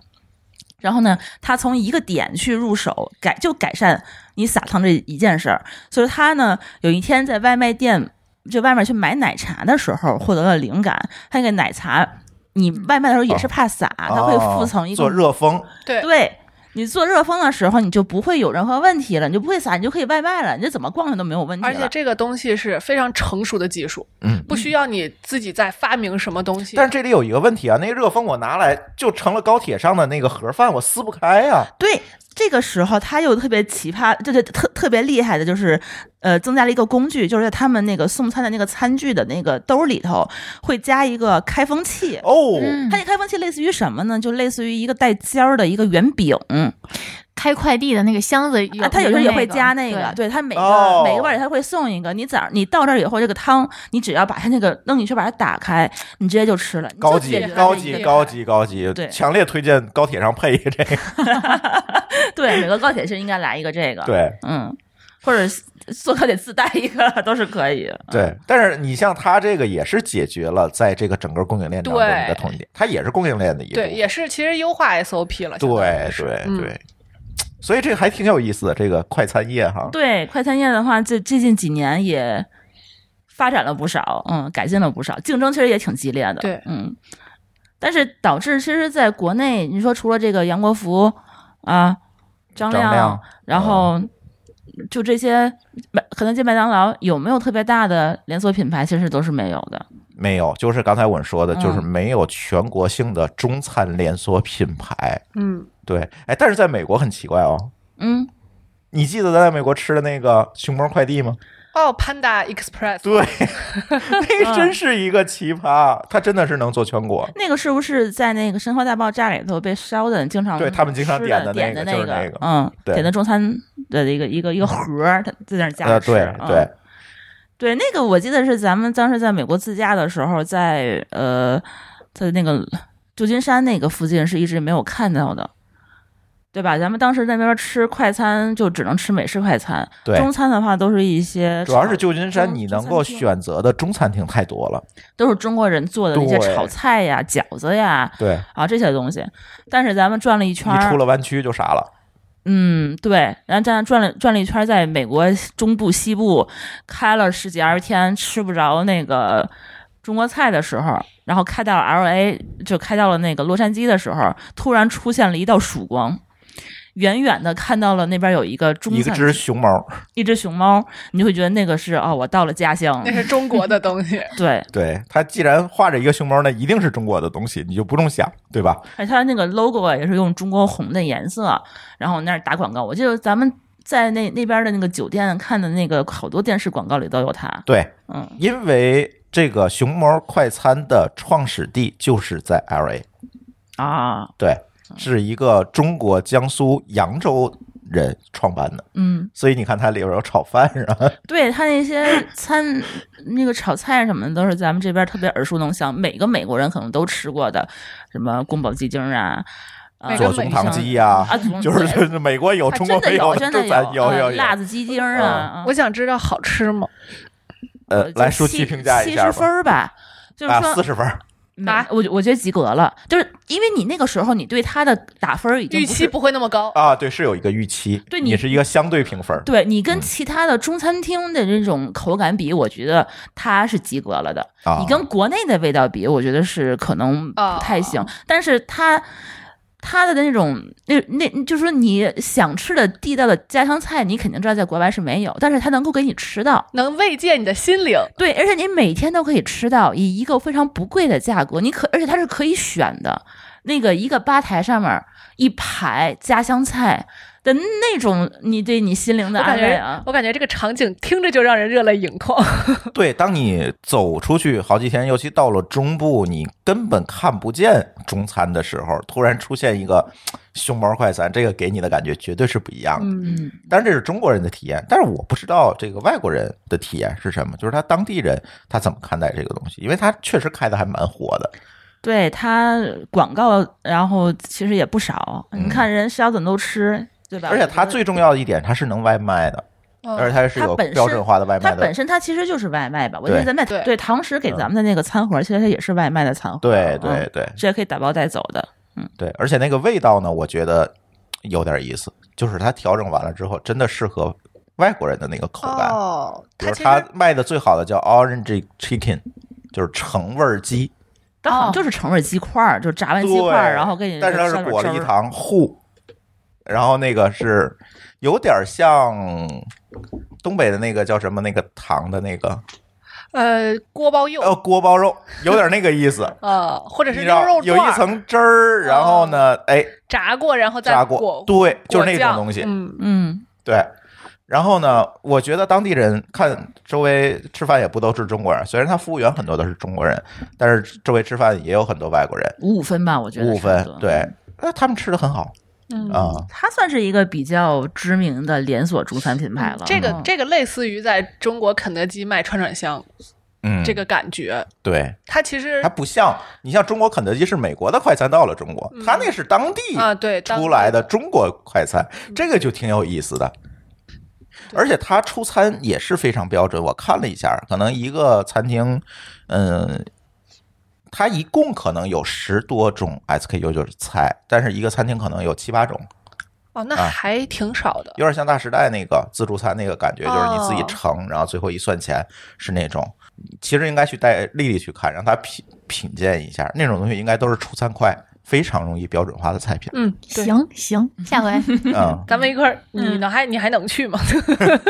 Speaker 4: 然后呢，他从一个点去入手，改就改善你撒糖这一件事儿。所以他呢，有一天在外卖店就外面去买奶茶的时候，获得了灵感。他那个奶茶，你外卖的时候也是怕洒，啊它会
Speaker 1: 哦
Speaker 4: 附层一个
Speaker 1: 做热风，
Speaker 3: 对，
Speaker 4: 对你做热风的时候，你就不会有任何问题了，你就不会撒，你就可以外卖了，你就怎么逛着都没有问题
Speaker 3: 而且
Speaker 4: 了。
Speaker 3: 这个东西是非常成熟的技术，
Speaker 1: 嗯
Speaker 3: 不需要你自己再发明什么东西。
Speaker 1: 但是这里有一个问题啊，那个热风我拿来就成了高铁上的那个盒饭，我撕不开啊呀、
Speaker 4: 对，这个时候他又特别奇葩，这就特特别厉害的，就是呃，增加了一个工具，就是在他们那个送餐的那个餐具的那个兜里头会加一个开封器。
Speaker 1: 哦，
Speaker 4: 嗯它那开封器类似于什么呢？就类似于一个带尖儿的一个圆饼，
Speaker 2: 开快递的那个箱子有，
Speaker 4: 啊，他有时候也会加
Speaker 2: 那
Speaker 4: 那个，
Speaker 2: 对
Speaker 4: 对他每个、
Speaker 1: 哦
Speaker 4: 每个味儿他会送一个。你早上你到这儿以后，这个汤你只要把它那个弄进去，把它打开，你直接就吃了。你就
Speaker 1: 高
Speaker 4: 解
Speaker 1: 级
Speaker 4: 决了
Speaker 1: 高
Speaker 4: 这
Speaker 1: 级
Speaker 4: 一个
Speaker 1: 高级高级，
Speaker 4: 对
Speaker 1: 强烈推荐高铁上配一个这个，
Speaker 4: 对，每个高铁是应该来一个这个。，
Speaker 1: 对
Speaker 4: 嗯，或者坐高铁自带一个都是可以。
Speaker 1: 对。但是你像它这个也是解决了在这个整个供应链当中
Speaker 3: 对
Speaker 1: 的痛点，它也是供应链的一部分
Speaker 3: 对，也是其实优化 SOP 了。
Speaker 1: 对
Speaker 3: 相当于是
Speaker 1: 对
Speaker 3: 嗯
Speaker 1: 对，所以这个还挺有意思的，这个快餐业哈，
Speaker 4: 对，快餐业的话，这最近几年也发展了不少，嗯，改进了不少，竞争其实也挺激烈的。
Speaker 3: 对
Speaker 4: 嗯，但是导致其实在国内，你说除了这个杨国福啊、张
Speaker 1: 张
Speaker 4: 亮，
Speaker 1: 亮
Speaker 4: 然后就这些麦肯德基、麦当劳有没有特别大的连锁品牌？其实都是没有的。
Speaker 1: 没有，就是刚才我说的，就是
Speaker 4: 嗯
Speaker 1: 没有全国性的中餐连锁品牌。
Speaker 3: 嗯，
Speaker 1: 对，哎，但是在美国很奇怪哦。
Speaker 4: 嗯，
Speaker 1: 你记得咱在美国吃的那个熊猫快递吗？
Speaker 3: 哦，Panda Express，
Speaker 1: 对，
Speaker 4: 嗯
Speaker 1: 那真是一个奇葩，它真的是能做全国。
Speaker 4: 那个是不是在那个《生活大爆炸》里头被烧的？经常
Speaker 1: 对他们经常
Speaker 4: 吃
Speaker 1: 点
Speaker 4: 点
Speaker 1: 的那个
Speaker 4: 的
Speaker 1: 就是
Speaker 4: 个，
Speaker 1: 那个
Speaker 4: 嗯，
Speaker 1: 对
Speaker 4: 点的中餐的一个一个一个盒儿，他在那儿加
Speaker 1: 呃，
Speaker 4: 着吃。
Speaker 1: 对
Speaker 4: 嗯
Speaker 1: 对，
Speaker 4: 对，那个我记得是咱们当时在美国自驾的时候，在呃，在那个旧金山那个附近是一直没有看到的，对吧？咱们当时在那边吃快餐就只能吃美式快餐，
Speaker 1: 对
Speaker 4: 中餐的话都是一些
Speaker 1: 主要是
Speaker 4: 炒
Speaker 1: 旧金山
Speaker 4: 中
Speaker 1: 你
Speaker 4: 中
Speaker 1: 能
Speaker 4: 餐
Speaker 1: 够
Speaker 4: 厅
Speaker 1: 选择的中餐厅太多了。
Speaker 4: 都是中国人做的那些
Speaker 1: 对
Speaker 4: 炒菜呀、饺子呀
Speaker 1: 对，
Speaker 4: 啊这些东西，但是咱们转了一圈
Speaker 1: 你出
Speaker 4: 儿，
Speaker 1: 了湾区就傻了。
Speaker 4: 嗯，对，然后这样转了转了一圈儿，在美国中部、西部开了十几二十天，吃不着那个中国菜的时候，然后开到了 L A，就开到了那个洛杉矶的时候，突然出现了一道曙光，远远的看到了那边有一个中
Speaker 1: 一
Speaker 4: 餐
Speaker 1: 只熊猫，
Speaker 4: 一只熊猫，你就会觉得那个是哦，我到了家乡
Speaker 3: 那，是中国 的东
Speaker 1: 嗯
Speaker 3: 西。
Speaker 4: 对，
Speaker 1: 对它既然画着一个熊猫，那一定是中国的东西，你就不用想，对吧？
Speaker 4: 而且它那个 logo 啊也是用中国红的颜色，啊然后那儿打广告。我记得咱们在那那边的那个酒店看的那个好多电视广告里都有它。
Speaker 1: 对，
Speaker 4: 嗯，
Speaker 1: 因为这个熊猫快餐的创始地就是在 L A，
Speaker 4: 啊，
Speaker 1: 对，是一个中国江苏扬州人创办的，
Speaker 4: 嗯，
Speaker 1: 所以你看它里边有炒饭是吧？
Speaker 4: 对，它那些餐那个炒菜什么的都是咱们这边特别耳熟能详，每个美国人可能都吃过的，什么宫保鸡丁啊，啊
Speaker 3: 每个
Speaker 1: 左宗
Speaker 3: 美国
Speaker 1: 棠
Speaker 3: 人
Speaker 1: 鸡呀、
Speaker 4: 啊，总
Speaker 1: 就是就是美国有，
Speaker 4: 啊
Speaker 1: 中国
Speaker 4: 真的
Speaker 1: 没 有，
Speaker 4: 真的
Speaker 1: 就咱有
Speaker 4: 嗯
Speaker 1: 有
Speaker 4: 辣
Speaker 1: 有。
Speaker 4: 子鸡丁啊，嗯
Speaker 3: 我想知道好吃吗？
Speaker 1: 呃，来舒淇评价一下
Speaker 4: 七十分
Speaker 1: 吧。
Speaker 4: 儿吧。就是
Speaker 1: 啊
Speaker 4: 说，，
Speaker 1: 四十分儿，
Speaker 4: 没
Speaker 3: 啊
Speaker 4: 我觉我觉得及格了，就是因为你那个时候你对他的打分儿已经
Speaker 3: 预
Speaker 4: 不
Speaker 3: 期
Speaker 4: 是
Speaker 3: 不会那么高。
Speaker 1: 啊，对，是有一个预期，
Speaker 4: 对
Speaker 1: 你
Speaker 4: 你
Speaker 1: 是一个相对评分儿，
Speaker 4: 对你
Speaker 1: 嗯
Speaker 4: 跟其他的中餐厅的这种口感比，我觉得它是及格了的。
Speaker 1: 啊
Speaker 4: 你跟国内的味道比，我觉得是可能
Speaker 3: 哦
Speaker 4: 不太行，但是它。它的那种那那，就是说你想吃的地道的家乡菜，你肯定知道在国外是没有，但是它能够给你吃到，
Speaker 3: 能慰藉你的心灵，
Speaker 4: 对，而且你每天都可以吃到，以一个非常不贵的价格，你可而且它是可以选的，那个一个吧台上面一排家乡菜的那种，你对你心灵的
Speaker 3: 我
Speaker 4: 安
Speaker 3: 感
Speaker 4: 慰
Speaker 3: 觉、
Speaker 4: 啊，
Speaker 3: 我感觉这个场景听着就让人热泪盈 眶。
Speaker 1: 对，当你走出去好几天，尤其到了中部，你根本看不见中餐的时候，突然出现一个熊猫快餐，这个给你的感觉绝对是不一样的。
Speaker 3: 嗯，
Speaker 4: 嗯，
Speaker 1: 但是这是中国人的体验，但是我不知道这个外国人的体验是什么，就是他当地人他怎么看待这个东西，因为他确实开的还蛮火的。
Speaker 4: 对它广告，然后其实也不少，
Speaker 1: 嗯
Speaker 4: 你看人肖总都吃，对吧？
Speaker 1: 而且它
Speaker 4: 我觉得
Speaker 1: 最重要的一点，它是能外卖的，
Speaker 3: 哦
Speaker 1: 而且它是有
Speaker 4: 它本身
Speaker 1: 标准化的外卖
Speaker 4: 它本
Speaker 1: 的。
Speaker 4: 身它其实就是外卖吧，我觉得
Speaker 1: 对嗯
Speaker 4: 咱们
Speaker 3: 对
Speaker 4: 对堂食给咱们的那个餐盒，其实它也是外卖的餐盒，
Speaker 1: 对
Speaker 4: 嗯
Speaker 1: 对，对
Speaker 4: 这也可以打包带走的，
Speaker 3: 哦
Speaker 1: 对，而且那个味道呢，我觉得有点意思，就是它调整完了之后，真的适合外国人的那个口感。
Speaker 3: 哦，
Speaker 1: 比
Speaker 3: 它
Speaker 1: 如
Speaker 3: 其
Speaker 1: 它
Speaker 3: 实
Speaker 1: 卖的最好的叫 Orange Chicken，就是橙味儿鸡，
Speaker 4: 但好像
Speaker 2: 哦
Speaker 4: 就是橙味鸡块儿，就炸完
Speaker 1: 对，
Speaker 4: 鸡块儿，然后给你
Speaker 1: 但是它
Speaker 4: 它
Speaker 1: 是裹了一糖糊，然后那个是有点像东北的那个叫什么那个糖的那个
Speaker 3: 呃锅包肉
Speaker 1: 呃锅包肉，有点那个意思。
Speaker 3: 呃，或者
Speaker 1: 你
Speaker 3: 是
Speaker 1: 知
Speaker 3: 牛
Speaker 1: 道
Speaker 3: 肉
Speaker 1: 有
Speaker 3: 段
Speaker 1: 一
Speaker 3: 儿
Speaker 1: 层汁儿，然后呢，哎，
Speaker 3: 炸过，然后再
Speaker 1: 炸
Speaker 3: 裹
Speaker 1: 过，对，就是
Speaker 3: 果
Speaker 1: 那种
Speaker 3: 酱
Speaker 1: 东西，
Speaker 3: 嗯，
Speaker 4: 嗯，
Speaker 1: 对。然后呢，我觉得当地人看周围吃饭也不都是中国人，虽然他服务员很多都是中国人，但是周围吃饭也有很多外国人，
Speaker 4: 五五分吧，我觉得
Speaker 1: 五五
Speaker 4: 差不
Speaker 1: 分
Speaker 4: 多，嗯
Speaker 1: 对，，呃，他们吃的很好，
Speaker 3: 嗯
Speaker 1: 啊，
Speaker 4: 它算是一个比较知名的连锁中餐品牌了。
Speaker 3: 这个
Speaker 4: 嗯
Speaker 3: 这个类似于在中国肯德基卖串串香
Speaker 1: 嗯，
Speaker 3: 这个感觉，
Speaker 1: 对，
Speaker 3: 它其实
Speaker 1: 它不像你像中国肯德基是美国的快餐到了中国，它那是当地
Speaker 3: 嗯啊对当地嗯
Speaker 1: 出来的中国快餐，这个就挺有意思的。而且它出餐也是非常标准，我看了一下，可能一个餐厅，嗯，它一共可能有十多种 SKU 就是菜，但是一个餐厅可能有七八种，
Speaker 3: 哦，那
Speaker 1: 啊
Speaker 3: 还挺少的。
Speaker 1: 有点像大时代那个自助餐那个感觉，就是你自己
Speaker 3: 哦
Speaker 1: 盛，然后最后一算钱是那种。其实应该去带丽丽去看，让她品品鉴一下那种东西，应该都是出餐快，非常容易标准化的菜 品。
Speaker 3: 嗯，对，
Speaker 2: 行行，下 回
Speaker 1: 嗯，
Speaker 3: 咱们一块儿，你
Speaker 2: 嗯
Speaker 3: 能还你还能去吗？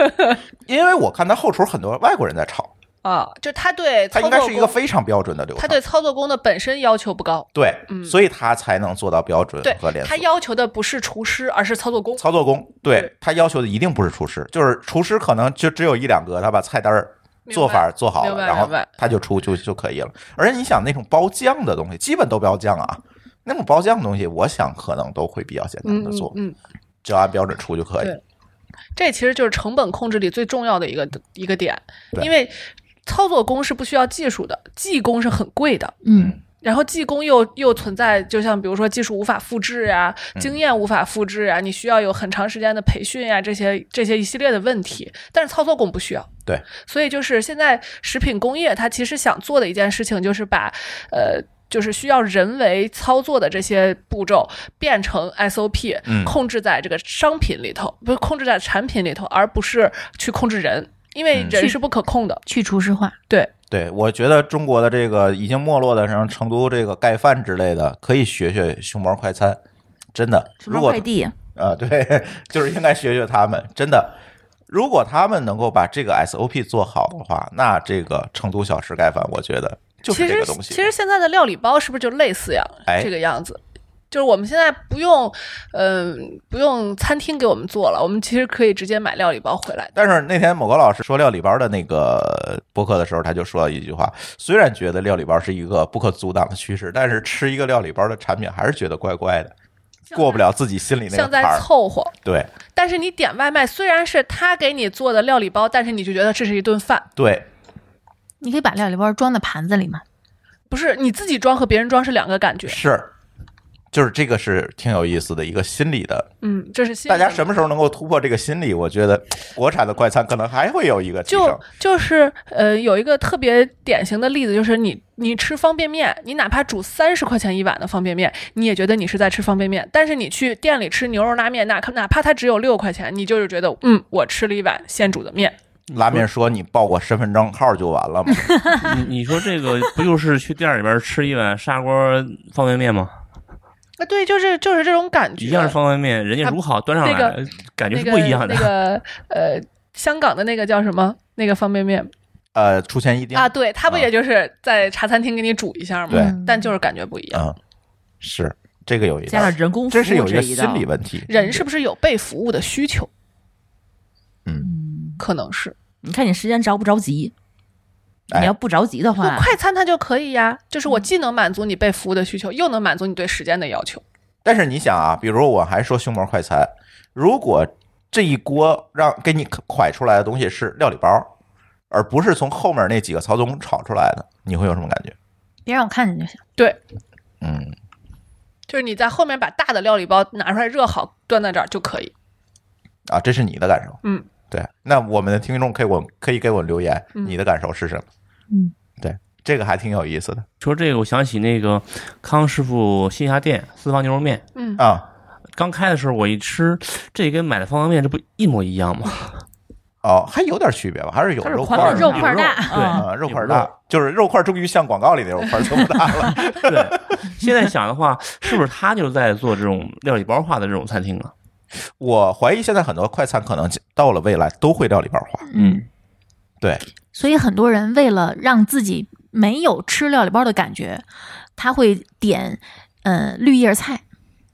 Speaker 1: 因为我看他后厨很多外国人在炒，
Speaker 3: 啊，就他对
Speaker 1: 他
Speaker 3: 操
Speaker 1: 应
Speaker 3: 作
Speaker 1: 该是一个
Speaker 3: 工，
Speaker 1: 非常标准的流
Speaker 3: 他
Speaker 1: 程，
Speaker 3: 对操作工的本身要求不高，
Speaker 1: 对
Speaker 3: 嗯
Speaker 1: 所以他才能做到标准
Speaker 3: 对
Speaker 1: 和连锁
Speaker 3: 他。要嗯求的不是厨师，而是操作工。
Speaker 1: 操作工，
Speaker 3: 对
Speaker 1: 对他要求的一定不是厨师，就是厨师可能就只有一两个，他把菜单儿
Speaker 3: 明白
Speaker 1: 做法做好
Speaker 3: 明
Speaker 1: 了，
Speaker 3: 白
Speaker 1: 然后
Speaker 3: 明白
Speaker 1: 他就出就就可以了。而且你想那种包酱的东西，基本都包酱啊，那种包酱的东西，我想可能都会比较简单
Speaker 3: 嗯
Speaker 1: 的
Speaker 3: 嗯
Speaker 1: 做，
Speaker 3: 嗯，
Speaker 1: 只要按标准出就可以
Speaker 3: 对。这其实就是成本控制里最重要的一个一个点，
Speaker 1: 对
Speaker 3: 因为操作工是不需要技术的，技工是很贵的。
Speaker 2: 嗯
Speaker 3: 然后技工又又存在，就像比如说技术无法复制呀、
Speaker 1: 嗯
Speaker 3: 经验无法复制呀，你需要有很长时间的培训呀，这些这些一系列的问题。但是操作工不需要，
Speaker 1: 对，
Speaker 3: 所以就是现在食品工业它其实想做的一件事情，就是把呃。就是需要人为操作的这些步骤变成 SOP，、
Speaker 1: 嗯
Speaker 3: 控制在这个商品里头，不是控制在产品里头，而不是去控制人，因为
Speaker 1: 嗯
Speaker 3: 人是不可控的。
Speaker 2: 去厨师化，
Speaker 3: 对，
Speaker 1: 对，我觉得中国的这个已经没落的，像成都这个盖饭之类的，可以学学熊猫快餐，真的。
Speaker 4: 什
Speaker 1: 如
Speaker 4: 么
Speaker 1: 果
Speaker 4: 快递？
Speaker 1: 啊，对，就是应该学学他们，真的。如果他们能够把这个 SOP 做好的话，那这个成都小吃盖饭，我觉得就是这个东西。
Speaker 3: 其实。其实现在的料理包是不是就类似呀？
Speaker 1: 哎
Speaker 3: 这个样子，就是我们现在不用，嗯、不用餐厅给我们做了，我们其实可以直接买料理包回来的。
Speaker 1: 但是那天某个老师说料理包的那个播客的时候，他就说了一句话：虽然觉得料理包是一个不可阻挡的趋势，但是吃一个料理包的产品还是觉得怪怪的，过不了自己心里那
Speaker 3: 像
Speaker 1: 个
Speaker 3: 在
Speaker 1: 坎儿。
Speaker 3: 凑合，
Speaker 1: 对
Speaker 3: 但是你点外卖，虽然是他给你做的料理包，但是你就觉得这是一顿饭，
Speaker 1: 对，
Speaker 2: 你可以把料理包装在盘子里嘛。
Speaker 3: 不是你自己装和别人装是两个感觉。
Speaker 1: 是，就是这个是挺有意思的一个心理的
Speaker 3: 嗯，这是新
Speaker 1: 大家什么时候能够突破这个心理？我觉得国产的快餐可能还会有一个提升
Speaker 3: 就就是呃，有一个特别典型的例子，就是你你吃方便面，你哪怕煮三十块钱一碗的方便面，你也觉得你是在吃方便面。但是你去店里吃牛肉拉面，哪哪怕它只有六块钱，你就是觉得嗯，我吃了一碗现煮的面。
Speaker 1: 拉面说你报过身份证号就完 了嘛？
Speaker 5: 你你说这个不就是去店里边吃一碗砂锅方便面吗？
Speaker 3: 啊，对，就是就是这种感觉，
Speaker 5: 一样是方便面，人家
Speaker 3: 它
Speaker 5: 如好端上
Speaker 3: 那个
Speaker 5: 来，感觉
Speaker 3: 那
Speaker 5: 是
Speaker 3: 个
Speaker 5: 不一样的
Speaker 3: 那。个呃，香港的那个叫什么？那个方便面
Speaker 1: 呃，出前一丁
Speaker 3: 啊，对，它不
Speaker 1: 啊
Speaker 3: 也就是在茶餐厅给你煮一下吗？
Speaker 1: 对
Speaker 2: 嗯
Speaker 3: 但就是感觉不一样。
Speaker 1: 嗯，是这个有一
Speaker 4: 加上
Speaker 1: 道，
Speaker 4: 人工服
Speaker 1: 这
Speaker 4: 务
Speaker 1: 是有一个
Speaker 4: 一道
Speaker 1: 心理问题。
Speaker 3: 人是不是有被服务的需求？
Speaker 4: 嗯
Speaker 3: 可能是。
Speaker 4: 你看你时间着不着急？
Speaker 1: 哎
Speaker 4: 你要不着急的
Speaker 3: 那
Speaker 4: 话，
Speaker 3: 快餐它就可以呀，就是我既能满足你被服务的需求，又能满足你对时间的要求。
Speaker 1: 但是你想啊，比如我还说熊猫快餐，如果这一锅让给你蒯出来的东西是料理包，而不是从后面那几个曹总炒出来的，你会有什么感觉？
Speaker 2: 别让我看见就行。
Speaker 3: 对，
Speaker 1: 嗯，
Speaker 3: 就是你在后面把大的料理包拿出来热好，端在这儿就可以。
Speaker 1: 啊，这是你的感受。
Speaker 3: 嗯，
Speaker 1: 对。那我们的听众可以我可以给我留言，
Speaker 3: 嗯
Speaker 1: 你的感受是什么？
Speaker 2: 嗯，
Speaker 1: 对，这个还挺有意思的
Speaker 5: 说这个，我想起那个康师傅新霞店私房牛肉面，
Speaker 3: 嗯，
Speaker 1: 啊、
Speaker 5: 刚开的时候我一吃，这跟买的方便面这不一模一样吗？
Speaker 1: 哦，还有点区别吧，还是有
Speaker 4: 它是
Speaker 1: 肉块
Speaker 4: 宽
Speaker 1: 儿的
Speaker 2: 肉
Speaker 5: 有
Speaker 2: 块儿大
Speaker 5: 对
Speaker 1: 啊，肉块儿大，就是肉块儿终于像广告里的肉块儿这么 大了。
Speaker 5: 对，现在想的话，是不是他就在做这种料理包化的这种餐厅啊？
Speaker 1: 我怀疑现在很多快餐可能到了未来都会料理包化，
Speaker 5: 嗯，
Speaker 1: 对，
Speaker 2: 所以很多人为了让自己没有吃料理包的感觉，他会点嗯、呃绿叶菜，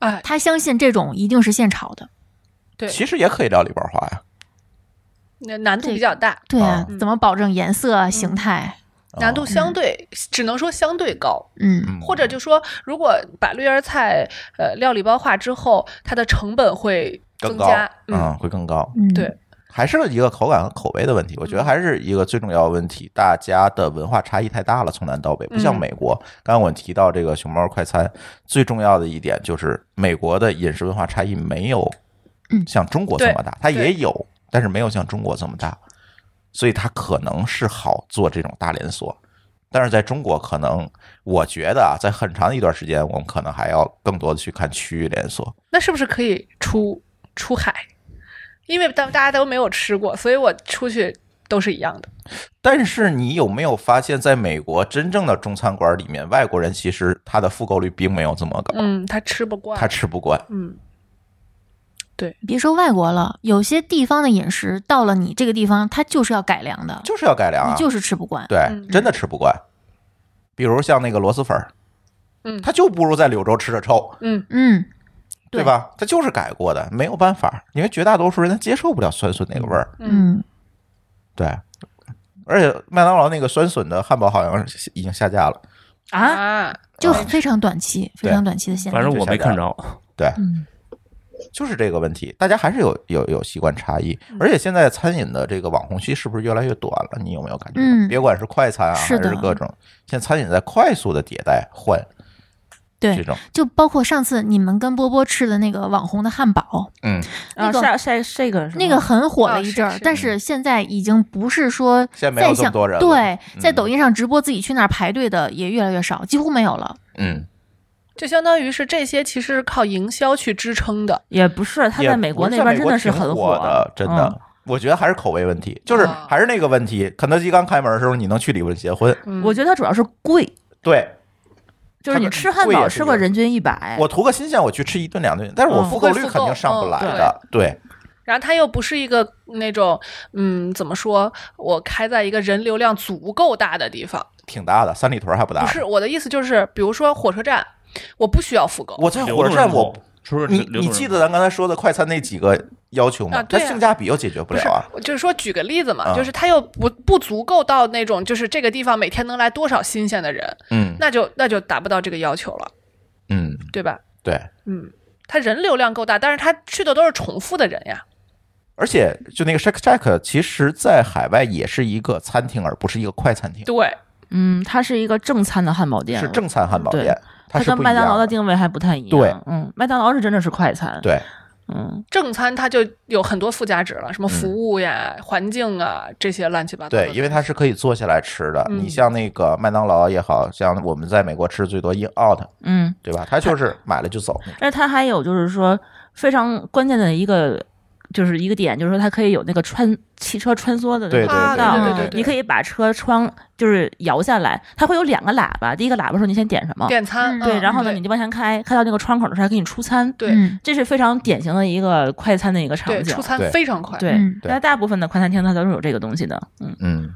Speaker 3: 哎，
Speaker 2: 他相信这种一定是现炒的。
Speaker 3: 对
Speaker 1: 其实也可以料理包化呀。
Speaker 3: 那难度
Speaker 2: 这
Speaker 3: 比较大。
Speaker 2: 对啊，
Speaker 3: 嗯
Speaker 2: 怎么保证颜色啊、形态？
Speaker 3: 难度相对
Speaker 1: 嗯
Speaker 3: 只能说相对高，
Speaker 2: 嗯
Speaker 1: 哦
Speaker 3: 或者就说如果把绿叶菜呃料理包化之后，它的成本会
Speaker 1: 更
Speaker 3: 增
Speaker 1: 高
Speaker 3: 加，嗯，
Speaker 1: 嗯，会更高。
Speaker 2: 嗯，
Speaker 3: 对，
Speaker 1: 还是一个口感和口味的问题，我
Speaker 3: 嗯
Speaker 1: 觉得还是一个最重要的问题。大家的文化差异太大了，从南到北，不像
Speaker 3: 嗯
Speaker 1: 美国。刚刚我提到这个熊猫快餐，最重要的一点就是美国的饮食文化差异没有
Speaker 2: 嗯
Speaker 1: 像中国这么大，它
Speaker 3: 对
Speaker 1: 也有，但是没有像中国这么大，所以它可能是好做这种大连锁。但是在中国，可能我觉得啊，在很长一段时间，我们可能还要更多的去看区域连锁。
Speaker 3: 那是不是可以出出海？因为大大家都没有吃过，所以我出去都是一样的。
Speaker 1: 但是你有没有发现，在美国真正的中餐馆里面，外国人其实他的复购率并没有这么高，
Speaker 3: 嗯，他吃不惯。
Speaker 1: 他吃不惯。
Speaker 3: 嗯，
Speaker 2: 别说外国了，有些地方的饮食到了你这个地方，它就是要改良的，
Speaker 1: 就是要改良啊，
Speaker 2: 你就是吃不惯。
Speaker 1: 对，
Speaker 3: 嗯
Speaker 1: 真的吃不惯。比如像那个螺蛳粉儿，
Speaker 3: 嗯
Speaker 1: 他就不如在柳州吃着臭，
Speaker 2: 嗯，对
Speaker 1: 对吧？他就是改过的，没有办法，因为绝大多数人他接受不了酸笋那个味儿，
Speaker 2: 嗯，
Speaker 1: 对。而且麦当劳那个酸笋的汉堡好像是已经下架了，
Speaker 4: 啊，
Speaker 3: 啊，
Speaker 2: 就非常短期，非常短期的限
Speaker 5: 反
Speaker 2: 定。
Speaker 5: 正我没看着。
Speaker 4: 嗯
Speaker 1: 就是这个问题，大家还是有有有习惯差异，而且现在餐饮的这个网红期是不是越来越短了？你有没有感觉到？
Speaker 2: 嗯
Speaker 1: 别管是快餐啊，
Speaker 2: 是的
Speaker 1: 还是各种，现在餐饮在快速的迭代换这
Speaker 2: 对，
Speaker 1: 种，
Speaker 2: 就包括上次你们跟波波吃的那个网红的汉堡，
Speaker 1: 嗯，
Speaker 4: 啊，
Speaker 2: 那个
Speaker 4: 晒晒这个是吗
Speaker 2: 那个很火了
Speaker 3: 哦
Speaker 2: 一
Speaker 3: 是
Speaker 2: 阵儿，
Speaker 3: 是
Speaker 2: 但是现在已经不是说
Speaker 1: 现在没有
Speaker 2: 再
Speaker 1: 这么
Speaker 2: 想
Speaker 1: 多人了
Speaker 2: 对，在
Speaker 1: 嗯
Speaker 2: 抖音上直播自己去那儿排队的也越来越少，几乎没有了。
Speaker 1: 嗯，
Speaker 3: 就相当于是这些其实是靠营销去支撑的。
Speaker 4: 也不是，他
Speaker 1: 也
Speaker 4: 在美
Speaker 1: 不
Speaker 4: 国那
Speaker 1: 在
Speaker 4: 边真的是
Speaker 1: 挺
Speaker 4: 很
Speaker 1: 火的，真的。
Speaker 4: 嗯
Speaker 1: 我觉得还是口味问题，就是
Speaker 3: 啊
Speaker 1: 还是那个问题。肯德基刚开门的时候，你能去里边结婚？
Speaker 3: 嗯
Speaker 4: 我觉得它主要是贵，
Speaker 1: 对
Speaker 4: 就是你
Speaker 1: 它
Speaker 4: 吃汉
Speaker 1: 贵
Speaker 4: 堡
Speaker 1: 也是
Speaker 4: 吃个
Speaker 1: 一个
Speaker 4: 人均一百，
Speaker 1: 我图个新鲜，我去吃一顿两顿，但是我
Speaker 4: 哎嗯
Speaker 1: 复购
Speaker 3: 不
Speaker 1: 率
Speaker 3: 会复
Speaker 1: 肯定
Speaker 3: 购
Speaker 1: 上不
Speaker 3: 嗯
Speaker 1: 来的。对，
Speaker 3: 然后它又不是一个那种，嗯，怎么说？我开在一个人流量足够大的地方，
Speaker 1: 挺大的，三里屯还不大。
Speaker 3: 不是我的意思就是，比如说火车站，我不需要复购。
Speaker 1: 嗯我在
Speaker 5: 流
Speaker 1: 火车
Speaker 5: 动
Speaker 1: 站，
Speaker 5: 人
Speaker 1: 我
Speaker 5: 口除了
Speaker 1: 你
Speaker 5: 流
Speaker 1: 你
Speaker 5: 动人
Speaker 1: 记
Speaker 5: 口
Speaker 1: 得咱刚才说的快餐那几个要求吗？
Speaker 3: 啊
Speaker 1: 它
Speaker 3: 对啊
Speaker 1: 性价比又解决不
Speaker 3: 不
Speaker 1: 了
Speaker 3: 是
Speaker 1: 啊。，
Speaker 3: 我就是说举个例子嘛，
Speaker 1: 嗯
Speaker 3: 就是它又不不足够到那种，就是这个地方每天能来多少新鲜的人，
Speaker 1: 嗯
Speaker 3: 那就那就达不到这个要求了，
Speaker 1: 嗯，
Speaker 3: 对吧？
Speaker 1: 对。
Speaker 3: 嗯，他人流量够大，但是他去的都是重复的人呀。
Speaker 1: 而且就那个 Shake Shack，其实在海外也是一个餐厅，而不是一个快餐厅，
Speaker 3: 对，
Speaker 4: 嗯，它是一个正餐的汉堡店，
Speaker 1: 是正餐汉堡
Speaker 4: 对
Speaker 1: 店，它是
Speaker 4: 跟
Speaker 1: 不一
Speaker 4: 麦当劳
Speaker 1: 样
Speaker 4: 的定位还不太一样。
Speaker 1: 对，
Speaker 4: 嗯，麦当劳是真的是快餐。，
Speaker 1: 对，
Speaker 4: 嗯，
Speaker 3: 正餐它就有很多附加值了，什么服务呀、环境啊这些乱七八糟的。
Speaker 1: 嗯对，因为它是可以坐下来吃的。
Speaker 3: 嗯
Speaker 1: 你像那个麦当劳也好像我们在美国吃最多 In Out，
Speaker 4: 嗯，
Speaker 1: 对吧？它就是买了就走。
Speaker 4: 而且它还有就是说非常关键的一个。就是一个点，就是说它可以有那个穿汽车穿梭的那
Speaker 1: 对
Speaker 4: 个
Speaker 1: 对
Speaker 3: 啊，
Speaker 4: 道，
Speaker 3: 对对对对，
Speaker 4: 你可以把车窗就是摇下来，它会有两个喇叭，第一个喇叭说你先点什么，
Speaker 3: 点餐，
Speaker 2: 嗯
Speaker 4: 对，然后呢
Speaker 3: 对
Speaker 4: 你就往前开，开到那个窗口的时候还给你出餐，
Speaker 3: 对
Speaker 2: 嗯
Speaker 4: 这是非常典型的一个快餐的一个场
Speaker 3: 对
Speaker 4: 景
Speaker 3: 出。餐
Speaker 1: 对
Speaker 3: 非常快，
Speaker 4: 对
Speaker 2: 嗯，
Speaker 1: 对
Speaker 4: 那大部分的快餐厅它都是有这个东西的，嗯，
Speaker 1: 嗯，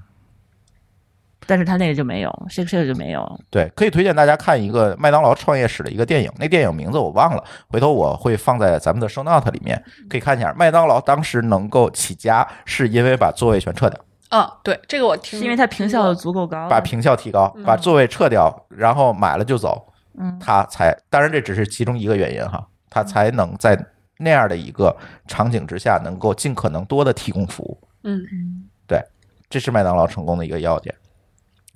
Speaker 4: 但是它那个就没有，这个这个就没有，
Speaker 1: 对，可以推荐大家看一个麦当劳创业史的一个电影，那电影名字我忘了，回头我会放在咱们的 show note 里面，可以看一下。麦当劳当时能够起家，是因为把座位全撤掉，
Speaker 3: 啊，对这个我
Speaker 4: 是
Speaker 3: 听，
Speaker 4: 因为它评效
Speaker 3: 听过
Speaker 4: 足够高，
Speaker 1: 把评效提高，把座位撤掉，然后买了就走，
Speaker 4: 嗯
Speaker 1: 他才，当然这只是其中一个原因哈，他才能在那样的一个场景之下，能够尽可能多的提供服务。
Speaker 3: 嗯，
Speaker 1: 这是麦当劳成功的一个要点。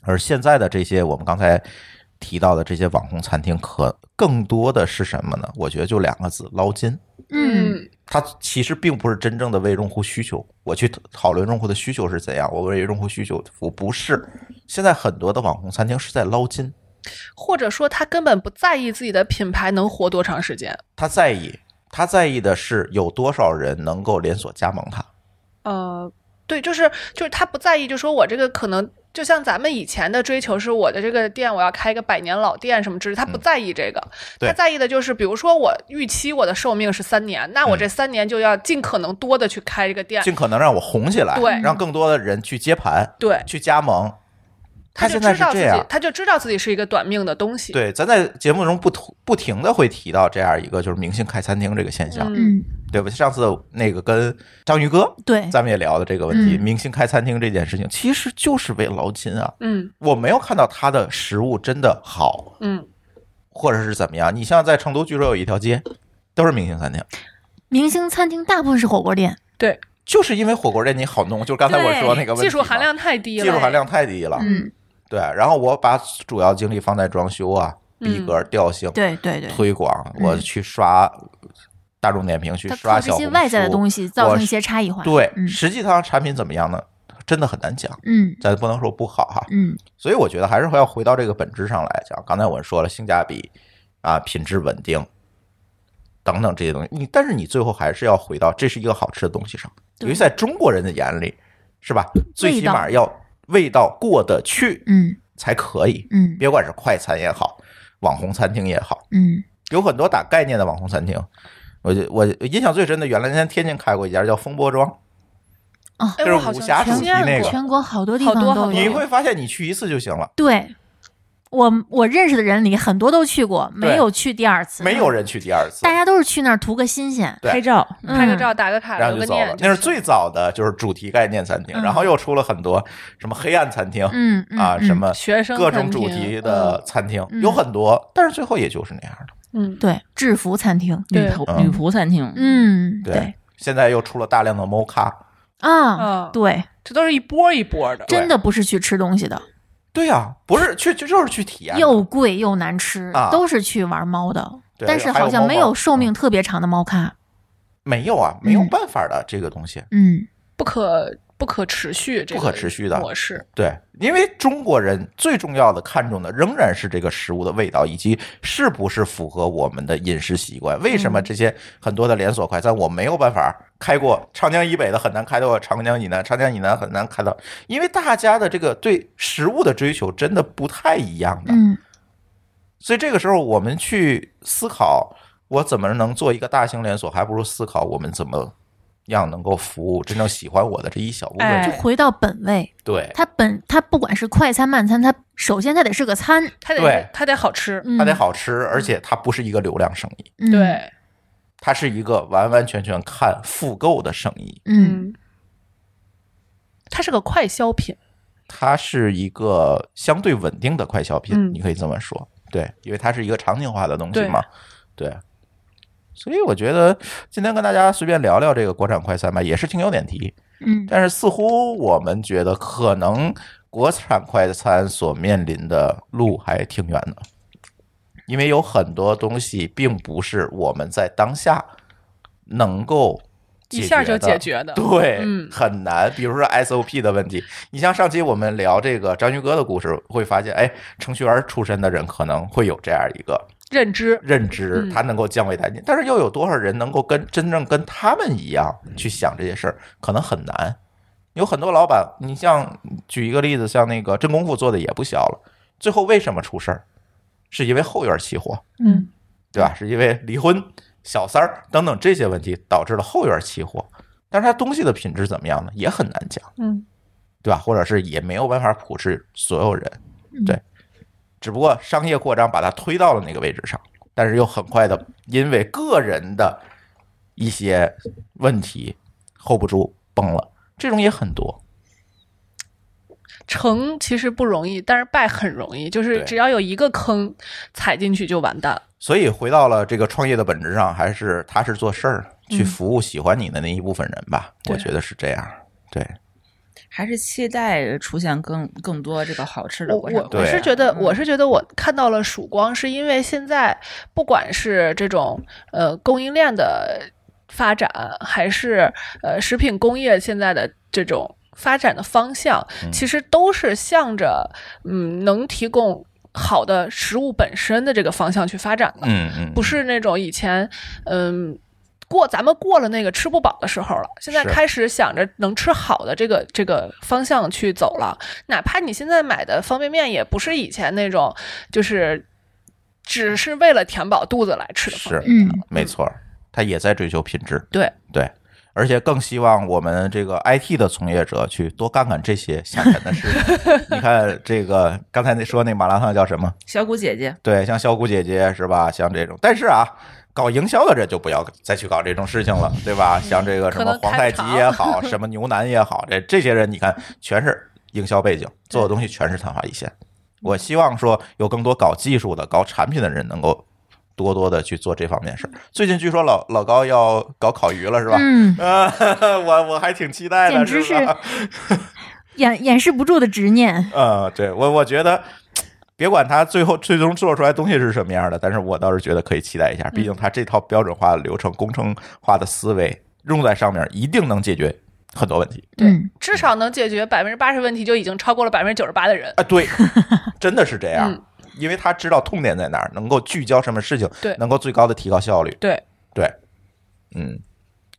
Speaker 1: 而现在的这些我们刚才提到的这些网红餐厅，可更多的是什么呢？我觉得就两个字：捞金。
Speaker 2: 嗯，
Speaker 1: 它其实并不是真正的为用户需求，我去讨论用户的需求是怎样，我为用户需求服务不是。现在很多的网红餐厅是在捞金，
Speaker 3: 或者说他根本不在意自己的品牌能活多长时间，
Speaker 1: 他在意，他在意的是有多少人能够连锁加盟他。
Speaker 3: 呃，对，就是就是他不在意，就说我这个可能就像咱们以前的追求是我的这个店我要开一个百年老店什么之类，他不
Speaker 1: 嗯
Speaker 3: 在意这个，
Speaker 1: 对
Speaker 3: 他在意的就是比如说我预期我的寿命是三年，那我这
Speaker 1: 嗯
Speaker 3: 三年就要尽可能多的去开一个店，
Speaker 1: 尽可能让我红起来，
Speaker 3: 对
Speaker 1: 让更多的人去接盘、
Speaker 3: 对，
Speaker 1: 去加盟。他
Speaker 3: 就
Speaker 1: 现在
Speaker 3: 知
Speaker 1: 是
Speaker 3: 道自
Speaker 1: 这
Speaker 3: 己
Speaker 1: 样，，
Speaker 3: 他就知道自己是一个短命的东西，
Speaker 1: 对，咱在节目中不突不停的会提到这样一个就是明星开餐厅这个现象，
Speaker 3: 嗯
Speaker 2: 嗯，
Speaker 1: 对吧？上次那个跟章鱼哥
Speaker 3: 哎
Speaker 2: 对，
Speaker 1: 咱们也聊的这个问题，
Speaker 2: 嗯
Speaker 1: 明星开餐厅这件事情，其实就是为劳金啊。
Speaker 3: 嗯
Speaker 1: 我没有看到他的食物真的好，
Speaker 3: 嗯，
Speaker 1: 或者是怎么样。你像在成都，据说有一条街都是明星餐厅，
Speaker 2: 明星餐厅大部分是火锅店，
Speaker 1: 就是因为火锅店你好弄，就是刚才我说那个问题嘛
Speaker 3: 技术含量太低
Speaker 1: 技
Speaker 3: 了，哎
Speaker 1: 术含量太低了。
Speaker 2: 嗯，
Speaker 1: 对，然后我把主要精力放在装修啊、
Speaker 3: 嗯
Speaker 1: 逼格、调性、
Speaker 2: 对对对，
Speaker 1: 推广，
Speaker 2: 嗯
Speaker 1: 我去刷大众点评，去
Speaker 2: 它
Speaker 1: 刷
Speaker 2: 靠这
Speaker 1: 小
Speaker 2: 些
Speaker 1: 红
Speaker 2: 外在的
Speaker 1: 书
Speaker 2: 东西造
Speaker 1: 我
Speaker 2: 成一
Speaker 1: 是
Speaker 2: 些差异化，
Speaker 1: 对，
Speaker 2: 嗯
Speaker 1: 实际上产品怎么样呢？真的很难讲，
Speaker 2: 嗯
Speaker 1: 咱不能说不好哈。
Speaker 2: 嗯
Speaker 1: 所以我觉得还是要回到这个本质上来讲。刚才我说了，性价比啊、品质稳定等等这些东西，你但是你最后还是要回到这是一个好吃的东西上，
Speaker 2: 对
Speaker 1: 因为在中国人的眼里，是吧？最
Speaker 2: 味
Speaker 1: 起
Speaker 2: 道
Speaker 1: 码要味道过得去
Speaker 2: 嗯
Speaker 1: 才可以，
Speaker 2: 嗯
Speaker 1: 别管是快餐也好，网红餐厅也好，
Speaker 2: 嗯
Speaker 1: 有很多打概念的网红餐厅。我就我印象最深的，原来在天津开过一家叫风波庄，
Speaker 2: 哦，
Speaker 3: 哎，
Speaker 1: 就是
Speaker 3: 我好
Speaker 1: 武
Speaker 3: 像
Speaker 1: 侠主
Speaker 3: 听
Speaker 1: 题
Speaker 3: 见
Speaker 1: 那
Speaker 3: 过
Speaker 1: 个
Speaker 2: 全国好多地
Speaker 3: 好
Speaker 2: 方
Speaker 3: 多好
Speaker 2: 都
Speaker 3: 多
Speaker 2: 有，
Speaker 1: 你会发现你去一次就行了。
Speaker 2: 对。我我认识的人里很多都去过，没
Speaker 1: 对
Speaker 2: 有去第二次，
Speaker 1: 没有，人去第二次
Speaker 2: 大，家都是去那儿图个新鲜，
Speaker 1: 对
Speaker 4: 拍照，
Speaker 2: 嗯
Speaker 3: 拍个照，打个卡，
Speaker 1: 然后
Speaker 3: 留
Speaker 1: 就
Speaker 3: 个
Speaker 1: 走
Speaker 3: 念
Speaker 1: 了。
Speaker 3: 就
Speaker 1: 那是
Speaker 3: 行
Speaker 1: 最早的就是主题概念餐厅，
Speaker 2: 嗯
Speaker 1: 然后又出了很多什么黑暗餐厅
Speaker 2: 嗯嗯
Speaker 1: 啊，
Speaker 2: 嗯
Speaker 1: 什么
Speaker 3: 学生
Speaker 1: 各种
Speaker 3: 餐
Speaker 1: 主
Speaker 3: 厅
Speaker 1: 题的，餐厅
Speaker 2: 嗯
Speaker 1: 有很多，但是最后也就是那样的。
Speaker 3: 嗯，嗯
Speaker 2: 对制服餐厅，
Speaker 4: 女
Speaker 3: 对
Speaker 4: 仆
Speaker 1: 嗯
Speaker 4: 女仆餐厅，
Speaker 2: 嗯，对
Speaker 1: 对，现在又出了大量的 mocha，
Speaker 2: 啊，
Speaker 3: 啊，
Speaker 2: 对，
Speaker 3: 这都是一波一波的，
Speaker 2: 真的不是去吃东西的，
Speaker 1: 对呀，不是去就就是去体验的，
Speaker 2: 又贵又难吃，
Speaker 1: 啊
Speaker 2: 都是去玩猫的，
Speaker 1: 对
Speaker 2: 但是
Speaker 1: 还有
Speaker 2: 好像
Speaker 1: 猫
Speaker 2: 没
Speaker 1: 猫嗯
Speaker 2: 有寿命特别长的猫咖，
Speaker 1: 没有啊，没有
Speaker 2: 嗯
Speaker 1: 办法的这个东西。
Speaker 2: 嗯
Speaker 3: 不可不可持续，这
Speaker 1: 不
Speaker 3: 个
Speaker 1: 可持续的
Speaker 3: 模式，
Speaker 1: 对，因为中国人最重要的看重的仍然是这个食物的味道，以及是不是符合我们的饮食习惯。为什么这些很多的连锁快餐我没有办法开过长江以北的很难开到长江以南，长江以南很难开到，因为大家的这个对食物的追求真的不太一样的。
Speaker 2: 嗯
Speaker 1: 所以这个时候我们去思考，我怎么能做一个大型连锁，还不如思考我们怎么样能够服务真正喜欢我的这一小部分人。
Speaker 3: 哎
Speaker 2: 就回到本位，
Speaker 1: 对，
Speaker 2: 它本它不管是快餐慢餐，它首先它得是个餐，
Speaker 3: 它得
Speaker 1: 对
Speaker 3: 它得好吃，
Speaker 2: 嗯
Speaker 1: 它得，好吃，而且它不是一个流量生意。
Speaker 2: 嗯，
Speaker 3: 对，
Speaker 1: 它是一个完完全全看复购的生意，
Speaker 2: 嗯，
Speaker 3: 它是个快消品，
Speaker 1: 它是一个相对稳定的快消品，
Speaker 3: 嗯
Speaker 1: 你可以这么说，对，因为它是一个场景化的东西嘛，对。所以我觉得今天跟大家随便聊聊这个国产快餐吧，也是挺有点题，
Speaker 2: 嗯
Speaker 1: 但是似乎我们觉得可能国产快餐所面临的路还挺远的，因为有很多东西并不是我们在当下能够
Speaker 3: 一
Speaker 1: 解
Speaker 3: 下就
Speaker 1: 的
Speaker 3: 解决的，
Speaker 1: 对，
Speaker 3: 嗯
Speaker 1: 很难。比如说 SOP 的问题，你像上期我们聊这个章鱼哥的故事，会发现，哎，程序员出身的人可能会有这样一个
Speaker 3: 认知，
Speaker 1: 认知
Speaker 3: 嗯，
Speaker 1: 他能够降维打击，但是又有多少人能够跟真正跟他们一样去想这些事儿，可能很难。有很多老板，你像举一个例子，像那个真功夫做的也不小了，最后为什么出事儿？是因为后院起火，
Speaker 2: 嗯，
Speaker 1: 对吧？是因为离婚、小三儿等等这些问题导致了后院起火，但是它东西的品质怎么样呢？也很难讲，
Speaker 3: 嗯，
Speaker 1: 对吧？或者是也没有办法普适所有人，
Speaker 3: 嗯
Speaker 1: 对。只不过商业扩张把它推到了那个位置上，但是又很快的因为个人的一些问题 hold 不住崩了，这种也很多。
Speaker 3: 成其实不容易，但是败很容易，就是
Speaker 1: 对
Speaker 3: 只要有一个坑踩进去就完蛋了，
Speaker 1: 所以回到了这个创业的本质上，还是踏实做事儿，去
Speaker 3: 嗯
Speaker 1: 服务喜欢你的那一部分人吧。
Speaker 3: 对
Speaker 1: 我觉得是这样。对，
Speaker 4: 还是期待呃出现更更多这个好吃的
Speaker 3: 我
Speaker 4: 国产
Speaker 3: 我
Speaker 4: 快
Speaker 3: 我
Speaker 1: 对
Speaker 4: 餐
Speaker 3: 是觉得，
Speaker 4: 嗯
Speaker 3: 我是觉得我看到了曙光，是因为现在不管是这种呃供应链的发展，还是呃食品工业现在的这种发展的方向，其实都是向着嗯能提供好的食物本身的这个方向去发展的，
Speaker 1: 嗯嗯，
Speaker 3: 不是那种以前嗯。过咱们过了那个吃不饱的时候了，现在
Speaker 1: 是
Speaker 3: 开始想着能吃好的这个这个方向去走了。哪怕你现在买的方便面，也不是以前那种就是只是为了填饱肚子来吃的方便面。
Speaker 2: 嗯
Speaker 1: 没错儿，他也在追求品质。
Speaker 3: 对
Speaker 1: 对，而且更希望我们这个 IT 的从业者去多干干这些下沉的事 情。你看这个刚才那说那麻辣烫叫什么？
Speaker 4: 小谷姐姐，
Speaker 1: 对，像小谷姐姐是吧？像这种，但是啊，搞营销的人就不要再去搞这种事情了，对吧？像这个什
Speaker 3: 嗯可
Speaker 1: 么
Speaker 3: 能
Speaker 1: 皇
Speaker 3: 看
Speaker 1: 太极
Speaker 3: 场
Speaker 1: 也好，什么牛腩也好，这这些人你看全是营销背景，做的东西全是昙花一现。我希望说有更多搞技术的、搞产品的人能够多多的去做这方面事儿。最近据说老老高要搞烤鱼了，是吧？
Speaker 2: 嗯，
Speaker 1: 啊， 我我还挺期待的，
Speaker 2: 简直
Speaker 1: 是吧？
Speaker 2: 掩掩饰不住的执念。
Speaker 1: 呃，对我我觉得，别管他最后最终做出来东西是什么样的，但是我倒是觉得可以期待一下，毕竟他这套标准化的流程、工程化的思维用在上面，一定能解决很多问题。
Speaker 3: 对
Speaker 2: 嗯
Speaker 3: 至少能解决百分之八十问题，就已经超过了百分之九十八的人。
Speaker 1: 啊，对，真的是这样
Speaker 3: 嗯，
Speaker 1: 因为他知道痛点在哪儿，能够聚焦什么事情，
Speaker 3: 对
Speaker 1: 能够最高的提高效率。
Speaker 3: 对
Speaker 1: 对，嗯。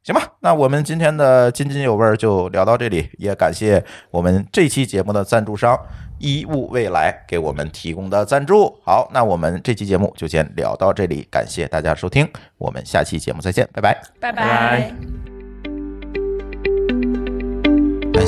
Speaker 1: 行吧，那我们今天的津津有味儿就聊到这里，也感谢我们这期节目的赞助商医务未来给我们提供的赞助。好，那我们这期节目就先聊到这里，感谢大家收听，我们下期节目再见，拜拜。
Speaker 3: 拜
Speaker 5: 拜拜
Speaker 1: 感